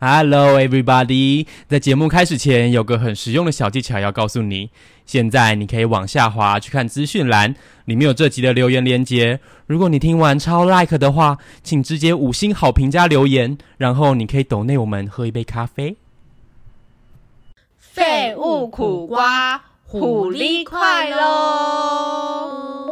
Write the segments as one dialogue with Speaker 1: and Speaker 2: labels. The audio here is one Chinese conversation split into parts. Speaker 1: Hello, everybody！在节目开始前，有个很实用的小技巧要告诉你。现在你可以往下滑去看资讯栏，里面有这集的留言链接。如果你听完超 like 的话，请直接五星好评加留言，然后你可以抖内我们喝一杯咖啡。
Speaker 2: 废物苦瓜，虎力快喽！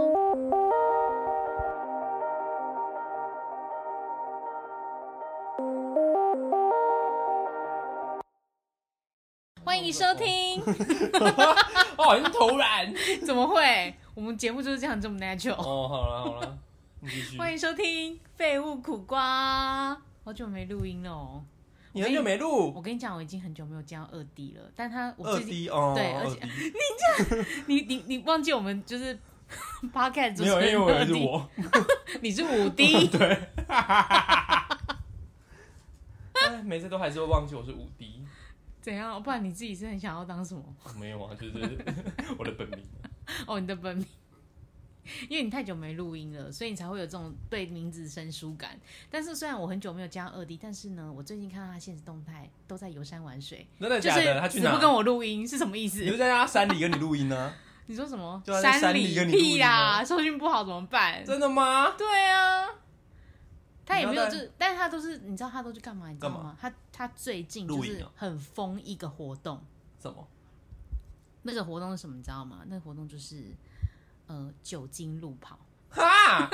Speaker 2: 欢迎收 听。
Speaker 1: 哦，很突然。
Speaker 2: 怎么会？我们节目就是这样这么 natural。
Speaker 1: 哦，好了好了，你继续
Speaker 2: 欢迎收听《废物苦瓜》，好久没录音了哦。
Speaker 1: 你很久没
Speaker 2: 我
Speaker 1: 录
Speaker 2: 跟你讲，我已经很久没有见到二弟了，但他我
Speaker 1: 二
Speaker 2: 最近
Speaker 1: D 哦，
Speaker 2: 对而
Speaker 1: 二
Speaker 2: 且
Speaker 1: D
Speaker 2: 你你你忘记我们就是 podcast 主
Speaker 1: 没
Speaker 2: 持
Speaker 1: 有，因为
Speaker 2: 人
Speaker 1: 我以
Speaker 2: 二
Speaker 1: 为是
Speaker 2: 弟，
Speaker 1: 我。
Speaker 2: 你是五弟，
Speaker 1: 哎每次都还是会忘记我是五 D。
Speaker 2: 怎样？不然你自己是很想要当什么？
Speaker 1: 没有啊，就是 我的本名。
Speaker 2: 哦，你的本名，因为你太久没录音了，所以你才会有这种对名字生疏感。但是虽然我很久没有加二弟，但是呢，我最近看到他现实动态都在游山玩水，
Speaker 1: 真的
Speaker 2: 就
Speaker 1: 假的？他
Speaker 2: 是
Speaker 1: 去
Speaker 2: 死
Speaker 1: 哪
Speaker 2: 不？跟我录音是什么意
Speaker 1: 你就
Speaker 2: 思？
Speaker 1: 在他山里跟你录音 呢？
Speaker 2: 你说什么？
Speaker 1: 就他在山里
Speaker 2: 里
Speaker 1: 跟你录音
Speaker 2: 屁啦，收讯不好怎么办？
Speaker 1: 真的吗？
Speaker 2: 对啊，他也没有
Speaker 1: 你要
Speaker 2: 就
Speaker 1: 带
Speaker 2: 是，但是他都是你知道他都去干嘛？你知道
Speaker 1: 干
Speaker 2: 吗？他他最近就
Speaker 1: 露营
Speaker 2: 是
Speaker 1: 哦
Speaker 2: 很疯一个活动，
Speaker 1: 什么？
Speaker 2: 那个活动是什么？你知道吗？那个活动就是呃酒精路跑。
Speaker 1: 哈，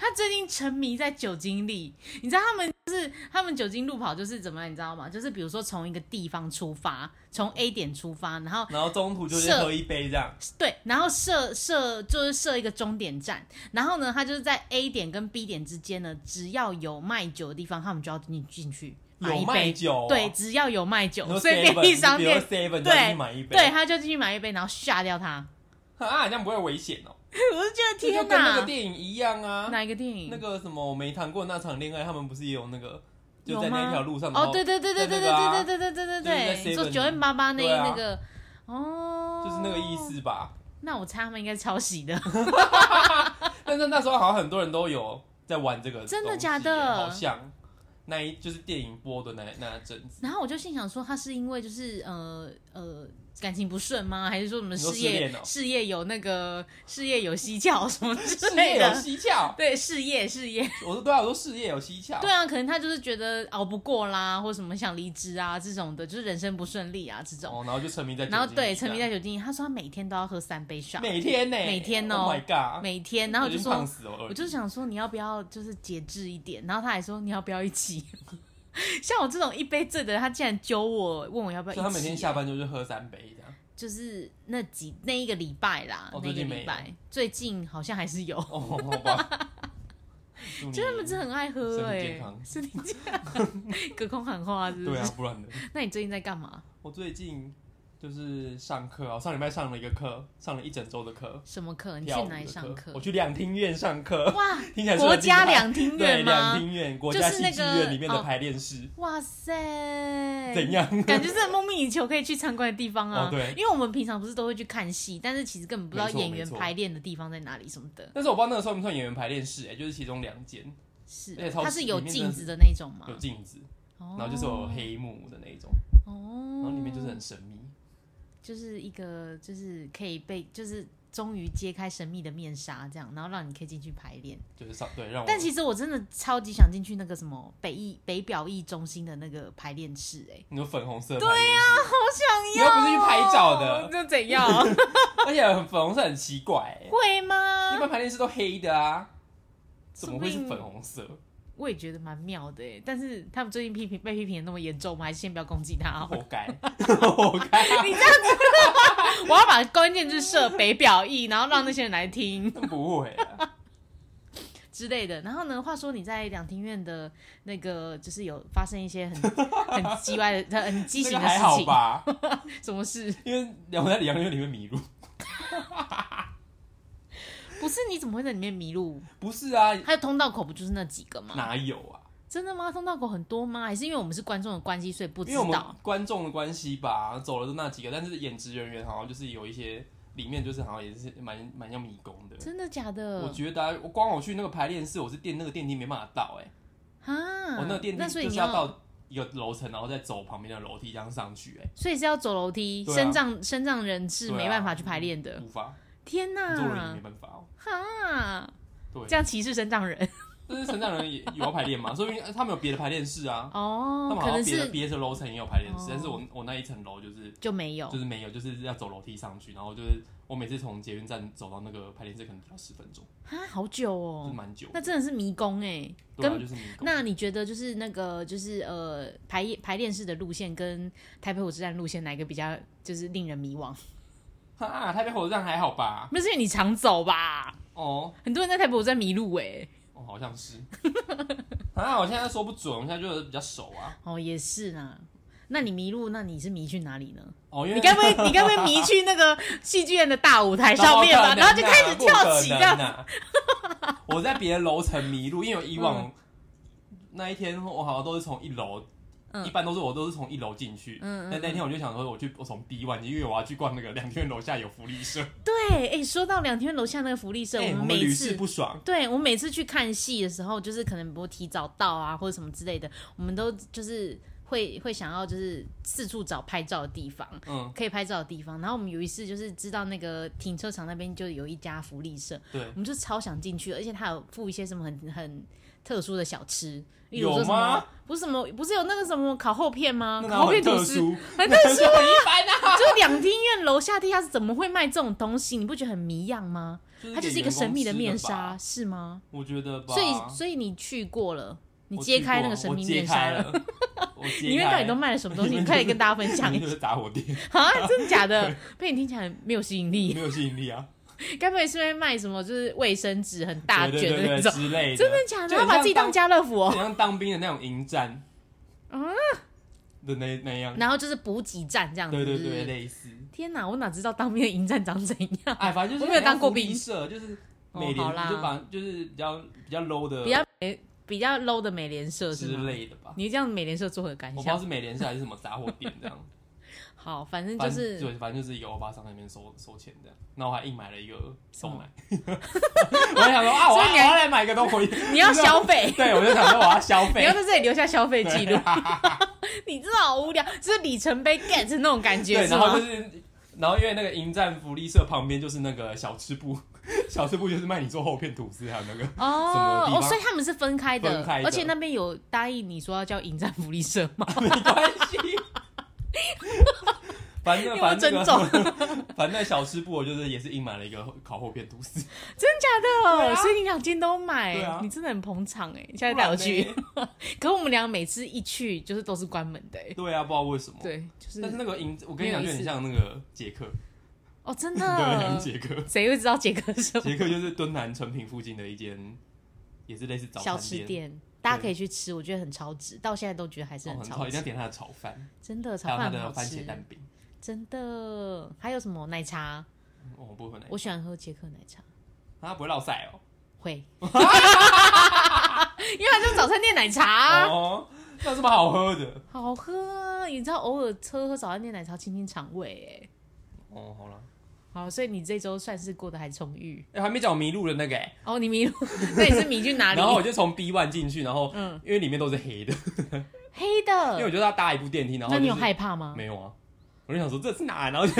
Speaker 2: 他最近沉迷在酒精里，你知道他们就是他们酒精路跑就是怎么样，你知道吗？就是比如说从一个地方出发，从 A 点出发，然后
Speaker 1: 然后中途就是
Speaker 2: 射
Speaker 1: 喝一杯这样，
Speaker 2: 对，然后设设就是设一个终点站，然后呢，他就是在 A 点跟 B 点之间呢，只要有卖酒的地方，他们就要进进去买
Speaker 1: 有
Speaker 2: 一
Speaker 1: 卖
Speaker 2: 杯。
Speaker 1: 酒哦，
Speaker 2: 对，只要有卖酒
Speaker 1: 你，说
Speaker 2: 所以
Speaker 1: 7-Eleven，
Speaker 2: 便利商店，
Speaker 1: 你比如 seven
Speaker 2: 对
Speaker 1: 去买一杯，
Speaker 2: 对，，他就进去买一杯，然后吓 掉他。
Speaker 1: 啊，这样不会危险哦。
Speaker 2: 我就觉得
Speaker 1: 这就
Speaker 2: 天
Speaker 1: 跟那个
Speaker 2: 哪，
Speaker 1: 电影一样啊，
Speaker 2: 哪一个电影？
Speaker 1: 那个什么我没谈过那场恋爱，他们不是也有那个就
Speaker 2: 有
Speaker 1: 在那
Speaker 2: 吗
Speaker 1: 条路上
Speaker 2: 哦，对，对对对对
Speaker 1: 在那个啊
Speaker 2: 对对对对对对
Speaker 1: 就是在 7-Eleven
Speaker 2: 对，做九零八八那
Speaker 1: 对啊
Speaker 2: 那个，
Speaker 1: 然，后
Speaker 2: 哦
Speaker 1: 就是那个意。思吧。
Speaker 2: 那我猜他们应该是抄袭的，
Speaker 1: 但是那时候好像很多人都有在玩这个东西耶，
Speaker 2: 真的假的
Speaker 1: 好像那一就是电影播的那那阵子，
Speaker 2: 然后我就心想说，他是因为就是呃呃感情不顺吗？还是说什么
Speaker 1: 你说
Speaker 2: 事
Speaker 1: 失
Speaker 2: 业
Speaker 1: 恋哦
Speaker 2: 事业有那个事业有蹊跷什么之
Speaker 1: 事
Speaker 2: 类
Speaker 1: 业有
Speaker 2: 的？
Speaker 1: 蹊跷。
Speaker 2: 对，事业事业，
Speaker 1: 我说对啊，我说事业有蹊跷。
Speaker 2: 对啊，可能他就是觉得熬不过啦，或什么想离职啊这种的，就是人生不顺利啊这种。
Speaker 1: 哦，然后就沉迷在酒精
Speaker 2: 然后对，
Speaker 1: 里
Speaker 2: 沉迷
Speaker 1: 这
Speaker 2: 在
Speaker 1: 样
Speaker 2: 酒精里，他说他每天都要喝三杯上，
Speaker 1: 每天呢、
Speaker 2: 每天哦
Speaker 1: Oh my god！
Speaker 2: 每天，然后我
Speaker 1: 已
Speaker 2: 就
Speaker 1: 经
Speaker 2: 说
Speaker 1: 胖，死了，
Speaker 2: 我就想说你要不要就是节制一点，然后他还说你要不要一起。 像我这种一杯醉的人，他竟然揪我，问我要不
Speaker 1: 所
Speaker 2: 要
Speaker 1: 以他
Speaker 2: 一起、啊
Speaker 1: 每天下班就是喝三杯 这样。
Speaker 2: 就是那几那一个礼拜啦，
Speaker 1: 哦
Speaker 2: 那
Speaker 1: 最
Speaker 2: 一个
Speaker 1: 近没
Speaker 2: 礼
Speaker 1: 有
Speaker 2: 拜，最近好像还是 有。
Speaker 1: 哦，好吧。祝你
Speaker 2: 就他们真的很爱喝
Speaker 1: 身体
Speaker 2: 哎
Speaker 1: 健、康
Speaker 2: 身体健康，隔空喊话是不是？
Speaker 1: 对啊，不然呢？
Speaker 2: 那你最近在干嘛？
Speaker 1: 我最近就是上课啊，我上礼拜上了一个课，上了一整周的课，
Speaker 2: 什么课？你去
Speaker 1: 跳舞
Speaker 2: 哪里
Speaker 1: 的
Speaker 2: 上
Speaker 1: 课
Speaker 2: 课？
Speaker 1: 我去两厅院上课，
Speaker 2: 哇，
Speaker 1: 听起来是
Speaker 2: 国
Speaker 1: 很
Speaker 2: 家
Speaker 1: 厉害
Speaker 2: 两厅
Speaker 1: 对
Speaker 2: 院
Speaker 1: 两
Speaker 2: 吗？
Speaker 1: 厅院国
Speaker 2: 就
Speaker 1: 家
Speaker 2: 是
Speaker 1: 戏
Speaker 2: 那
Speaker 1: 剧
Speaker 2: 个
Speaker 1: 院里面的
Speaker 2: 哦
Speaker 1: 排练室
Speaker 2: 哇塞！
Speaker 1: 怎样？
Speaker 2: 感觉是很梦寐以求可以去参观的地方啊。
Speaker 1: 哦对
Speaker 2: 因为我们平常不是都会去看戏，但是其实根本不知道
Speaker 1: 没错
Speaker 2: 演
Speaker 1: 没
Speaker 2: 员
Speaker 1: 错
Speaker 2: 排练的地方在哪里什么的。
Speaker 1: 但是我不知道那个算不算演员排练室、哎，就是其中两间
Speaker 2: 是
Speaker 1: 而且，嗯超
Speaker 2: 它是有
Speaker 1: 里面真
Speaker 2: 镜
Speaker 1: 的
Speaker 2: 子的那种吗
Speaker 1: 有？镜子，
Speaker 2: 然
Speaker 1: 然后就是有黑幕的那一种，然
Speaker 2: 哦，
Speaker 1: 后里面就是很神秘。
Speaker 2: 就是一个就是可以被就是终于揭开神秘的面纱这样，然后让你可以进去排练。
Speaker 1: 就是上对让我，
Speaker 2: 但其实我真的超级想进去那个什么北艺北表艺中心的那个排练室、哎，
Speaker 1: 你说粉红色，对呀、
Speaker 2: 好想
Speaker 1: 要你又不是去拍照 的
Speaker 2: 那怎样？
Speaker 1: 而且很粉红色很奇怪、欸，
Speaker 2: 会
Speaker 1: 一
Speaker 2: 吗？
Speaker 1: 般排练室都黑的 啊，怎
Speaker 2: 说
Speaker 1: 么
Speaker 2: 不
Speaker 1: 会
Speaker 2: 定
Speaker 1: 是粉红色？
Speaker 2: 我也觉得蛮妙的、哎，但是他们最近批评被批评的那么严重，我们还是先不要攻击他好了
Speaker 1: 活该， 活该！啊
Speaker 2: 你这样子，我要把关键字设北表艺，然后让那些人来听。
Speaker 1: 不会啊，
Speaker 2: 之类的。然后呢，话说你在两庭院的那个，就是有发生一些很很叽歪的、很畸
Speaker 1: 这
Speaker 2: 形
Speaker 1: 个
Speaker 2: 的事
Speaker 1: 还好
Speaker 2: 情，
Speaker 1: 吧？
Speaker 2: 什么事？
Speaker 1: 因为我在两个月里面迷路，
Speaker 2: 不是你怎么会在里面迷路？
Speaker 1: 不是啊，
Speaker 2: 还有通道口不就是那几个吗？
Speaker 1: 哪有啊？
Speaker 2: 真的吗？通道口很多吗？还是因为我们是观众的关系，所以不
Speaker 1: 因
Speaker 2: 知
Speaker 1: 为我们
Speaker 2: 道？
Speaker 1: 观众的关系吧，走了都那几个，但是演职人员好像就是有一些里面就是好像也是蛮蛮像迷宫的。
Speaker 2: 真的假
Speaker 1: 我
Speaker 2: 的？
Speaker 1: 觉得、啊、我光我去那个排练室，我是电那个电梯没办法到哎、
Speaker 2: 啊，
Speaker 1: 我那个电梯
Speaker 2: 所以
Speaker 1: 就
Speaker 2: 你
Speaker 1: 是要到一个楼层，然后再走旁边的楼梯这样上去、
Speaker 2: 所以是要走楼梯，
Speaker 1: 对啊
Speaker 2: 身障身障人士
Speaker 1: 对啊
Speaker 2: 没办法去排练的。
Speaker 1: 哎，无法，
Speaker 2: 天
Speaker 1: 做人也
Speaker 2: 哪
Speaker 1: 没，办法哦。
Speaker 2: 哈，
Speaker 1: 对
Speaker 2: 这，样歧视身障人
Speaker 1: 但
Speaker 2: 嗯
Speaker 1: 是成长人也呃有要排练嘛，说明他们有别的排练室啊，他
Speaker 2: 哦
Speaker 1: 们，好
Speaker 2: 可能
Speaker 1: 像别的
Speaker 2: 是
Speaker 1: 别的楼层也有排练室
Speaker 2: 哦，
Speaker 1: 但是我我那一层楼就是
Speaker 2: 就没有
Speaker 1: 就是没有，就是要走楼梯上去，然后就是我每次从捷运站走到那个排练室可能只要十分钟，
Speaker 2: 哈，好久
Speaker 1: 就是
Speaker 2: 哦，
Speaker 1: 蛮久的。
Speaker 2: 那真的是迷宫哎。
Speaker 1: 对啊，
Speaker 2: 跟
Speaker 1: 就是迷宫
Speaker 2: 那你觉得就是那个就是呃排排练室的路线跟台北火车站路线哪一个比较就是令人迷惘？
Speaker 1: 啊，台北火车站还好吧？
Speaker 2: 不是因为你常走吧？
Speaker 1: 哦
Speaker 2: 很多人在台北火车站迷路哎。
Speaker 1: 哦，好像是。啊，我现在说不准，我现在就是比较熟啊。
Speaker 2: 哦，也是啦。那你迷路，那你是迷去哪里呢？
Speaker 1: 哦，因为
Speaker 2: 你该不会 你该不会迷去那个戏剧院的大舞台上面吧？
Speaker 1: 怎么可能啊
Speaker 2: 然后就开始跳起这样
Speaker 1: 不可能啊我在别的楼层迷路，因为我
Speaker 2: 嗯
Speaker 1: 以往那一天我好像都是从一楼。
Speaker 2: 嗯
Speaker 1: 一般都是我都是从一楼进去，
Speaker 2: 嗯嗯
Speaker 1: 但那天我就想说，我去我从 B one，因为我要去逛那个两天楼下有福利社，
Speaker 2: 对，哎、说到两天楼下那个福利社，
Speaker 1: 哎
Speaker 2: 我
Speaker 1: 我们
Speaker 2: 们每
Speaker 1: 屡
Speaker 2: 次
Speaker 1: 试不爽，
Speaker 2: 对我每次去看戏的时候，就是可能不会提早到啊，或者什么之类的，我们都就是会会想要就是四处找拍照的地方，
Speaker 1: 嗯，
Speaker 2: 可以拍照的地方。然后我们有一次就是知道那个停车场那边就有一家福利社，
Speaker 1: 对
Speaker 2: 我，们就超想进去，而且它有附一些什么很很特殊的小吃，例如
Speaker 1: 有
Speaker 2: 说什么
Speaker 1: 吗
Speaker 2: 不是什么不是有那个什么烤厚片吗？
Speaker 1: 那个
Speaker 2: 烤厚
Speaker 1: 很
Speaker 2: 片吐
Speaker 1: 特
Speaker 2: 司，
Speaker 1: 殊，
Speaker 2: 很特 殊、啊，很一般 啊。就两厅院楼下地下室怎么会卖这种东西？你不觉得很迷样吗？它就是一个神秘的面纱，，是吗？
Speaker 1: 我觉得吧，
Speaker 2: 所以所以你去过了，你
Speaker 1: 我
Speaker 2: 揭
Speaker 1: 去
Speaker 2: 开
Speaker 1: 过
Speaker 2: 那个神
Speaker 1: 我
Speaker 2: 秘
Speaker 1: 揭
Speaker 2: 面纱
Speaker 1: 开
Speaker 2: 了。
Speaker 1: 了， 我揭
Speaker 2: 里面到底都
Speaker 1: 开
Speaker 2: 卖了什么东 西？
Speaker 1: 里
Speaker 2: 你
Speaker 1: 面
Speaker 2: 快点
Speaker 1: 就是
Speaker 2: 跟大家分享
Speaker 1: 里
Speaker 2: 一
Speaker 1: 面就
Speaker 2: 下
Speaker 1: 是杂货店，
Speaker 2: 啊！真的假的？被你听起来没有吸引力，
Speaker 1: 没有吸引力啊，
Speaker 2: 该不会是在卖什么就是卫生纸很 大
Speaker 1: 对
Speaker 2: 卷
Speaker 1: 对
Speaker 2: 的
Speaker 1: 对
Speaker 2: 那
Speaker 1: 对
Speaker 2: 种？
Speaker 1: 之类的，
Speaker 2: 真的假的？
Speaker 1: 就
Speaker 2: 他
Speaker 1: 很
Speaker 2: 把
Speaker 1: 像
Speaker 2: 自己当
Speaker 1: 当
Speaker 2: 家乐福
Speaker 1: 很
Speaker 2: 哦，
Speaker 1: 像当兵的那种营战，啊的那那样，
Speaker 2: 然后就是补给站这样子。
Speaker 1: 对对
Speaker 2: 是不
Speaker 1: 对，
Speaker 2: 是
Speaker 1: 类似。
Speaker 2: 天哪，我哪知道当兵的营站长怎样？
Speaker 1: 哎，反正就是
Speaker 2: 我没有当过
Speaker 1: 很像
Speaker 2: 兵
Speaker 1: 福利社，就是
Speaker 2: 哦
Speaker 1: 每年
Speaker 2: 好啦
Speaker 1: 就把就是比较比较 low 的
Speaker 2: 比较比较 low 的美联社是
Speaker 1: 之
Speaker 2: 吗？
Speaker 1: 类的吧，
Speaker 2: 你这样美联社作何感
Speaker 1: 我不知道
Speaker 2: 想？
Speaker 1: 是美联社还是什么杂货店这样，
Speaker 2: 好，反正就
Speaker 1: 反
Speaker 2: 是
Speaker 1: 正对，反正就是一个欧巴桑在那边收收钱这样，然后我还硬买了一个送奶， 我还想说啊，我
Speaker 2: 所
Speaker 1: 要
Speaker 2: 以
Speaker 1: 我
Speaker 2: 你还
Speaker 1: 要来买一个东西，啊
Speaker 2: 你要消费，
Speaker 1: 对，我就想说我要消
Speaker 2: 你
Speaker 1: 费
Speaker 2: 要，在这里留下消费
Speaker 1: 对啊
Speaker 2: 记录， 你真的好无聊，就是里程碑 get 那种感觉
Speaker 1: 对，
Speaker 2: 是
Speaker 1: 然后
Speaker 2: 吗
Speaker 1: 就？是，然后因为那个迎战福利社旁边就是那个小吃部，小吃部就是卖你做厚片吐司还有那个， 什么地
Speaker 2: 哦
Speaker 1: 方
Speaker 2: 哦，所以他们是分开的，
Speaker 1: 分开的
Speaker 2: 而且那边有答应你说要叫迎战福利社吗？
Speaker 1: 没关系。反正
Speaker 2: 有没有
Speaker 1: 反正那个
Speaker 2: 尊重？真
Speaker 1: 反正那小吃部我就是也是硬买了一个烤厚片吐司，
Speaker 2: 假的？
Speaker 1: 对啊
Speaker 2: 哦所以你两间都买，
Speaker 1: 对啊
Speaker 2: 你真的很捧场哎！你下次带我去。
Speaker 1: 不然呢。
Speaker 2: 可我们俩每次一去就是都是关门的哎。
Speaker 1: 对啊，不知道为什么。
Speaker 2: 对，就是
Speaker 1: 但是那个迎，我跟你讲，
Speaker 2: 没
Speaker 1: 就
Speaker 2: 有意思
Speaker 1: 很像那个杰克，
Speaker 2: 哦，真
Speaker 1: 对，很像
Speaker 2: 的，
Speaker 1: 杰克。
Speaker 2: 谁会知道杰克什么
Speaker 1: 杰克就是敦南成品附近的一间，也是类似早
Speaker 2: 小
Speaker 1: 餐
Speaker 2: 吃
Speaker 1: 店，
Speaker 2: 店？大家可以去吃，我觉得很超值，到现在都觉得还是
Speaker 1: 哦很
Speaker 2: 超
Speaker 1: 超，一定
Speaker 2: 值
Speaker 1: 要，点他的炒饭，
Speaker 2: 真的
Speaker 1: 还有
Speaker 2: 炒
Speaker 1: 他
Speaker 2: 饭
Speaker 1: 的
Speaker 2: 很好
Speaker 1: 番茄
Speaker 2: 吃，
Speaker 1: 蛋饼。
Speaker 2: 真的。还有什么奶茶？
Speaker 1: 哦我不会喝奶
Speaker 2: 我喜欢喝杰克奶茶，
Speaker 1: 茶，他不会落塞哦。
Speaker 2: 会，因为它就是早餐店奶茶啊、
Speaker 1: 哦，那有什么好喝的？
Speaker 2: 好喝啊！你知道偶尔喝喝早餐店奶茶清清肠胃哎。
Speaker 1: 哦，好了，
Speaker 2: 好，所以你这周算是过得还充裕
Speaker 1: 哎、还没讲我迷路的那个、欸，
Speaker 2: 哦。你迷路，那你是迷去哪里
Speaker 1: 然？后我就从 B one 进去，然后
Speaker 2: 嗯，
Speaker 1: 因为里面都是黑的，
Speaker 2: 黑
Speaker 1: 因为我
Speaker 2: 的。
Speaker 1: 觉得要搭一部电梯，然后、
Speaker 2: 那
Speaker 1: 就是、
Speaker 2: 你有害怕吗？
Speaker 1: 没有啊？我就想说这是哪？然后就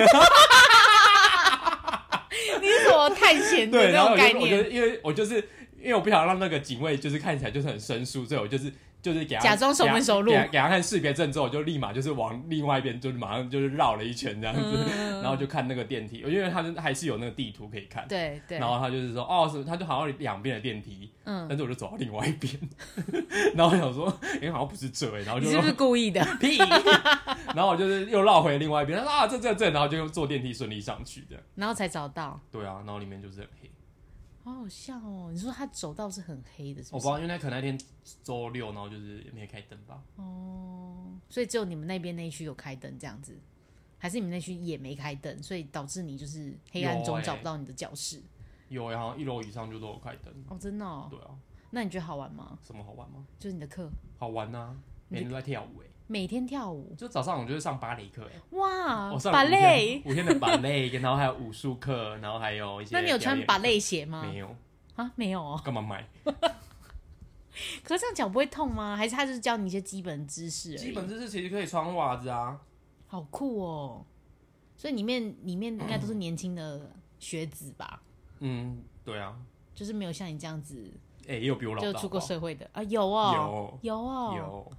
Speaker 2: 你是什么探险 的
Speaker 1: 对，然
Speaker 2: 那
Speaker 1: 后
Speaker 2: 种
Speaker 1: 我
Speaker 2: 概
Speaker 1: 就我
Speaker 2: 念？
Speaker 1: 就因为我就是因为我不想让那个警卫就是看起来就是很生疏，所以我就是就是给他
Speaker 2: 假装熟门熟路
Speaker 1: 给他给他看识别证之后，我就立马就是往另外一边就是马上就是绕了一圈这样子，然后就看那个电梯，因为他就还是有那个地图可以看。
Speaker 2: 嗯对对
Speaker 1: 然，后他就是说，哦，是，他就好像两边的电梯，
Speaker 2: 嗯，
Speaker 1: 但是我就走到另外一边， 然后我想说，因为好像不是这欸，然后
Speaker 2: 你
Speaker 1: 就是
Speaker 2: 不是故意的？
Speaker 1: 屁， 然后我就是又绕回另外一边，他说啊这这这，然后就坐电梯顺利上去这样。
Speaker 2: 然后才找到，
Speaker 1: 对啊，然后里面就是很黑，
Speaker 2: 好好笑哦！你说他走道是很黑的，是
Speaker 1: 哦我
Speaker 2: 不
Speaker 1: 不
Speaker 2: 是
Speaker 1: 知？道，因为那可能那天周六，然后就是也没开灯吧，
Speaker 2: 哦，所以只有你们那边那一区有开灯这样子，还是你们那区也没开灯，所以导致你就是黑暗
Speaker 1: 有
Speaker 2: 中
Speaker 1: 欸
Speaker 2: 找不到你的教室？
Speaker 1: 有欸好像一楼以上就都有开灯。
Speaker 2: 哦，真的、哦？
Speaker 1: 对啊，
Speaker 2: 那你觉得好玩吗？
Speaker 1: 什么好玩吗？
Speaker 2: 就是你的课
Speaker 1: 好玩啊，每天都在跳舞哎、
Speaker 2: 每天跳舞，
Speaker 1: 就早上我就是上芭蕾课哎、
Speaker 2: 哇
Speaker 1: 我，上了
Speaker 2: 啊芭
Speaker 1: 五天
Speaker 2: 蕾？
Speaker 1: 五天的芭蕾，然后还有武术课，然后还有一些表
Speaker 2: 那
Speaker 1: 演。
Speaker 2: 你有穿芭蕾鞋吗？
Speaker 1: 没有，
Speaker 2: 啊，没有哦。
Speaker 1: 干嘛买？
Speaker 2: 可是这样脚不会痛吗？还是他就是教你一些基本知识而已？
Speaker 1: 基本知识其实可以穿袜子啊，
Speaker 2: 好酷哦！所以里面里面应该都是年轻的学子吧，
Speaker 1: 嗯，对啊，
Speaker 2: 就是没有像你这样子
Speaker 1: 哎、也有比我老
Speaker 2: 就
Speaker 1: 大
Speaker 2: 出
Speaker 1: 好不
Speaker 2: 过
Speaker 1: 好
Speaker 2: 社会的啊，有哦，
Speaker 1: 有
Speaker 2: 有哦，呃
Speaker 1: 有，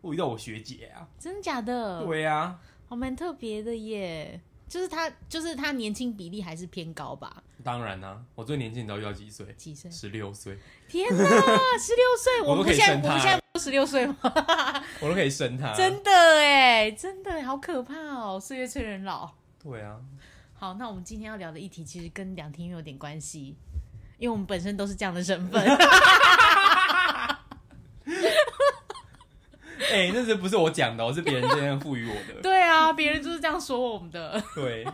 Speaker 1: 我遇到我学姐啊，
Speaker 2: 真的假的？
Speaker 1: 对啊，
Speaker 2: 好蛮特别的耶，就是他就是他年轻比例还是偏高吧？
Speaker 1: 当然啦、我最年轻你知道遇到几岁？
Speaker 2: 几岁？
Speaker 1: 十六岁，
Speaker 2: 天哪，十六岁！
Speaker 1: 我
Speaker 2: 我
Speaker 1: 都
Speaker 2: 们
Speaker 1: 可以
Speaker 2: 现在
Speaker 1: 生
Speaker 2: 我
Speaker 1: 他啊
Speaker 2: 们现在不十 六岁吗？
Speaker 1: 我都可以生他。
Speaker 2: 真的哎，真的好可怕哦，岁月催人老。
Speaker 1: 对啊，
Speaker 2: 好，那我们今天要聊的议题其实跟两厅院有点关系，因为我们本身都是这样的身份。
Speaker 1: 哎、那是不是我讲的哦？我是别人这样赋予我的。
Speaker 2: 对啊，别人就是这样说我们的。
Speaker 1: 对，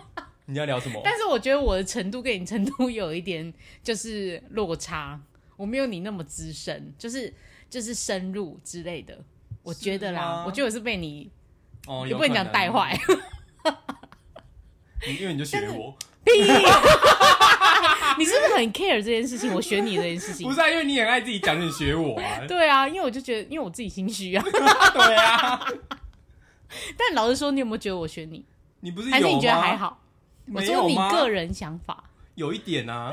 Speaker 1: 你要聊什么？
Speaker 2: 但是我觉得我的程度跟你程度有一点就是落差， 我没有你那么资深，就是就是深入之类的。我觉得
Speaker 1: 是
Speaker 2: 啦
Speaker 1: 吗，
Speaker 2: 我觉得我是被你，
Speaker 1: 哦，
Speaker 2: 也
Speaker 1: 有
Speaker 2: 不能
Speaker 1: 可
Speaker 2: 讲 带坏，
Speaker 1: 你，因为你就学我，
Speaker 2: 屁！ 你是不是很 care 这件事情？我选你这件事情
Speaker 1: 不，是啊？因为你很爱自己讲，你学我啊。
Speaker 2: 对啊，因为我就觉得，因为我自己心 虚啊。
Speaker 1: 对啊，
Speaker 2: 但老实说，你有没有觉得我选你，
Speaker 1: 你不是有
Speaker 2: 还
Speaker 1: 吗？
Speaker 2: 是你觉得还？好？我
Speaker 1: 没
Speaker 2: 说
Speaker 1: 有
Speaker 2: 你
Speaker 1: 吗？
Speaker 2: 个人想法，
Speaker 1: 有一点 啊，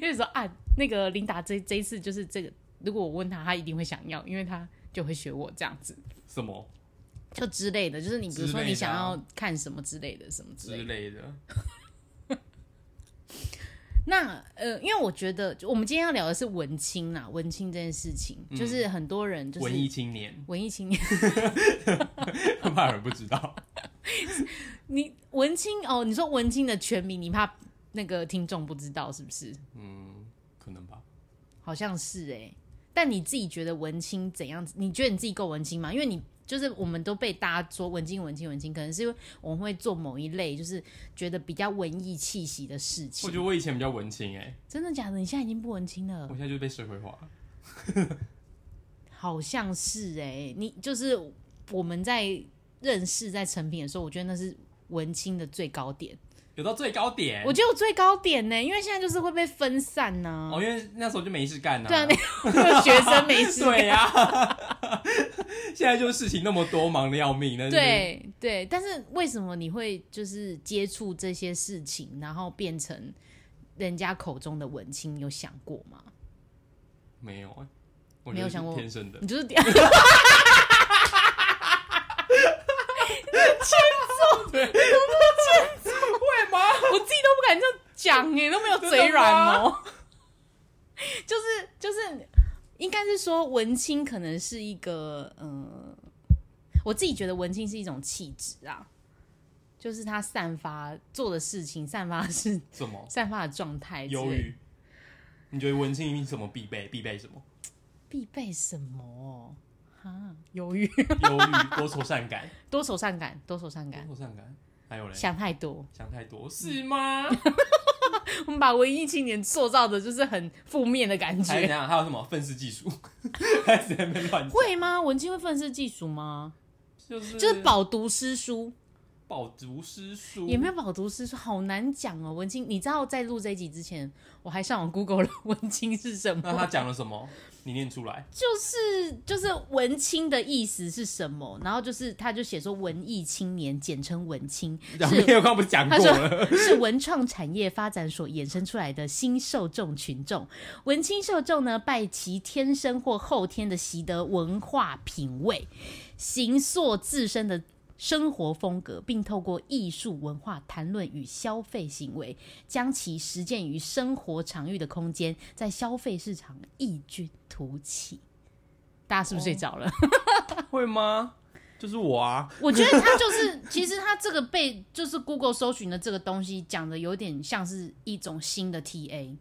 Speaker 2: 就是说啊，那个琳达这这一次就是这个，如果我问他，他一定会想要，因为他就会学我这样子，
Speaker 1: 什么
Speaker 2: 就之类的，就是你比如
Speaker 1: 之类
Speaker 2: 说
Speaker 1: 的啊
Speaker 2: 你想要看什么之类的，什么之类
Speaker 1: 之
Speaker 2: 的。
Speaker 1: 类的。
Speaker 2: 那呃，因为我觉得就我们今天要聊的是文青啦，文青这件事情，
Speaker 1: 嗯
Speaker 2: 就是很多人就是
Speaker 1: 文艺青 年，
Speaker 2: 文艺青年，
Speaker 1: 怕有人不知道。
Speaker 2: 你文青哦，你说文青的全名，你怕那个听众不知道是不是？
Speaker 1: 嗯，可能吧。
Speaker 2: 好像是哎、但你自己觉得文青怎样子？你觉得你自己够文青吗？因为你就是我们都被大家说文青、文青、文青，可能是因为我们会做某一类，就是觉得比较文艺气息的事
Speaker 1: 我
Speaker 2: 情
Speaker 1: 觉。得我以前比较文青哎、
Speaker 2: 真的假的？你现在已经不文青了
Speaker 1: 我，现在就被社会化了。
Speaker 2: 好像是哎、你就是我们在认识在成品的时候，我觉得那是文青的最高点。
Speaker 1: 有到最高点。
Speaker 2: 我觉得我最高点呢、因为现在就是会被分散呢、
Speaker 1: 哦，因为那时候就没事干呐、
Speaker 2: 对啊，那学生没事 干
Speaker 1: 对呀、 现在就是事情那么多，忙的要命。那就是，
Speaker 2: 对对，但是为什么你会就是接触这些事情，然后变成人家口中的文青？你有想过吗？
Speaker 1: 没有、欸，我
Speaker 2: 没有
Speaker 1: 觉得是
Speaker 2: 想过
Speaker 1: 天生的。
Speaker 2: 你就是
Speaker 1: 为吗？
Speaker 2: 我自己都不敢这样讲哎、都没有嘴软哦、 就是就是，应该是说文青可能是一个呃，我自己觉得文青是一种气质啊，就是他散发做的事情，散发是？
Speaker 1: 什么
Speaker 2: 散发的状态之类的，
Speaker 1: 忧郁？你觉得文青什么必备？必备什 么？
Speaker 2: 必备什么哦？哈，犹豫，
Speaker 1: 忧郁、多愁善感、
Speaker 2: 多愁善感，多愁善感，
Speaker 1: 多愁善感，还有嘞，
Speaker 2: 想太多。
Speaker 1: 想太多是 吗？
Speaker 2: 我们把文艺青年塑造的就是很负面的感
Speaker 1: 还有怎
Speaker 2: 觉，
Speaker 1: 样？还有什么愤世嫉俗？ 还是在那边乱讲？
Speaker 2: 会吗？文青会愤世嫉俗吗？
Speaker 1: 就是
Speaker 2: 就是饱读诗书，
Speaker 1: 饱读诗书，
Speaker 2: 也没有饱读诗书，好难讲哦。文青，你知道在录这一集之前，我还上网 Google 了 文青是什
Speaker 1: 那他
Speaker 2: 么，
Speaker 1: 讲了什么？你念出来。
Speaker 2: 就是就是文青的意思是什么，然后就是他就写说文艺青年，简称文青，
Speaker 1: 两
Speaker 2: 是
Speaker 1: 边我刚不是讲过
Speaker 2: 他说
Speaker 1: 了？
Speaker 2: 是文创产业发展所衍生出来的新受众群众。文青受众呢，拜其天生或后天的习得文化品味，形塑自身的。生活风格，并透过艺术文化谈论与消费行为，将其实践于生活场域的空间，在消费市场异军突起。大家是不是睡着了？
Speaker 1: 会吗？就是我啊，
Speaker 2: 我觉得他就是，其实他这个被就是 Google 搜寻的这个东西讲的有点像是一种新的 TA，、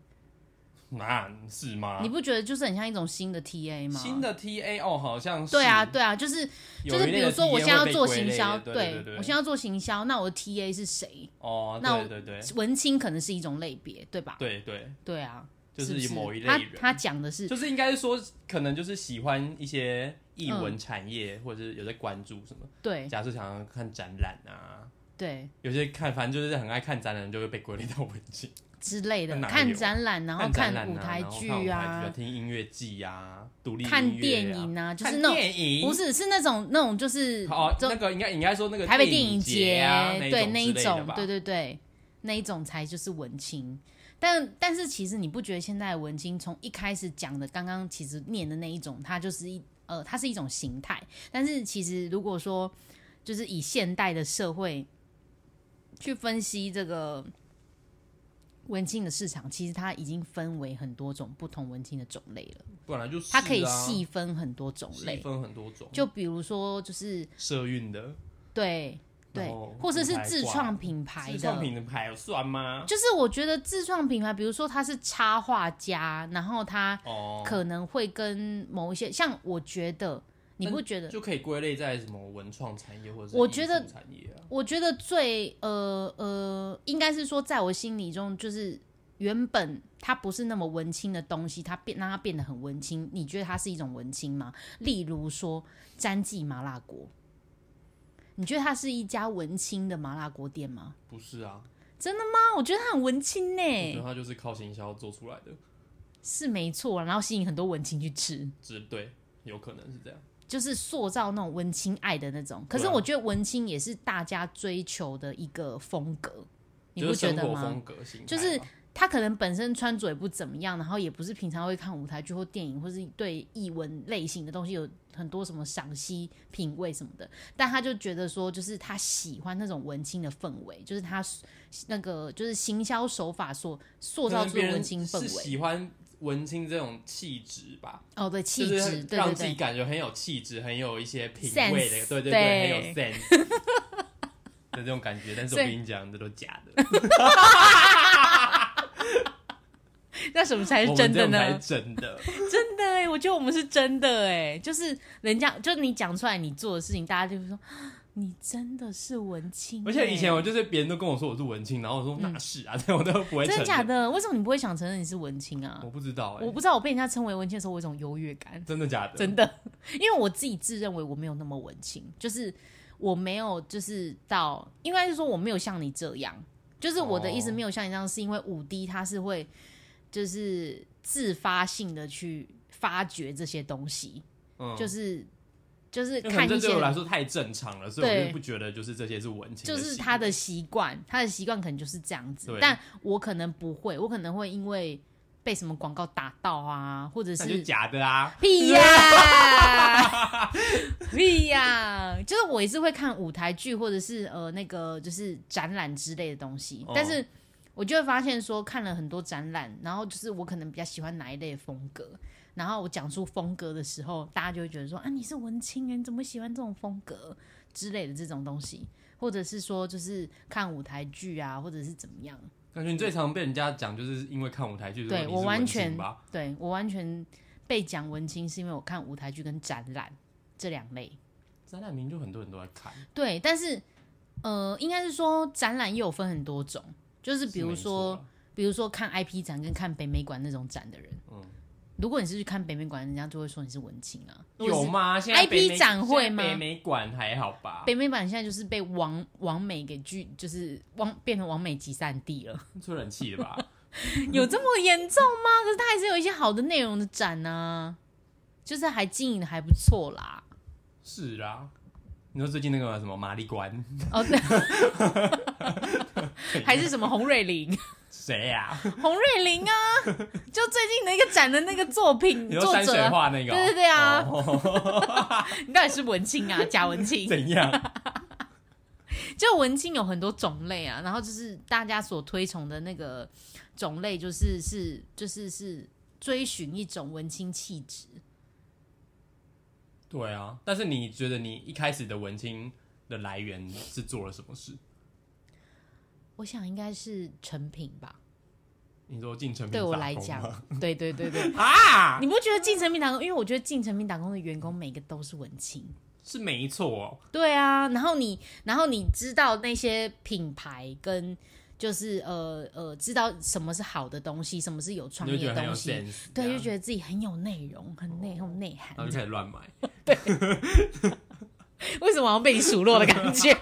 Speaker 1: 那是吗？
Speaker 2: 你不觉得就是很像一种新的 TA 吗？
Speaker 1: 啊新的 TA 哦，好像是
Speaker 2: 对啊，对啊，就是
Speaker 1: 有
Speaker 2: 就
Speaker 1: 一
Speaker 2: 是
Speaker 1: 类的 TA 会被归类的，
Speaker 2: 比如说我现在要做行销，
Speaker 1: 对对对，
Speaker 2: 我现在要做行销，那我的 TA 是谁？
Speaker 1: 哦，
Speaker 2: 那
Speaker 1: 对
Speaker 2: 我
Speaker 1: 对对
Speaker 2: 文青可能是一种类别，对吧？
Speaker 1: 对对，
Speaker 2: 对啊，
Speaker 1: 就是是
Speaker 2: 不
Speaker 1: 某一类
Speaker 2: 他
Speaker 1: 人
Speaker 2: 他讲的是
Speaker 1: 就是应该是说，可能就是喜欢一些艺
Speaker 2: 嗯
Speaker 1: 文产业，或者是有在关注什么。
Speaker 2: 对
Speaker 1: 假设想要看展览啊，
Speaker 2: 对
Speaker 1: 有些看，反正就是很爱看展览，就会被归类到文青。
Speaker 2: 之类的，
Speaker 1: 哪有啊
Speaker 2: 看展览， 然后
Speaker 1: 看展览
Speaker 2: 舞
Speaker 1: 啊
Speaker 2: 台
Speaker 1: 然后看舞
Speaker 2: 剧
Speaker 1: 台剧听音乐剧呀，独立
Speaker 2: 看
Speaker 1: 音乐
Speaker 2: 电
Speaker 1: 啊
Speaker 2: 影啊，就是
Speaker 1: 看
Speaker 2: 那种
Speaker 1: 电影
Speaker 2: 不是是那种那种就是
Speaker 1: 哦，
Speaker 2: 就
Speaker 1: 那个应该应该说那个
Speaker 2: 台北
Speaker 1: 电
Speaker 2: 电影
Speaker 1: 节
Speaker 2: 节，
Speaker 1: 啊，
Speaker 2: 对
Speaker 1: 那
Speaker 2: 那
Speaker 1: 一种之类
Speaker 2: 一
Speaker 1: 的
Speaker 2: 种，
Speaker 1: 吧
Speaker 2: 对对对，那一种才就是文青。但但是其实你不觉得现在的文青从一开始讲的刚刚其实念的那一种，它就是一呃，它是一种形态。但是其实如果说就是以现代的社会去分析这个文青的市场，其实它已经分为很多种不同文青的种类了，
Speaker 1: 本来就是
Speaker 2: 它可以
Speaker 1: 啊
Speaker 2: 细分很多种
Speaker 1: 细
Speaker 2: 类。
Speaker 1: 分很多种，
Speaker 2: 就比如说，就是
Speaker 1: 社运的、
Speaker 2: 对
Speaker 1: 然
Speaker 2: 对
Speaker 1: 后，
Speaker 2: 或者是
Speaker 1: 品牌
Speaker 2: 自
Speaker 1: 挂
Speaker 2: 创品牌
Speaker 1: 自
Speaker 2: 的
Speaker 1: 创，品的牌有算吗？
Speaker 2: 就是我觉得自创品牌，比如说他是插画家，然后他
Speaker 1: 哦，
Speaker 2: 可能会跟某一些，像我觉得你
Speaker 1: 但
Speaker 2: 不觉得？
Speaker 1: 就可以归类在什么文创产业或者是
Speaker 2: 我
Speaker 1: 艺
Speaker 2: 觉
Speaker 1: 术
Speaker 2: 得
Speaker 1: 产业啊，
Speaker 2: 我觉得最呃呃，应该是说，在我心里中，就是原本它不是那么文青的东西，它变让它变得很文青。你觉得它是一种文青吗？例如说詹记麻辣锅，你觉得它是一家文青的麻辣锅店吗？
Speaker 1: 不是啊？
Speaker 2: 啊，我觉得它很文青呢、
Speaker 1: 我觉得它就是靠行销做出来的，
Speaker 2: 是没错啊，然后吸引很多文青去吃。
Speaker 1: 只对，有可能是这样。
Speaker 2: 就是塑造那种文青爱的那种。可是
Speaker 1: 对啊
Speaker 2: 我觉得文青也是大家追求的一个风格，你不
Speaker 1: 就是
Speaker 2: 觉
Speaker 1: 生
Speaker 2: 得
Speaker 1: 活
Speaker 2: 吗
Speaker 1: 风？格型，
Speaker 2: 就是他可能本身穿着也不怎么样，然后也不是平常会看舞台剧或电影，或是对译文类型的东西有很多什么赏析、品味什么的，但他就觉得说，就是他喜欢那种文青的氛围，就是他那个就是行销手法所塑造出
Speaker 1: 别
Speaker 2: 的
Speaker 1: 人
Speaker 2: 文青氛
Speaker 1: 是
Speaker 2: 围。
Speaker 1: 喜欢文青这种气质吧，
Speaker 2: 哦，对，气
Speaker 1: 就
Speaker 2: 质
Speaker 1: 是，
Speaker 2: 对
Speaker 1: 让
Speaker 2: 对
Speaker 1: 自己
Speaker 2: 对，
Speaker 1: 感觉很有气质，很有一些品
Speaker 2: Sense，
Speaker 1: 味的，对对
Speaker 2: 对
Speaker 1: 很有 sense 的这种感觉。但是我
Speaker 2: 所以
Speaker 1: 跟你讲，这都假 的，
Speaker 2: 那什么才
Speaker 1: 我
Speaker 2: 是
Speaker 1: 们
Speaker 2: 真
Speaker 1: 这
Speaker 2: 的
Speaker 1: 种
Speaker 2: 呢？
Speaker 1: 才是真的。
Speaker 2: 真的哎、我觉得我们是真的哎、就是人家就你讲出来你做的事情，大家就会说啊你真的是文青欸、
Speaker 1: 而且以前我就是别人都跟我说我是文青，然后我说哪是啊，这、我都不会承
Speaker 2: 嗯真的
Speaker 1: 认。
Speaker 2: 假的？为什么你不会想承认你是文青啊
Speaker 1: 我？不知道哎、
Speaker 2: 我不知道，我被人家称为文青的时候，我有一种优越感，
Speaker 1: 真的假的？
Speaker 2: 真的，因为我自己自认为我没有那么文青，就是我没有就是到，应该是说我没有像你这样，就是我的意思
Speaker 1: 哦
Speaker 2: 没有像你这样，是因为五 D 它是会就是自发性的去发掘这些东西，
Speaker 1: 嗯，
Speaker 2: 就是就是
Speaker 1: 因为可能
Speaker 2: 看
Speaker 1: 这
Speaker 2: 一
Speaker 1: 对我来
Speaker 2: 些，
Speaker 1: 说太正常了，所以我
Speaker 2: 对
Speaker 1: 就不觉得就是这些是文青，
Speaker 2: 就是他的习惯，他的习惯可能就是这样子
Speaker 1: 对。
Speaker 2: 但我可能不会，我可能会因为被什么广告打到啊，或者
Speaker 1: 那就是假的啊。
Speaker 2: 屁呀、屁呀、就是我也是会看舞台剧或者是呃那个就是展览之类的东西，
Speaker 1: 哦
Speaker 2: 但是我就会发现说看了很多展览，然后就是我可能比较喜欢哪一类的风格，然后我讲出风格的时候，大家就会觉得说啊你是文青人，你怎么喜欢这种风格之类的这种东西，或者是说就是看舞台剧啊，或者是怎么样。
Speaker 1: 感觉你最常被人家讲，就是因为看舞台剧，
Speaker 2: 对
Speaker 1: 说你是
Speaker 2: 我完
Speaker 1: 文青
Speaker 2: 全
Speaker 1: 吧，
Speaker 2: 对我完全被讲文青，是因为我看舞台剧跟展览这两类。
Speaker 1: 展览名就很多人都在看，
Speaker 2: 对，但是呃，应该是说展览也有分很多种，就是比如
Speaker 1: 没错
Speaker 2: 说，
Speaker 1: 啊
Speaker 2: 比如说看 IP 展跟看北美馆那种展的人，
Speaker 1: 嗯
Speaker 2: 如果你是去看北美馆，人家就会说你是文青啊。如果
Speaker 1: 有
Speaker 2: 是
Speaker 1: 吗？现在
Speaker 2: IP
Speaker 1: 北美
Speaker 2: 展会
Speaker 1: 现在北
Speaker 2: 吗
Speaker 1: 美馆还好吧？
Speaker 2: 北美馆现在就是被王王美给拒，就是王变成王美集散 地了，
Speaker 1: 吹冷气了吧？
Speaker 2: 有这么严重吗？可是它还是有一些好的内容的展呢、就是还经营的还不错啦。
Speaker 1: 是啦。你说最近那个什么玛丽关
Speaker 2: 哦，对， 还是什么洪瑞玲，
Speaker 1: 谁呀？
Speaker 2: 洪瑞玲 啊，就最近的一个展的那个作品
Speaker 1: 你说
Speaker 2: 作
Speaker 1: 山
Speaker 2: 者
Speaker 1: 水
Speaker 2: 啊，
Speaker 1: 画那个哦？
Speaker 2: 对对对啊
Speaker 1: 哦
Speaker 2: 你到底是文青啊，假文青？
Speaker 1: 怎样？
Speaker 2: 就文青有很多种类啊，然后就是大家所推崇的那个种类，就是是就是是追寻一种文青气质。
Speaker 1: 对啊，但是你觉得你一开始的文青的来源是做了什么事？
Speaker 2: 我想应该是成品吧，
Speaker 1: 你说进成品
Speaker 2: 对我
Speaker 1: 打
Speaker 2: 来
Speaker 1: 工
Speaker 2: 讲
Speaker 1: 吗，
Speaker 2: 对对对对，
Speaker 1: 啊，
Speaker 2: 你不觉得进成品打工？因为我觉得进成品打工的员工每个都是文青，
Speaker 1: 是没错哦。
Speaker 2: 对啊，然后你，然后你知道那些品牌跟就是呃呃，知道什么是好的东西，什么是有创
Speaker 1: 你就
Speaker 2: 意
Speaker 1: 觉
Speaker 2: 的
Speaker 1: 得很有
Speaker 2: 东西，
Speaker 1: sense，这
Speaker 2: 对，就
Speaker 1: 样啊
Speaker 2: 觉得自己很有内容，很内很有内
Speaker 1: 然后
Speaker 2: 涵
Speaker 1: 就。开始乱买，
Speaker 2: 嗯为什么好像被你数落的感觉？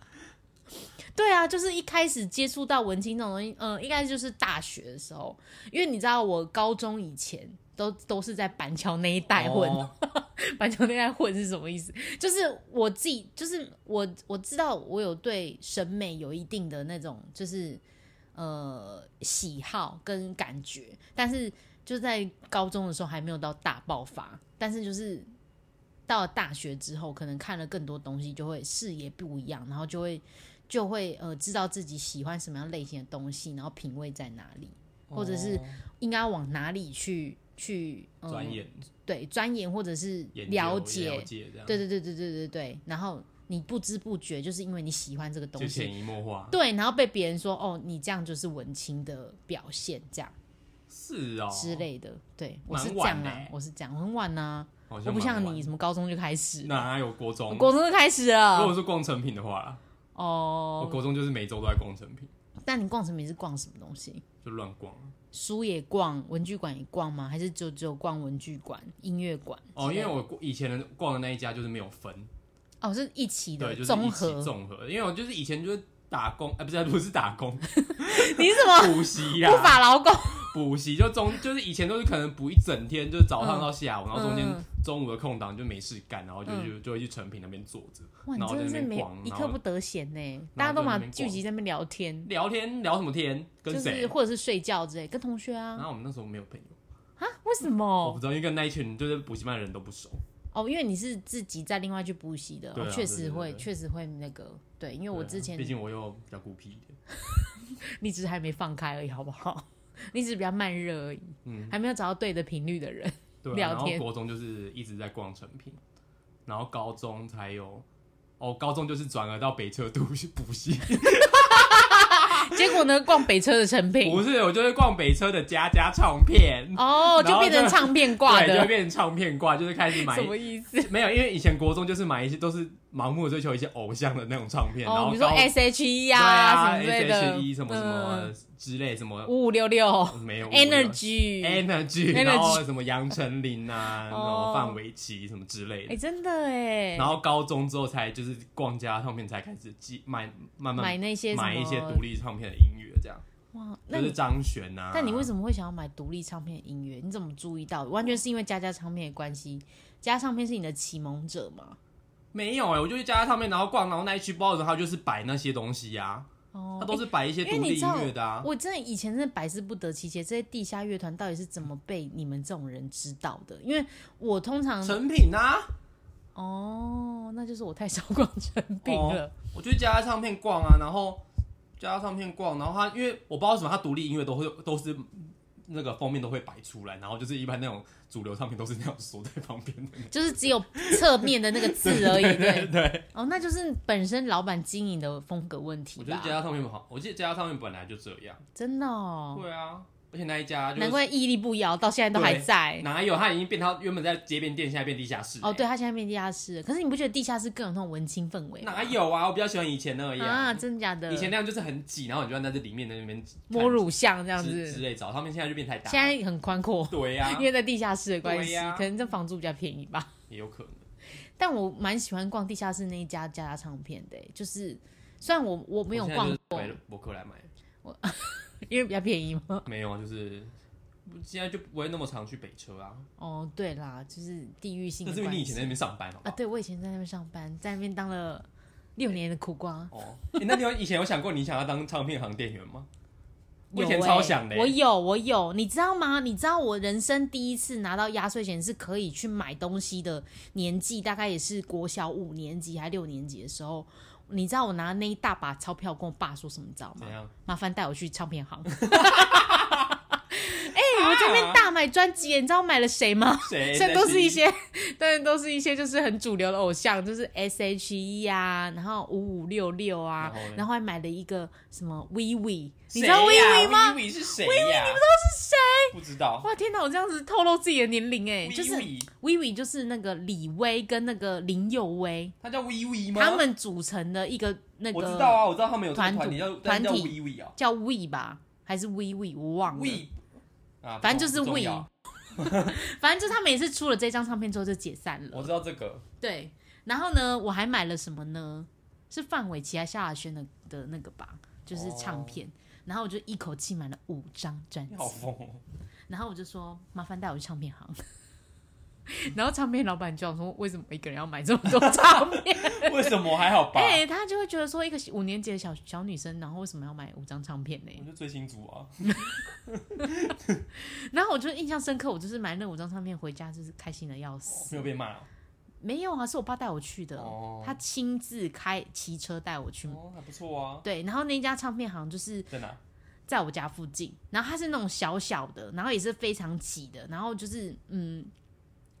Speaker 2: 对啊，就是一开始接触到文青这种东西，嗯、应该就是大学的时候，因为你知道我高中以前都都是在板桥那一带混，
Speaker 1: 哦
Speaker 2: 板桥那一带混是什么意思？就是我自己，就是我我知道我有对审美有一定的那种就是呃喜好跟感觉，但是就在高中的时候还没有到大爆发，但是就是。到了大学之后，可能看了更多东西，就会视野不一样，然后就会就会呃知道自己喜欢什么样类型的东西，然后品味在哪里，或者是应该往哪里去去、呃、
Speaker 1: 钻研、
Speaker 2: 对钻研或者是
Speaker 1: 研究
Speaker 2: 了
Speaker 1: 解
Speaker 2: 解，
Speaker 1: 这样，
Speaker 2: 对对对对对对对，然后你不知不觉就是因为你喜欢这个
Speaker 1: 就
Speaker 2: 东西，
Speaker 1: 潜移默化。
Speaker 2: 对，然后被别人说哦你这样就是文青的表现，这样
Speaker 1: 是哦，
Speaker 2: 之，类的，对我
Speaker 1: 蛮
Speaker 2: 是这
Speaker 1: 晚
Speaker 2: 样
Speaker 1: 的
Speaker 2: 啊
Speaker 1: 欸，
Speaker 2: 我是这样，我很晚呐、
Speaker 1: 好
Speaker 2: 我
Speaker 1: 像
Speaker 2: 不像
Speaker 1: 蛮晚嗯
Speaker 2: 你什么高中就开始，
Speaker 1: 哪有国中？
Speaker 2: 我国中就开始
Speaker 1: 如果
Speaker 2: 了
Speaker 1: 是逛成品的话啦，我
Speaker 2: 哦。
Speaker 1: 国中就是每周都在逛成品，
Speaker 2: 但你逛成品是逛什么东西？
Speaker 1: 就乱逛。
Speaker 2: 书也逛，文具馆也逛吗？还是就只有逛文具馆、音乐馆之类的？
Speaker 1: 哦，因为我以前的逛的那一家就是没有分，
Speaker 2: 哦是一起
Speaker 1: 对，
Speaker 2: 的
Speaker 1: 就是
Speaker 2: 综
Speaker 1: 一起
Speaker 2: 合，
Speaker 1: 综合。因为我就是以前就是打工，哎，不是不是打工，
Speaker 2: 你是什么
Speaker 1: 补习啦，
Speaker 2: 不法劳工？
Speaker 1: 补习就中就是以前都是可能补一整天，就是早上到下午，然后中间
Speaker 2: 嗯嗯
Speaker 1: 中午的空档就没事干，然后就
Speaker 2: 嗯
Speaker 1: 就就会去成品那边坐着，
Speaker 2: 哇，你
Speaker 1: 然后
Speaker 2: 真的
Speaker 1: 在
Speaker 2: 是
Speaker 1: 那边
Speaker 2: 没
Speaker 1: 逛
Speaker 2: 一
Speaker 1: 然
Speaker 2: 刻
Speaker 1: 后
Speaker 2: 不得闲呢，
Speaker 1: 然
Speaker 2: 大
Speaker 1: 后
Speaker 2: 家都
Speaker 1: 在那
Speaker 2: 嘛
Speaker 1: 边
Speaker 2: 聚集在那边聊天，
Speaker 1: 聊天聊什么天，跟
Speaker 2: 就是
Speaker 1: 谁？
Speaker 2: 或者是睡觉之类，跟同学
Speaker 1: 然
Speaker 2: 啊
Speaker 1: 后我们那时候没有朋友，
Speaker 2: 啊？为什
Speaker 1: 我
Speaker 2: 么
Speaker 1: 不？知道，因为跟那一群就是补习班的人都不熟。
Speaker 2: 哦，因为你是自己再另外去补习的，
Speaker 1: 对啊
Speaker 2: 哦确
Speaker 1: 对
Speaker 2: 实
Speaker 1: 对
Speaker 2: 会，
Speaker 1: 对
Speaker 2: 确实会那个，对，因为我
Speaker 1: 对啊
Speaker 2: 之前
Speaker 1: 毕竟我又比较孤僻一点，
Speaker 2: 你只是还没放开而已，好不好？ 你只是比较慢热而已，
Speaker 1: 嗯
Speaker 2: 还没有找到对的频率的人。
Speaker 1: 对啊、
Speaker 2: 聊
Speaker 1: 然后
Speaker 2: 天
Speaker 1: 国中就是一直在逛成品，然后高中才有，哦，高中就是转而到北车读 去补习，
Speaker 2: 结果呢，逛北车的成品，
Speaker 1: 不是，我就是逛北车的家家唱片，
Speaker 2: 哦，就
Speaker 1: 然后
Speaker 2: 变成
Speaker 1: 就
Speaker 2: 唱片挂
Speaker 1: 对，就
Speaker 2: 的，
Speaker 1: 变成唱片挂，就是开始买
Speaker 2: 什。么意思？
Speaker 1: 没有，因为以前国中就是买一些都是盲目地追求一些偶像的那种唱片，然
Speaker 2: 哦，
Speaker 1: 后
Speaker 2: 比如说
Speaker 1: 高
Speaker 2: S H E
Speaker 1: 对
Speaker 2: 呀
Speaker 1: 啊
Speaker 2: 什么之类的嗯
Speaker 1: SHE 什么啊什么之类什么
Speaker 2: 五五六六
Speaker 1: 没有
Speaker 2: Energy，
Speaker 1: energy，
Speaker 2: Energy
Speaker 1: 然后什么杨丞琳啊，然后
Speaker 2: 哦
Speaker 1: 范玮琪什么之类的。
Speaker 2: 哎，真的哎
Speaker 1: 然，后高中之后才就是逛家唱片，才开始记买慢慢
Speaker 2: 买那些什么
Speaker 1: 买一些独立唱片的音乐，这样
Speaker 2: 哇，那
Speaker 1: 就是
Speaker 2: 你
Speaker 1: 张悬啊。
Speaker 2: 但你为
Speaker 1: 么
Speaker 2: 什么会想要买独立唱片的音乐？你怎么注意到？完全是因为佳佳唱片的关系，佳佳唱片是你的启蒙者嘛？
Speaker 1: 没有哎、我就去家唱片，然后逛，然后那一区包的时候，他就是摆那些东西啊，
Speaker 2: 哦
Speaker 1: 他，都是摆一些
Speaker 2: 因为
Speaker 1: 独
Speaker 2: 你
Speaker 1: 立
Speaker 2: 知
Speaker 1: 音
Speaker 2: 道
Speaker 1: 乐的啊。
Speaker 2: 我真的以前真的百思不得其解，这些地下乐团到底是怎么被你们这种人知道的？因为我通常
Speaker 1: 成品啊，
Speaker 2: 哦，那就是我太少逛成品了。
Speaker 1: 我去家唱片逛啊，然后家唱片逛，然后他因为我不知道为什么，他独立音乐都会都是那个封面都会摆出来，然后就是一般那种主流唱片都是那样缩在旁边的。
Speaker 2: 就是只有侧面的那个字 而已，对。
Speaker 1: 对，
Speaker 2: 哦，那就是本身老板经营的风格问题
Speaker 1: 我觉得
Speaker 2: 吧？
Speaker 1: 家唱片好，我记得家唱片本来就这样。
Speaker 2: 真的哦，
Speaker 1: 对啊，而且那一家就是
Speaker 2: 难怪屹立不摇，到现在都还在。
Speaker 1: 哪有，他已经变他原本在街边店，现在变地下室、
Speaker 2: 哦，对，，他现在变地下室了，可是你不觉得地下室更有那种文青氛围吗
Speaker 1: 哪有啊？我比较喜欢以前那样。
Speaker 2: 啊？真的假的？
Speaker 1: 以前那样就是很挤，然后你就在这里面在那边
Speaker 2: 摸乳巷这样
Speaker 1: 之之
Speaker 2: 子，
Speaker 1: 类找，他们现在就变太大。
Speaker 2: 现在很宽阔，
Speaker 1: 对啊呀、
Speaker 2: 因为在地下室的关
Speaker 1: 对
Speaker 2: 系，
Speaker 1: 呀
Speaker 2: 可能这房租比较便宜吧。
Speaker 1: 也有可能。
Speaker 2: 但我蛮喜欢逛地下室那一家家家唱片的、欸就是虽然我我没有
Speaker 1: 我哦现在
Speaker 2: 逛
Speaker 1: 就是
Speaker 2: 过
Speaker 1: 买，了博客来买。
Speaker 2: 因为比较便宜嘛。
Speaker 1: 没有，啊，就是现在就不会那么常去北车啊。
Speaker 2: 哦，对啦，就是地域性
Speaker 1: 那
Speaker 2: 的
Speaker 1: 是因
Speaker 2: 关
Speaker 1: 为
Speaker 2: 系。
Speaker 1: 你以前在那边上班好不
Speaker 2: 啊，
Speaker 1: 好？
Speaker 2: 对我以前在那边上班，在那边当了六年的苦瓜。
Speaker 1: 哦，欸那你有以前有想过你想要当唱片行店员吗？我以前
Speaker 2: 有欸
Speaker 1: 超想的欸
Speaker 2: 我有我有，你知道吗？你知道我人生第一次拿到压岁钱是可以去买东西的年纪，大概也是国小五年级还六年级的时候。你知道我拿那一大把钞票跟我爸说什么，你知道吗
Speaker 1: 怎？样？
Speaker 2: 麻烦带我去唱片 行。哎、我这边大买专辑，你知道我买了谁吗？
Speaker 1: 啊谁？
Speaker 2: 这都是一
Speaker 1: 谁
Speaker 2: 些，当然都是一些就是很主流的偶像，就是 S H E 啊，然后五五六六啊
Speaker 1: 然后嘞，
Speaker 2: 然后还买了一个什么 Vivi，你知
Speaker 1: 谁呀
Speaker 2: 道 Vivi 吗？
Speaker 1: ？Vivi 是谁呀？你不知道是谁？不知道。
Speaker 2: 哇，天哪！我这样子透露自己的年龄哎，就是
Speaker 1: Vivi
Speaker 2: Vivi 就是那个李薇跟那个林佑威
Speaker 1: 他叫 Vivi 吗？
Speaker 2: 他们组成的一个那
Speaker 1: 我知道
Speaker 2: 个
Speaker 1: 啊，我知道他们有这个
Speaker 2: 团
Speaker 1: 团
Speaker 2: 组
Speaker 1: 体叫但
Speaker 2: 团
Speaker 1: 是叫
Speaker 2: 体
Speaker 1: Vivi 啊
Speaker 2: 叫 We 吧，还是 Vivi 我忘了，
Speaker 1: ，We 啊，
Speaker 2: 反正就是
Speaker 1: 不重
Speaker 2: We
Speaker 1: 要。
Speaker 2: 反正就是他们也是出了这张唱片之后就解散了
Speaker 1: 我。知道这个
Speaker 2: 对，然后呢，我还买了什么呢？是范玮琪还是萧亚轩的的那个吧，就是唱片。然后我就一口气买了五张专辑
Speaker 1: 哦你，好疯哦！
Speaker 2: 然后我就说麻烦带我去唱 片行。然后唱片老板就想说，为什么一个人要买这么多唱 片？
Speaker 1: 为什么还好吧？
Speaker 2: 哎、 他就会觉得说，一个五年级的小小女生，然后为什么要买五张唱片呢
Speaker 1: 我？就追星族啊，
Speaker 2: 然后我就印象深刻，我就是买那五张唱片回家，就是开心的要死。
Speaker 1: 没有被骂哦
Speaker 2: 没有啊，是我爸带我去的，
Speaker 1: 哦
Speaker 2: 他亲自开骑车带我去。
Speaker 1: 哦，还不错啊，
Speaker 2: 对，然后那家唱片行就是
Speaker 1: 在哪？
Speaker 2: 在我家附近，然后它是那种小小的，然后也是非常挤的，然后就是嗯，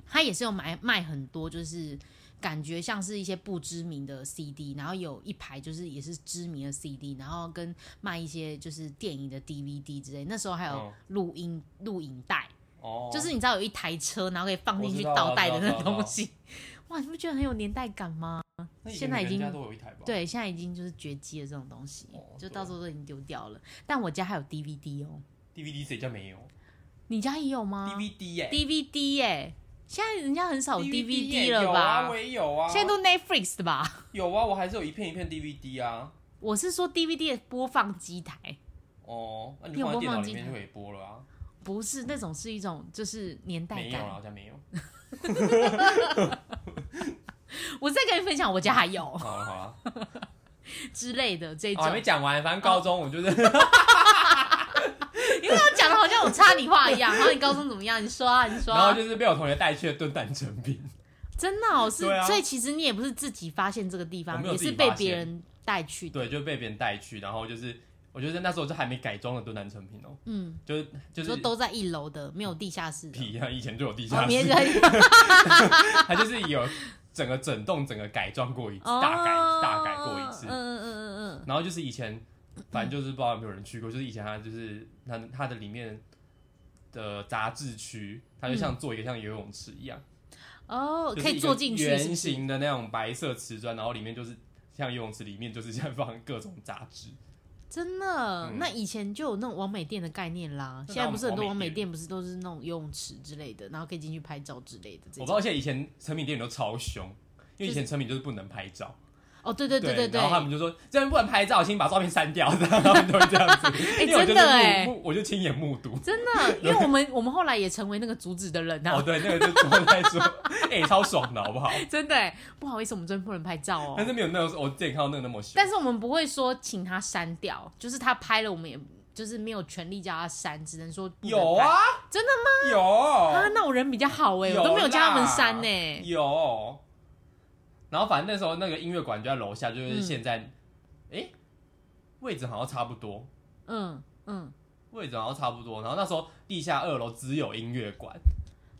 Speaker 2: 它也是有买卖很多，就是感觉像是一些不知名的 CD，然后有一排就是也是知名的 CD，然后跟卖一些就是电影的 DVD 之类，那时候还有
Speaker 1: 嗯
Speaker 2: 录音录、影带，
Speaker 1: 哦，
Speaker 2: 就是你知道有一台车，然后可以放进去
Speaker 1: 我知道
Speaker 2: 倒带的
Speaker 1: 我知道
Speaker 2: 那东西， 哇，你不觉得很有年代感吗？
Speaker 1: 那以前
Speaker 2: 现在已经
Speaker 1: 人家都有一台吧？，
Speaker 2: 对，现在已经就是绝迹了这种东西，
Speaker 1: 哦
Speaker 2: 就
Speaker 1: 对
Speaker 2: 到时候都已经丢掉了。但我家还有 DVD 哦，
Speaker 1: DVD 谁家没有
Speaker 2: 你家也有吗
Speaker 1: ？DVD 耶
Speaker 2: DVD 耶、现在人家很少有
Speaker 1: DVD 耶
Speaker 2: DVD 了
Speaker 1: 有啊，
Speaker 2: 吧？
Speaker 1: 我也有啊，
Speaker 2: 现在都 Netflix 的吧？
Speaker 1: 有啊，我还是有一片一片 DVD 啊。
Speaker 2: 我是说 DVD 的播放机台，
Speaker 1: 哦，那你
Speaker 2: 你有
Speaker 1: 就放在电脑
Speaker 2: 播放
Speaker 1: 里
Speaker 2: 机
Speaker 1: 面
Speaker 2: 台
Speaker 1: 就可以播了啊。
Speaker 2: 不是那种是一种就是年代
Speaker 1: 没有啊啦，
Speaker 2: 感。
Speaker 1: 我家没有。
Speaker 2: 我再跟你分享，我家还有
Speaker 1: 好了好了，
Speaker 2: 之类的这
Speaker 1: 哦
Speaker 2: 种，
Speaker 1: 还没讲完，反正高
Speaker 2: 哦
Speaker 1: 中我就是
Speaker 2: 因为他讲的好像我插你话一 样。然后你高中怎么样？你说啊，你说
Speaker 1: 然后
Speaker 2: 啊。
Speaker 1: 就是被我同学带去了炖蛋成品。
Speaker 2: 真的、哦，是、
Speaker 1: 对啊
Speaker 2: 所以其实你也不是自己发现这个地
Speaker 1: 我
Speaker 2: 方，
Speaker 1: 没有
Speaker 2: 也
Speaker 1: 自己
Speaker 2: 是被
Speaker 1: 发
Speaker 2: 别
Speaker 1: 现
Speaker 2: 人带去的。
Speaker 1: 对，就被别人带去，然后就是我觉得那时候就还没改装的蹲南成品哦、
Speaker 2: 嗯，
Speaker 1: 就是就
Speaker 2: 就是都在一楼的，没有地下室的。
Speaker 1: 皮啊，以前就有地
Speaker 2: 哦
Speaker 1: 下
Speaker 2: 你也
Speaker 1: 室，
Speaker 2: 在
Speaker 1: 它就是有整个整栋整个改装过一次， 大改
Speaker 2: 哦
Speaker 1: 大改过一次
Speaker 2: 嗯，嗯嗯嗯嗯
Speaker 1: 然后就是以前反正就是不知道有没有人去过，就是以前它就是它它的里面的杂志区，它就像做一个像游泳池一样，
Speaker 2: 嗯，哦，
Speaker 1: 就是
Speaker 2: 可
Speaker 1: 一
Speaker 2: 以
Speaker 1: 个
Speaker 2: 坐进去，是
Speaker 1: 圆
Speaker 2: 不是？
Speaker 1: 形的那种白色瓷砖，然后里面就是像游泳池里面就是像放各种杂志，
Speaker 2: 真的，
Speaker 1: 嗯
Speaker 2: 那以前就有那种完美店的概念啦。
Speaker 1: 那
Speaker 2: 现在不是很多完
Speaker 1: 完
Speaker 2: 美
Speaker 1: 美
Speaker 2: 店
Speaker 1: 店
Speaker 2: 不是都是那种游泳池之类的，然后可以进去拍照之类的。
Speaker 1: 我
Speaker 2: 这
Speaker 1: 不知
Speaker 2: 种
Speaker 1: 道，现在以前成品店都超凶，因为以前成品就是不能拍照，
Speaker 2: 哦，对对对对对，
Speaker 1: 然后他们就说这边不能拍照，请把照片删掉， 然后他们都会这样子。
Speaker 2: 哎，
Speaker 1: 因为我
Speaker 2: 真
Speaker 1: 就
Speaker 2: 的
Speaker 1: 是
Speaker 2: 哎
Speaker 1: 目，目我就亲眼目睹。
Speaker 2: 真 的，因为我们我们后来也成为那个阻止的人
Speaker 1: 哦，
Speaker 2: 啊，
Speaker 1: 对，那个就坐在说， 哎、超爽的好不好？
Speaker 2: 真的哎，不好意思，我们真的不能拍照
Speaker 1: 但
Speaker 2: 哦。
Speaker 1: 是没有那个，我之前看到那个那么凶。
Speaker 2: 但是我们不会说请他删掉，就是他拍了，我们也就是没有权利叫他删，只能说不能
Speaker 1: 有
Speaker 2: 拍
Speaker 1: 啊，
Speaker 2: 真的
Speaker 1: 吗？有
Speaker 2: 啊，那我人比较好哎、我都没有叫他们删欸呢、
Speaker 1: 有。然后反正那时候那个音乐馆就在楼下，就是现在，哎、位置好像差不多，
Speaker 2: 嗯嗯，
Speaker 1: 位置好像差不多。然后那时候地下二楼只有音乐馆，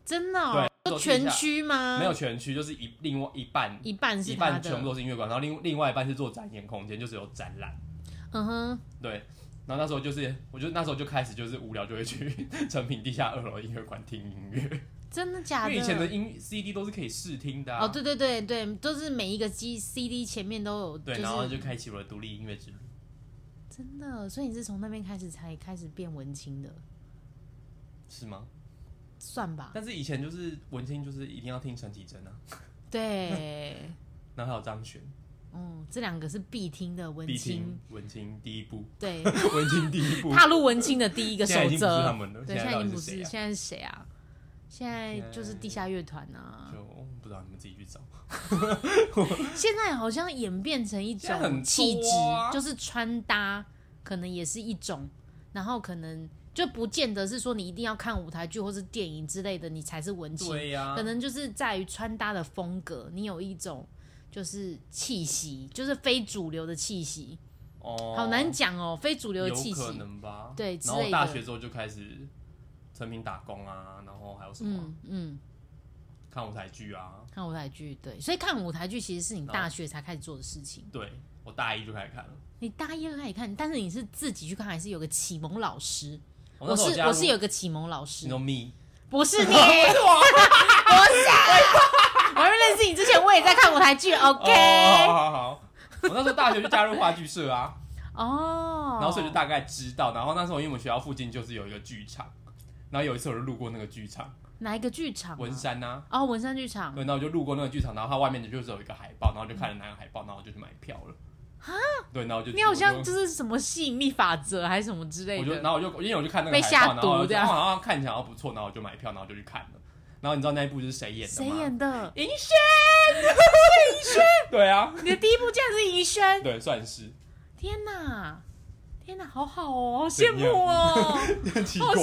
Speaker 2: 真的、哦，
Speaker 1: 对
Speaker 2: 就全区吗？
Speaker 1: 没有，全区，就是一另外一半
Speaker 2: 一半嗯是
Speaker 1: 一
Speaker 2: 他
Speaker 1: 半全部
Speaker 2: 的。
Speaker 1: 都是音乐馆，然后另另外一半是做展演空间，就是有展览。
Speaker 2: 嗯哼，
Speaker 1: 对，然后那时候就是，我就那时候就开始就是无聊就会去 成品地下二楼音乐馆听音乐，
Speaker 2: 真的假
Speaker 1: 因
Speaker 2: 的？
Speaker 1: 为以前的音 CD 都是可以试听的、啊。
Speaker 2: 哦，对对对对，都是每一个 G CD 前面都有，
Speaker 1: 对
Speaker 2: 是
Speaker 1: 然后就开启我的独立音乐之路。
Speaker 2: 真的，所以你是从那边开始才开始变文青的，
Speaker 1: 是吗？
Speaker 2: 算吧？
Speaker 1: 但是以前就是文青，就是一定要听陈绮贞啊，
Speaker 2: 对，
Speaker 1: 然后还有张悬，
Speaker 2: 嗯，这两个是必听的文
Speaker 1: 必
Speaker 2: 青
Speaker 1: 听，文青第一步，
Speaker 2: 对，
Speaker 1: 文青第一步。
Speaker 2: 踏入文青的第一个
Speaker 1: 现在
Speaker 2: 守
Speaker 1: 已经不是他
Speaker 2: 则。
Speaker 1: 们了，
Speaker 2: 对，现
Speaker 1: 在
Speaker 2: 在
Speaker 1: 到
Speaker 2: 已
Speaker 1: 底
Speaker 2: 经不
Speaker 1: 谁
Speaker 2: 是，
Speaker 1: 啊？
Speaker 2: 现在是谁啊？现在就是地下乐团啊，
Speaker 1: 就不知道你们自己去找。
Speaker 2: 现在好像演变成一
Speaker 1: 现在很
Speaker 2: 种
Speaker 1: 多
Speaker 2: 气质，
Speaker 1: 啊
Speaker 2: 就是穿搭可能也是一种，然后可能就不见得是说你一定要看舞台剧或是电影之类的，你才是文青，
Speaker 1: 对啊呀、
Speaker 2: 可能就是在于穿搭的风格，你有一种就是气息，就是非主流的气息，
Speaker 1: 哦，
Speaker 2: 好难讲哦，非主流的气
Speaker 1: 有可
Speaker 2: 息，
Speaker 1: 能吧。
Speaker 2: 对之
Speaker 1: 然后
Speaker 2: 类
Speaker 1: 我大
Speaker 2: 的
Speaker 1: 学之后就开始成品打工啊，然后还有什么啊、
Speaker 2: 嗯嗯，
Speaker 1: 看舞台剧啊。
Speaker 2: 看舞台剧，对，所以看舞台剧其实是你
Speaker 1: 然
Speaker 2: 大学才开始做的事情，
Speaker 1: 对我大一就开始看了。
Speaker 2: 你大一就开始看，但是你是自己去看，还是有个启蒙老师？
Speaker 1: 那
Speaker 2: 我
Speaker 1: 时候
Speaker 2: 是
Speaker 1: 加入
Speaker 2: 我是有个启蒙老师
Speaker 1: 你，说 me
Speaker 2: 不是 你，不是我，我还没认识你之前，我也在看舞台剧
Speaker 1: 哦，好
Speaker 2: ，OK，
Speaker 1: 好好，我那时候大学就加入话剧社啊，
Speaker 2: 哦，
Speaker 1: 然后所以就大概知道。然后那时候因为我们学校附近就是有一个剧场，然后有一次我就路过那个剧场，
Speaker 2: 哪一个剧场、啊？
Speaker 1: 文山呐、
Speaker 2: 哦，文山剧场
Speaker 1: 对，然后我就路过那个剧场，然后它外面就是有一个海报，然后就看了那个海报，然后我就去买票了。啊？对，然后我就
Speaker 2: 你好
Speaker 1: 我
Speaker 2: 像
Speaker 1: 就
Speaker 2: 就是什么吸引力法则还是什么之类
Speaker 1: 我就，然
Speaker 2: 的，
Speaker 1: 后我就因为我就看那个
Speaker 2: 被
Speaker 1: 海
Speaker 2: 下
Speaker 1: 报，然
Speaker 2: 毒
Speaker 1: 后我
Speaker 2: 这
Speaker 1: 就
Speaker 2: 样
Speaker 1: 哦好像看起来好像不错，然后我就买票，然后就去看了。然后你知道那一部是谁演的
Speaker 2: 谁
Speaker 1: 吗？
Speaker 2: 演的？
Speaker 1: 银轩，对啊，
Speaker 2: 你的第一部竟然是宜轩，
Speaker 1: 对，算是
Speaker 2: 天哪，天哪，好好哦，好
Speaker 1: 怎
Speaker 2: 羡
Speaker 1: 样
Speaker 2: 慕哦，
Speaker 1: 很奇
Speaker 2: 好
Speaker 1: 怪。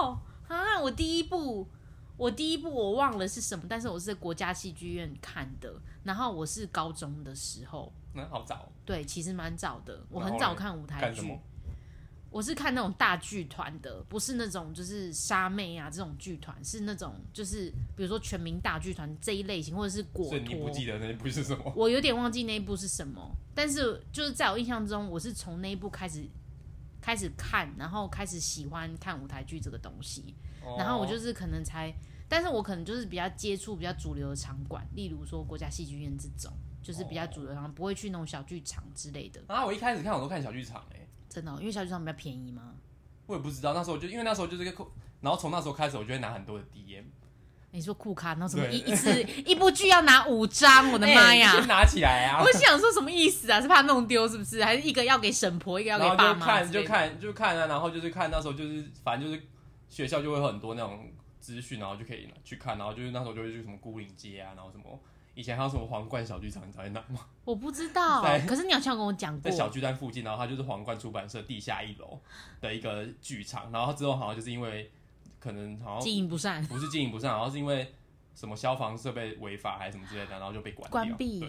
Speaker 2: 哦啊！我第一部，我第一部我忘了是什么，但是我是在国家戏剧院看的，然后我是高中的时候，
Speaker 1: 那好早，
Speaker 2: 对，其实蛮早的，我
Speaker 1: 然
Speaker 2: 很
Speaker 1: 后
Speaker 2: 早
Speaker 1: 嘞
Speaker 2: 看舞台
Speaker 1: 干什
Speaker 2: 剧
Speaker 1: 么，？
Speaker 2: 我是看那种大剧团的，不是那种就是沙妹啊这种剧团，是那种就是比如说全民大剧团这一类型，或者是果
Speaker 1: 所以你不
Speaker 2: 陀。
Speaker 1: 记得那一部是什么？
Speaker 2: 我有点忘记那一部是什么，但是就是在我印象中，我是从那一部开始开始看，然后开始喜欢看舞台剧这个东西，然后我
Speaker 1: 哦
Speaker 2: 就是可能才，但是我可能就是比较接触比较主流的场馆，例如说国家戏剧院这种，
Speaker 1: 哦
Speaker 2: 就是比较主流场馆，不会去那种小剧场之类的，
Speaker 1: 啊，我一开始看我都看小剧场哎、
Speaker 2: 真的哦、因为小剧场比较便宜嘛。
Speaker 1: 我也不知道那时候就因为那时候就是一个扣，然后从那时候开始我就会拿很多的 DM，
Speaker 2: 你说库卡，然后什么
Speaker 1: 对
Speaker 2: 一一次 一部剧要拿五张，我的妈
Speaker 1: 哎
Speaker 2: 呀！
Speaker 1: 先拿起来啊
Speaker 2: 我！想说什么意思啊？是怕弄丢是不是？还是一个要给婶婆，一个要
Speaker 1: 然
Speaker 2: 给
Speaker 1: 后
Speaker 2: 爸
Speaker 1: 就
Speaker 2: 妈
Speaker 1: 看
Speaker 2: 之类的？
Speaker 1: 就看就看啊，然后就是看那时候就是反正就是学校就会有很多那种资讯，然后就可以拿去看，然后就是那时候就会去什么孤岭街啊，然后什么以前还有什么皇冠小剧场，你知道在哪吗？
Speaker 2: 我不知道
Speaker 1: 在，
Speaker 2: 可是你好像有跟我讲
Speaker 1: 在
Speaker 2: 过，
Speaker 1: 小巨蛋附近，然后它就是皇冠出版社地下一楼的一个剧场，然后它之后好像就是因为可能好像
Speaker 2: 经营不善，
Speaker 1: 不是经营不善，好像是因为什么消防设备违法还是什么之类的，然后就被关掉
Speaker 2: 关
Speaker 1: 对
Speaker 2: 闭，。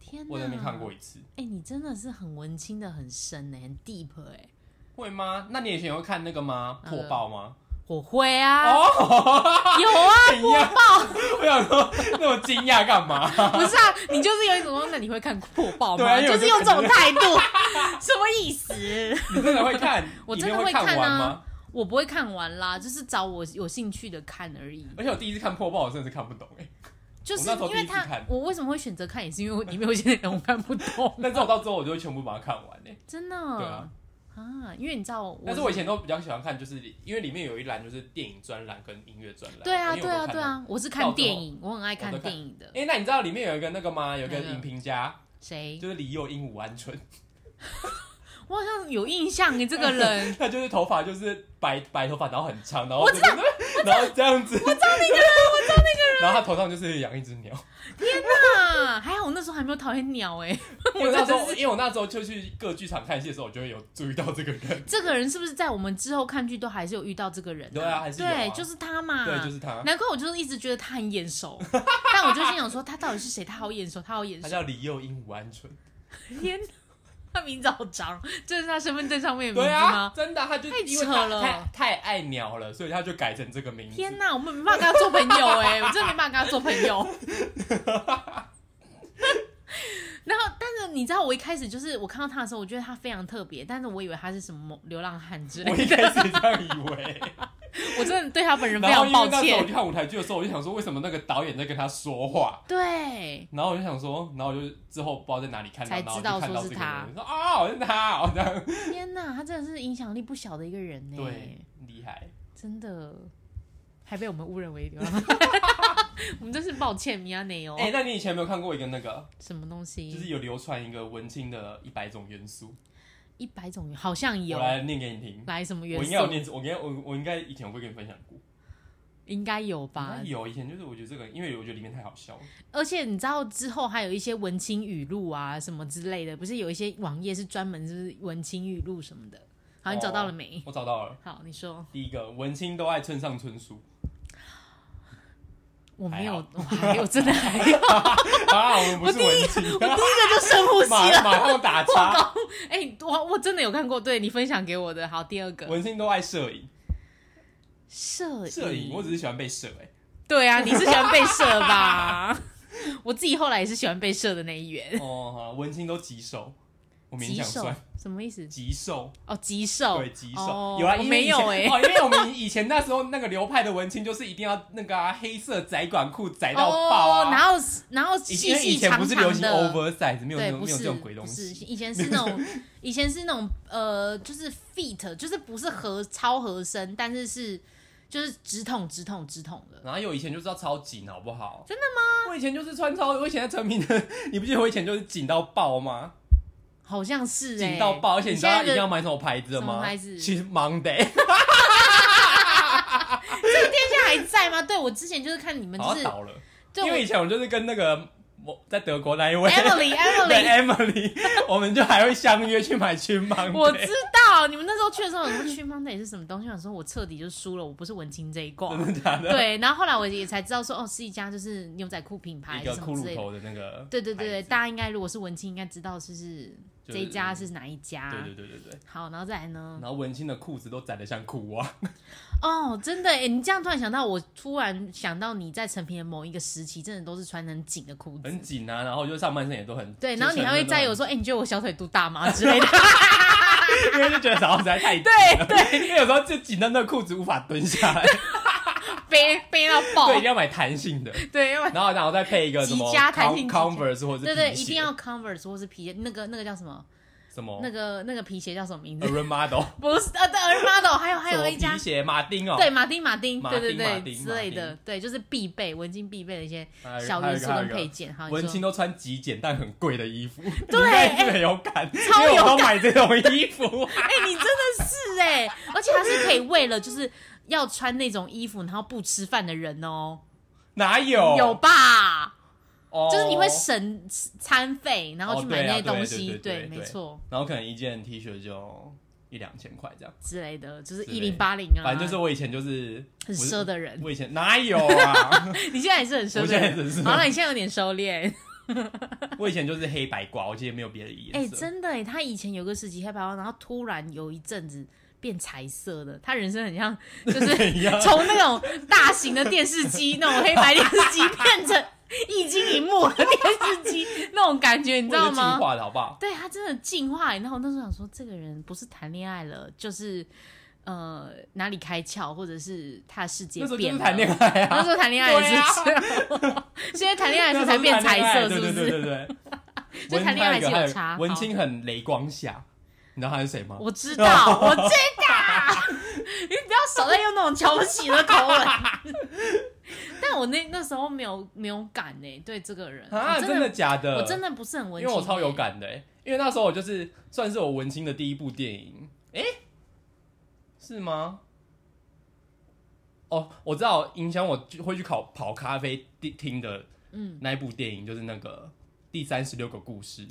Speaker 2: 天哪！
Speaker 1: 我在那边看过。一次，
Speaker 2: 哎、你真的是很文青的很深呢、很 deep 哎、
Speaker 1: 会吗？那你以前有看那个吗？
Speaker 2: 哪个
Speaker 1: 破报吗？
Speaker 2: 我会啊，
Speaker 1: 哦，
Speaker 2: 有啊，
Speaker 1: 怎样？ 我想说那么惊讶干 嘛？
Speaker 2: 不是啊，你就是有一种说，那你会看破报
Speaker 1: 对
Speaker 2: 吗？
Speaker 1: 啊因为
Speaker 2: 就
Speaker 1: 我
Speaker 2: 是
Speaker 1: 就
Speaker 2: 用这种
Speaker 1: 感
Speaker 2: 态度， 什么意思？
Speaker 1: 你真的会看？
Speaker 2: 我
Speaker 1: 你
Speaker 2: 真的
Speaker 1: 会
Speaker 2: 会看啊
Speaker 1: 完吗？
Speaker 2: 我不会看完啦，就是找我有兴趣的看而已。
Speaker 1: 而且我第一次看破报，我真的是看不懂哎、
Speaker 2: 就是
Speaker 1: 我那时候
Speaker 2: 因为
Speaker 1: 第一次
Speaker 2: 他
Speaker 1: 看，
Speaker 2: 我为什么会选择看，也是因为里面有些内容我看不懂，
Speaker 1: 但是我到最后我就会全部把它看完哎、
Speaker 2: 真的。
Speaker 1: 对啊
Speaker 2: 啊因为你知道我，
Speaker 1: 但是我以前都比较喜欢看，就是因为里面有一栏就是电影专栏跟音乐专栏。
Speaker 2: 对
Speaker 1: 因
Speaker 2: 啊，
Speaker 1: 为
Speaker 2: 对
Speaker 1: 我都
Speaker 2: 啊，
Speaker 1: 看
Speaker 2: 对
Speaker 1: 到。
Speaker 2: 啊，我是
Speaker 1: 到
Speaker 2: 看
Speaker 1: 最
Speaker 2: 电
Speaker 1: 后
Speaker 2: 影，我很爱
Speaker 1: 我
Speaker 2: 看
Speaker 1: 都看
Speaker 2: 电影的。
Speaker 1: 哎、那你知道里面有一个那个吗？有一个
Speaker 2: 哪个
Speaker 1: 影评家，
Speaker 2: 谁？
Speaker 1: 就是李佑鹦鹉鹌鹑，，
Speaker 2: 我好像有印象，你欸这个 人
Speaker 1: 他就是头发就是白白头发，然后很长，然后
Speaker 2: 我知道
Speaker 1: 就是 然后这样子，我知道那个人，我知道那个人， 然后他头上就是养一只鸟。
Speaker 2: 啊，还好我那时候还没有讨厌鸟哎、
Speaker 1: 因为我那时候，因为我那时候就去各剧场看戏的时候，我就会有注意到这个人。
Speaker 2: 这个人是不是在我们之后看剧都还是有遇到这个人、
Speaker 1: 对啊还是有啊
Speaker 2: 对，就是他嘛。
Speaker 1: 对，就是他，
Speaker 2: 难怪我就是一直觉得他很眼熟，但我就心想说他到底是谁？他好眼熟，他好眼
Speaker 1: 他
Speaker 2: 熟。
Speaker 1: 叫李幼鹦鹉鹌鹑。
Speaker 2: 天哪，他名字好长，这是他身份证上面的
Speaker 1: 对
Speaker 2: 名字
Speaker 1: 啊
Speaker 2: 吗，？
Speaker 1: 真的，他就
Speaker 2: 太
Speaker 1: 因为
Speaker 2: 扯
Speaker 1: 他
Speaker 2: 了
Speaker 1: 太太爱鸟了，所以他就改成这个名字。
Speaker 2: 天哪，我们没办法跟他做朋友哎、我真的没办法跟他做朋友。然后，但是你知道，我一开始就是我看到他的时候，我觉得他非常特别，但是我以为他是什么流浪汉之类
Speaker 1: 我一
Speaker 2: 的，
Speaker 1: 开始也这样以为，
Speaker 2: 我真的对他本人非
Speaker 1: 然后因
Speaker 2: 常抱
Speaker 1: 为那时候我去
Speaker 2: 歉。
Speaker 1: 看舞台剧的时候，我就想说，为什么那个导演在跟他说话？
Speaker 2: 对，
Speaker 1: 然后我就想说，然后我就之后不知道在哪里看到，
Speaker 2: 才
Speaker 1: 然后
Speaker 2: 知
Speaker 1: 就
Speaker 2: 道
Speaker 1: 看到
Speaker 2: 说
Speaker 1: 这
Speaker 2: 是
Speaker 1: 个
Speaker 2: 他
Speaker 1: 人，说哦，是他，哦这样，
Speaker 2: 天哪，他真的是影响力不小的一个人呢、
Speaker 1: 对，厉害。
Speaker 2: 真的，还被我们误认为流浪汉， 我们真是抱歉，米亚内哦，
Speaker 1: 哎，那你以前有没有看过一个那个，
Speaker 2: 什么东西？
Speaker 1: 就是有流传一个文青的一百种元素，
Speaker 2: 一百种元好像有
Speaker 1: 我来念给你听。
Speaker 2: 来什么元
Speaker 1: 我应该有念，
Speaker 2: 素，
Speaker 1: 我应该我我应该以前我会跟你分享过，
Speaker 2: 应该有吧
Speaker 1: 应该？有以前就是我觉得这个，因为我觉得里面太好笑了，
Speaker 2: 而且你知道之后还有一些文青语录啊什么之类的，不是有一些网页是专门就是文青语录什么的。好，你找
Speaker 1: 哦
Speaker 2: 到了没？
Speaker 1: 我找到了。
Speaker 2: 好，你说
Speaker 1: 第一个，文青都爱村上春 树
Speaker 2: 我没有
Speaker 1: 还好，
Speaker 2: 我还有真的还有，
Speaker 1: 啊，我们不是文青，
Speaker 2: 我第一个就啊 深呼吸
Speaker 1: 马
Speaker 2: 了。
Speaker 1: 马上打 叉。
Speaker 2: 哎、我我真的有看过，对你分享给我的。好，第二个
Speaker 1: 文青都爱摄影，
Speaker 2: 摄影，
Speaker 1: 摄影，我只是喜欢被摄 哎、
Speaker 2: 对啊，你是喜欢被射吧？ 我自己后来也是喜欢被射的那一员。
Speaker 1: 哦，好了，文青都极瘦，我勉
Speaker 2: 极
Speaker 1: 强
Speaker 2: 兽
Speaker 1: 算
Speaker 2: 什么意思？
Speaker 1: 极瘦，
Speaker 2: 哦，极兽，
Speaker 1: 对极瘦。
Speaker 2: 哦
Speaker 1: 有啊，
Speaker 2: 我
Speaker 1: 因为
Speaker 2: 没
Speaker 1: 以
Speaker 2: 有
Speaker 1: 前
Speaker 2: 哎、
Speaker 1: 哦，因为我们以前那时候那个流派的文青就是一定要那个、啊、黑色窄管裤窄到爆啊。
Speaker 2: 哦，然后然后
Speaker 1: 以
Speaker 2: 细
Speaker 1: 前以
Speaker 2: 细
Speaker 1: 前
Speaker 2: 长
Speaker 1: 不是流
Speaker 2: 长
Speaker 1: 行
Speaker 2: 的。
Speaker 1: oversize，没有那
Speaker 2: 对，
Speaker 1: 种
Speaker 2: 不
Speaker 1: 没有这
Speaker 2: 是
Speaker 1: 种鬼
Speaker 2: 不
Speaker 1: 东
Speaker 2: 是，
Speaker 1: 西。
Speaker 2: 以前是那 种，以前是那种呃，就是 feet，就是不是合超合身，但是是就是直筒直筒直筒的。
Speaker 1: 哪有以前就知道超紧，好不好？真的吗？我以前就是穿超，我以前在成品的，你不记得我以前就是紧到爆吗？
Speaker 2: 好像是哎、
Speaker 1: 紧到爆，而且你知道
Speaker 2: 现
Speaker 1: 一定
Speaker 2: 在
Speaker 1: 要
Speaker 2: 的
Speaker 1: 买什么牌子的
Speaker 2: 什
Speaker 1: 吗？
Speaker 2: 么牌子
Speaker 1: 是 Monday，
Speaker 2: 店家还在吗？对我之前就是看你 们
Speaker 1: 好
Speaker 2: 啊就
Speaker 1: 像
Speaker 2: 是
Speaker 1: 倒了。
Speaker 2: 对
Speaker 1: 因
Speaker 2: 我
Speaker 1: 为以前我们就是跟那个我在德国那一位
Speaker 2: Emily
Speaker 1: 对
Speaker 2: Emily，
Speaker 1: Emily，我们就还会相约去买去 Monday。
Speaker 2: 我知道你们那时候去的时候，我说去 Monday 是什么东西？我想说我彻底就输了，我不是文青这一 挂。
Speaker 1: 真的假的？
Speaker 2: 对，然后后来我也才知道说，哦，是一家就是牛仔裤品牌
Speaker 1: 一个
Speaker 2: 什
Speaker 1: 骷
Speaker 2: 么之
Speaker 1: 髅
Speaker 2: 类的。
Speaker 1: 头的那个牌子，
Speaker 2: 对对对对，大家应该如果是文青，应该知道就是
Speaker 1: 就
Speaker 2: 这
Speaker 1: 是
Speaker 2: 一家是哪一家。
Speaker 1: 对对对对对。
Speaker 2: 好，然后再来呢
Speaker 1: 然？后文青的裤子都窄得像裤袜，
Speaker 2: 哦，真的哎，你这样突然想到，我突然想到你在成品的某一个时期，真的都是穿很紧的裤子
Speaker 1: 很。紧啊，然后就上半身也都很
Speaker 2: 对，
Speaker 1: 就
Speaker 2: 然后你还会再有
Speaker 1: 全
Speaker 2: 说，哎、你觉得我小腿肚大吗之类的？
Speaker 1: 身 都很，因为就觉得早上实在太紧，
Speaker 2: 对
Speaker 1: 对，因为有时候就紧到那个裤子无法蹲下 来，
Speaker 2: 背背到爆
Speaker 1: 对，一定，要买弹性的，
Speaker 2: 对，要不然
Speaker 1: 然后然后再配一个什么
Speaker 2: 极佳弹
Speaker 1: Con-
Speaker 2: 性极佳
Speaker 1: Converse 或者是
Speaker 2: 对对，
Speaker 1: 皮
Speaker 2: 一
Speaker 1: 鞋
Speaker 2: 定要 Converse 或是皮鞋，那个那个叫什么？
Speaker 1: 什么
Speaker 2: 那个那个皮鞋叫什么名字？
Speaker 1: Urban Model，
Speaker 2: 不是，呃，对 a r m a d o 还有 还
Speaker 1: 呃什
Speaker 2: 有
Speaker 1: 么
Speaker 2: 一家
Speaker 1: 皮，鞋马丁哦，
Speaker 2: 对，马丁马丁，
Speaker 1: 马
Speaker 2: 对
Speaker 1: 丁
Speaker 2: 对
Speaker 1: 马
Speaker 2: 对，
Speaker 1: 丁
Speaker 2: 之类的，对，就是必备文青必备的一些
Speaker 1: 还有一个
Speaker 2: 小元素
Speaker 1: 还有一
Speaker 2: 跟
Speaker 1: 个
Speaker 2: 配件。好，你
Speaker 1: 文青
Speaker 2: 说
Speaker 1: 都穿极简但很贵的衣服，你
Speaker 2: 对
Speaker 1: 应该是很有感，
Speaker 2: 超
Speaker 1: 因
Speaker 2: 有感
Speaker 1: 为我都买这种衣服 啊。
Speaker 2: 哎、你真的是哎、而且他是可以为了就是要穿那种衣服，然后不吃饭的人哦、
Speaker 1: 哪有？
Speaker 2: 有吧？
Speaker 1: 哦，
Speaker 2: 就是你会省餐费，然后去买那些
Speaker 1: 哦对啊
Speaker 2: 东西，
Speaker 1: 对对对对
Speaker 2: 没错
Speaker 1: 然后可能一件 T 恤就一两千块这样。
Speaker 2: 之类的，就是
Speaker 1: 之
Speaker 2: 一
Speaker 1: 类
Speaker 2: 零
Speaker 1: 的
Speaker 2: 八零啊，
Speaker 1: 反正就是我以前就是
Speaker 2: 很奢的人
Speaker 1: 我。我以前哪有啊？
Speaker 2: 你现在也 是很奢
Speaker 1: 我
Speaker 2: 的
Speaker 1: 现在也
Speaker 2: 人，
Speaker 1: 真是，
Speaker 2: 好了，你现在有点收敛。
Speaker 1: 我以前就是黑白挂，我记得没有别的颜色。
Speaker 2: 哎、真的哎，他以前有个时期黑白包，然后突然有一阵子变彩色的，他人生 很像就是
Speaker 1: 怎 样
Speaker 2: 从那种大型的电视机那种黑白电视机变成一晶一幕的电视机那种感觉，你知道
Speaker 1: 我是进
Speaker 2: 吗？
Speaker 1: 化的好不好？
Speaker 2: 对他真的进化欸，然后我那时候想说，这个人不是谈恋爱了，就是呃哪里开窍，或者是他的世界
Speaker 1: 那时候就
Speaker 2: 变
Speaker 1: 是
Speaker 2: 了。
Speaker 1: 谈恋爱
Speaker 2: 那
Speaker 1: 啊，
Speaker 2: 时候谈恋爱也是
Speaker 1: 对啊
Speaker 2: 这样， 现在谈恋爱的
Speaker 1: 那时候
Speaker 2: 时候才变
Speaker 1: 是谈
Speaker 2: 彩
Speaker 1: 恋爱
Speaker 2: 色，是不是？
Speaker 1: 对对对 对对。
Speaker 2: 所以谈恋爱还是有差
Speaker 1: 文
Speaker 2: 好
Speaker 1: 青很雷光下，你知道他是谁吗？
Speaker 2: 我 知道，我知道，你不要少在用那种瞧不起的口吻。 但我那那时候没有没有感呢、对这个人
Speaker 1: 啊，
Speaker 2: 我
Speaker 1: 真的假的？
Speaker 2: 我真的不是很文
Speaker 1: 因
Speaker 2: 青、
Speaker 1: 为我超有。感的、欸，因为那时候我就是算是我文青的第一部电影，哎、是吗？哦，我知道影响我就会去考跑咖啡地厅的，嗯，那一部电影就是那个第三十六个故事，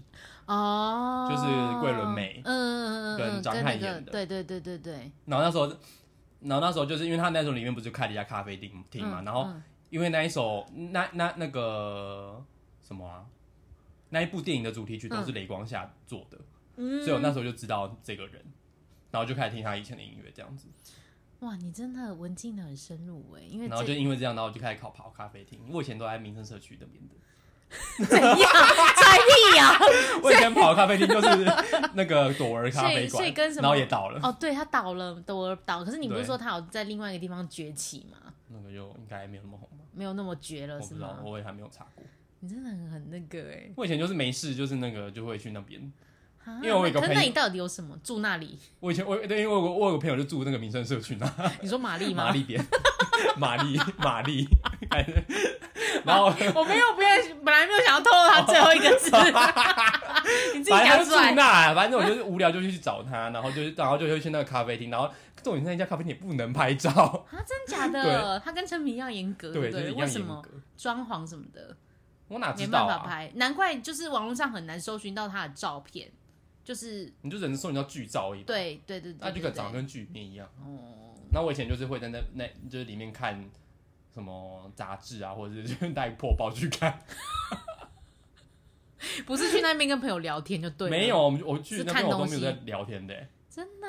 Speaker 2: 哦，
Speaker 1: 就是桂纶镁
Speaker 2: 嗯，嗯嗯嗯嗯，
Speaker 1: 跟张
Speaker 2: 那
Speaker 1: 翰
Speaker 2: 个
Speaker 1: 演的
Speaker 2: 对对对对对，
Speaker 1: 然后那时候，然后那时候就是因为他那时候里面不是开了一家咖啡厅厅嘛，
Speaker 2: 嗯
Speaker 1: 然后
Speaker 2: 嗯
Speaker 1: 因为那一首那那那个什么啊，那一部电影的主题曲都是雷光夏做的，
Speaker 2: 嗯
Speaker 1: 所以我那时候就知道这个人，然后就开始听他以前的音乐这样子，
Speaker 2: 哇，你真的文静的很深入哎、因为
Speaker 1: 然后就
Speaker 2: 这
Speaker 1: 因为这样，然后我就开始考跑咖啡厅。我以前都在民生社区那 边的，
Speaker 2: 怎样啊才啊 屁呀、
Speaker 1: 我以前跑咖啡厅就是 那个朵儿咖啡
Speaker 2: 所以所以
Speaker 1: 馆，
Speaker 2: 跟什么
Speaker 1: 然后也倒了，
Speaker 2: 哦，对他倒了，朵儿倒，可是你不是
Speaker 1: 对
Speaker 2: 说他有在另外一个地方崛起吗？
Speaker 1: 那个就应该没有那么红吧，
Speaker 2: 没有那么绝
Speaker 1: 我
Speaker 2: 了
Speaker 1: 不
Speaker 2: 是
Speaker 1: 知道
Speaker 2: 吗，？
Speaker 1: 我也还没有查过。
Speaker 2: 你真的很很那个哎、
Speaker 1: 我以前就是没事，就是那个就会去那边。
Speaker 2: 啊
Speaker 1: 因为我有一个
Speaker 2: 可是
Speaker 1: 朋
Speaker 2: 那
Speaker 1: 友
Speaker 2: 你到底有什么住那里？
Speaker 1: 我以前我对，因为我我有个朋友就住那个民生社区那
Speaker 2: 你说玛丽吗？
Speaker 1: 玛丽点， 玛丽玛丽，然后
Speaker 2: 我没有，不要，本来没有想要透露他最后一个 字，你自己
Speaker 1: 反正他
Speaker 2: 讲
Speaker 1: 就
Speaker 2: 出
Speaker 1: 住
Speaker 2: 来。
Speaker 1: 那，反正我就是无聊就去找他，然后就是然后就会去那个咖啡厅，然后重点是那家咖啡厅也不能拍照，
Speaker 2: 啊，真假的？他跟陈皮一样严 格，
Speaker 1: 对，
Speaker 2: 不
Speaker 1: 就是
Speaker 2: 呃对？
Speaker 1: 一
Speaker 2: 为
Speaker 1: 样
Speaker 2: 什
Speaker 1: 严
Speaker 2: 么
Speaker 1: 格。
Speaker 2: 装潢什么的
Speaker 1: 我哪
Speaker 2: 没
Speaker 1: 知道
Speaker 2: 办法
Speaker 1: 啊？
Speaker 2: 拍？难怪就是网络上很难搜寻到他的照片，就是
Speaker 1: 你就只能送你到剧照一，，
Speaker 2: 对对对对，
Speaker 1: 那就
Speaker 2: 对
Speaker 1: 可长得跟剧里面一样。
Speaker 2: 哦，
Speaker 1: 那我以前就是会在那那就是里面看什么杂志啊，或者是就是带破报去看，
Speaker 2: 不是去那边跟朋友聊天就对了，
Speaker 1: 没有，我们我去
Speaker 2: 是
Speaker 1: 那
Speaker 2: 看
Speaker 1: 边我都
Speaker 2: 东
Speaker 1: 没有
Speaker 2: 西
Speaker 1: 在聊天的、
Speaker 2: 真的，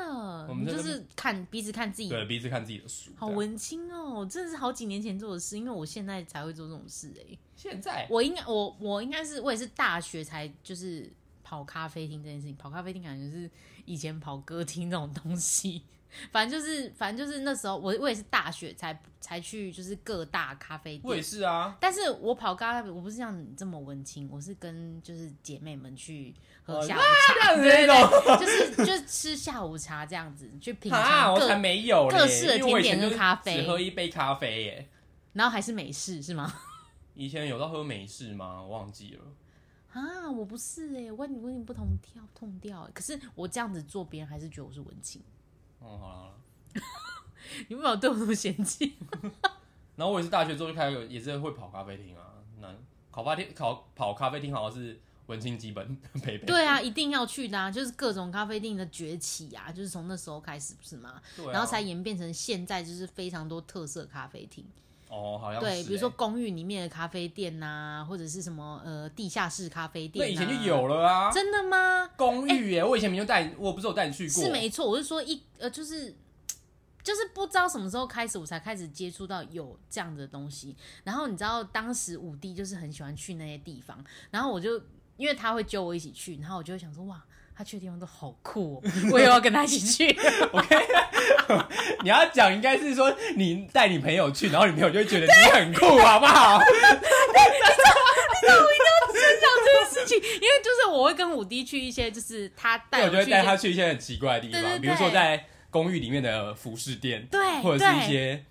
Speaker 1: 我们
Speaker 2: 你
Speaker 1: 在
Speaker 2: 就
Speaker 1: 那边
Speaker 2: 是看彼此看自己
Speaker 1: 对，第一次看自己的书，
Speaker 2: 好
Speaker 1: 这样
Speaker 2: 文青哦，真的是好几年前做的事，因为我现在才会做这种事哎、
Speaker 1: 现在
Speaker 2: 我应该我我应该是我也是大学才就是跑咖啡厅这件事情，跑咖啡厅感觉是以前跑歌厅那种东西， 反正就是反正就是那时候我我也是大学才才去就是各大咖啡
Speaker 1: 我也
Speaker 2: 店，
Speaker 1: 是啊，
Speaker 2: 但是我跑咖啡我不是像你这么文青，我是跟就是姐妹们去喝
Speaker 1: 哦
Speaker 2: 下午茶，
Speaker 1: 这
Speaker 2: 对对
Speaker 1: 样
Speaker 2: 对，就是就是吃下午茶这样子去品
Speaker 1: 啊，
Speaker 2: 尝
Speaker 1: 我
Speaker 2: 各
Speaker 1: 才，没有嘞，
Speaker 2: 各式的
Speaker 1: 因为我以前
Speaker 2: 甜点跟
Speaker 1: 就是
Speaker 2: 咖啡
Speaker 1: 只喝一杯咖啡耶。
Speaker 2: 然后还是美式是吗？
Speaker 1: 以前有到喝美式吗？我忘记了。
Speaker 2: 啊，我不是哎、欸，我跟你我跟你不同调痛调、欸，可是我这样子做，别人还是觉得我是文青，
Speaker 1: 嗯，好了好了。
Speaker 2: 你们有没有对我那么嫌 弃？
Speaker 1: 然后我也是大学之后就开始也是会跑咖啡厅啊，那考咖啡厅考跑咖啡厅好像是文青基本 陪陪。
Speaker 2: 对啊，一定要去的啊，就是各种咖啡店的崛起啊，就是从那时候开始，不是吗？
Speaker 1: 对啊
Speaker 2: 然后才演变成现在，就是非常多特色咖啡厅。
Speaker 1: 哦，好像是
Speaker 2: 对，
Speaker 1: 欸
Speaker 2: 比如说公寓里面的咖啡店呐、或者是什么呃地下室咖啡店、
Speaker 1: 欸那
Speaker 2: 啊，
Speaker 1: 以前就有了啊，
Speaker 2: 真的吗？
Speaker 1: 公寓耶，我以前没有带你，我不是有带你去过，
Speaker 2: 是 没错，我是说一呃，就是就是不知道什么时候开始，我才开始接触到有这样的东西。然后你知道，当时五弟就是很喜欢去那些地方，然后我就因为他会揪我一起去，然后我就会想说，哇，他去的地方都好酷、哦， 我也要跟他一起去。
Speaker 1: 你要讲应该是说你带你朋友去，然后你朋友就会觉得你很酷，好不好？
Speaker 2: 事情，因为就是我会跟五弟去一些，就是他
Speaker 1: 对，
Speaker 2: 带
Speaker 1: 我就
Speaker 2: 去
Speaker 1: 会
Speaker 2: 一些
Speaker 1: 带他去一些很奇怪的地方，
Speaker 2: 对对对
Speaker 1: 比如说在公寓里面的服饰店，
Speaker 2: 对
Speaker 1: 或者是一
Speaker 2: 对
Speaker 1: 些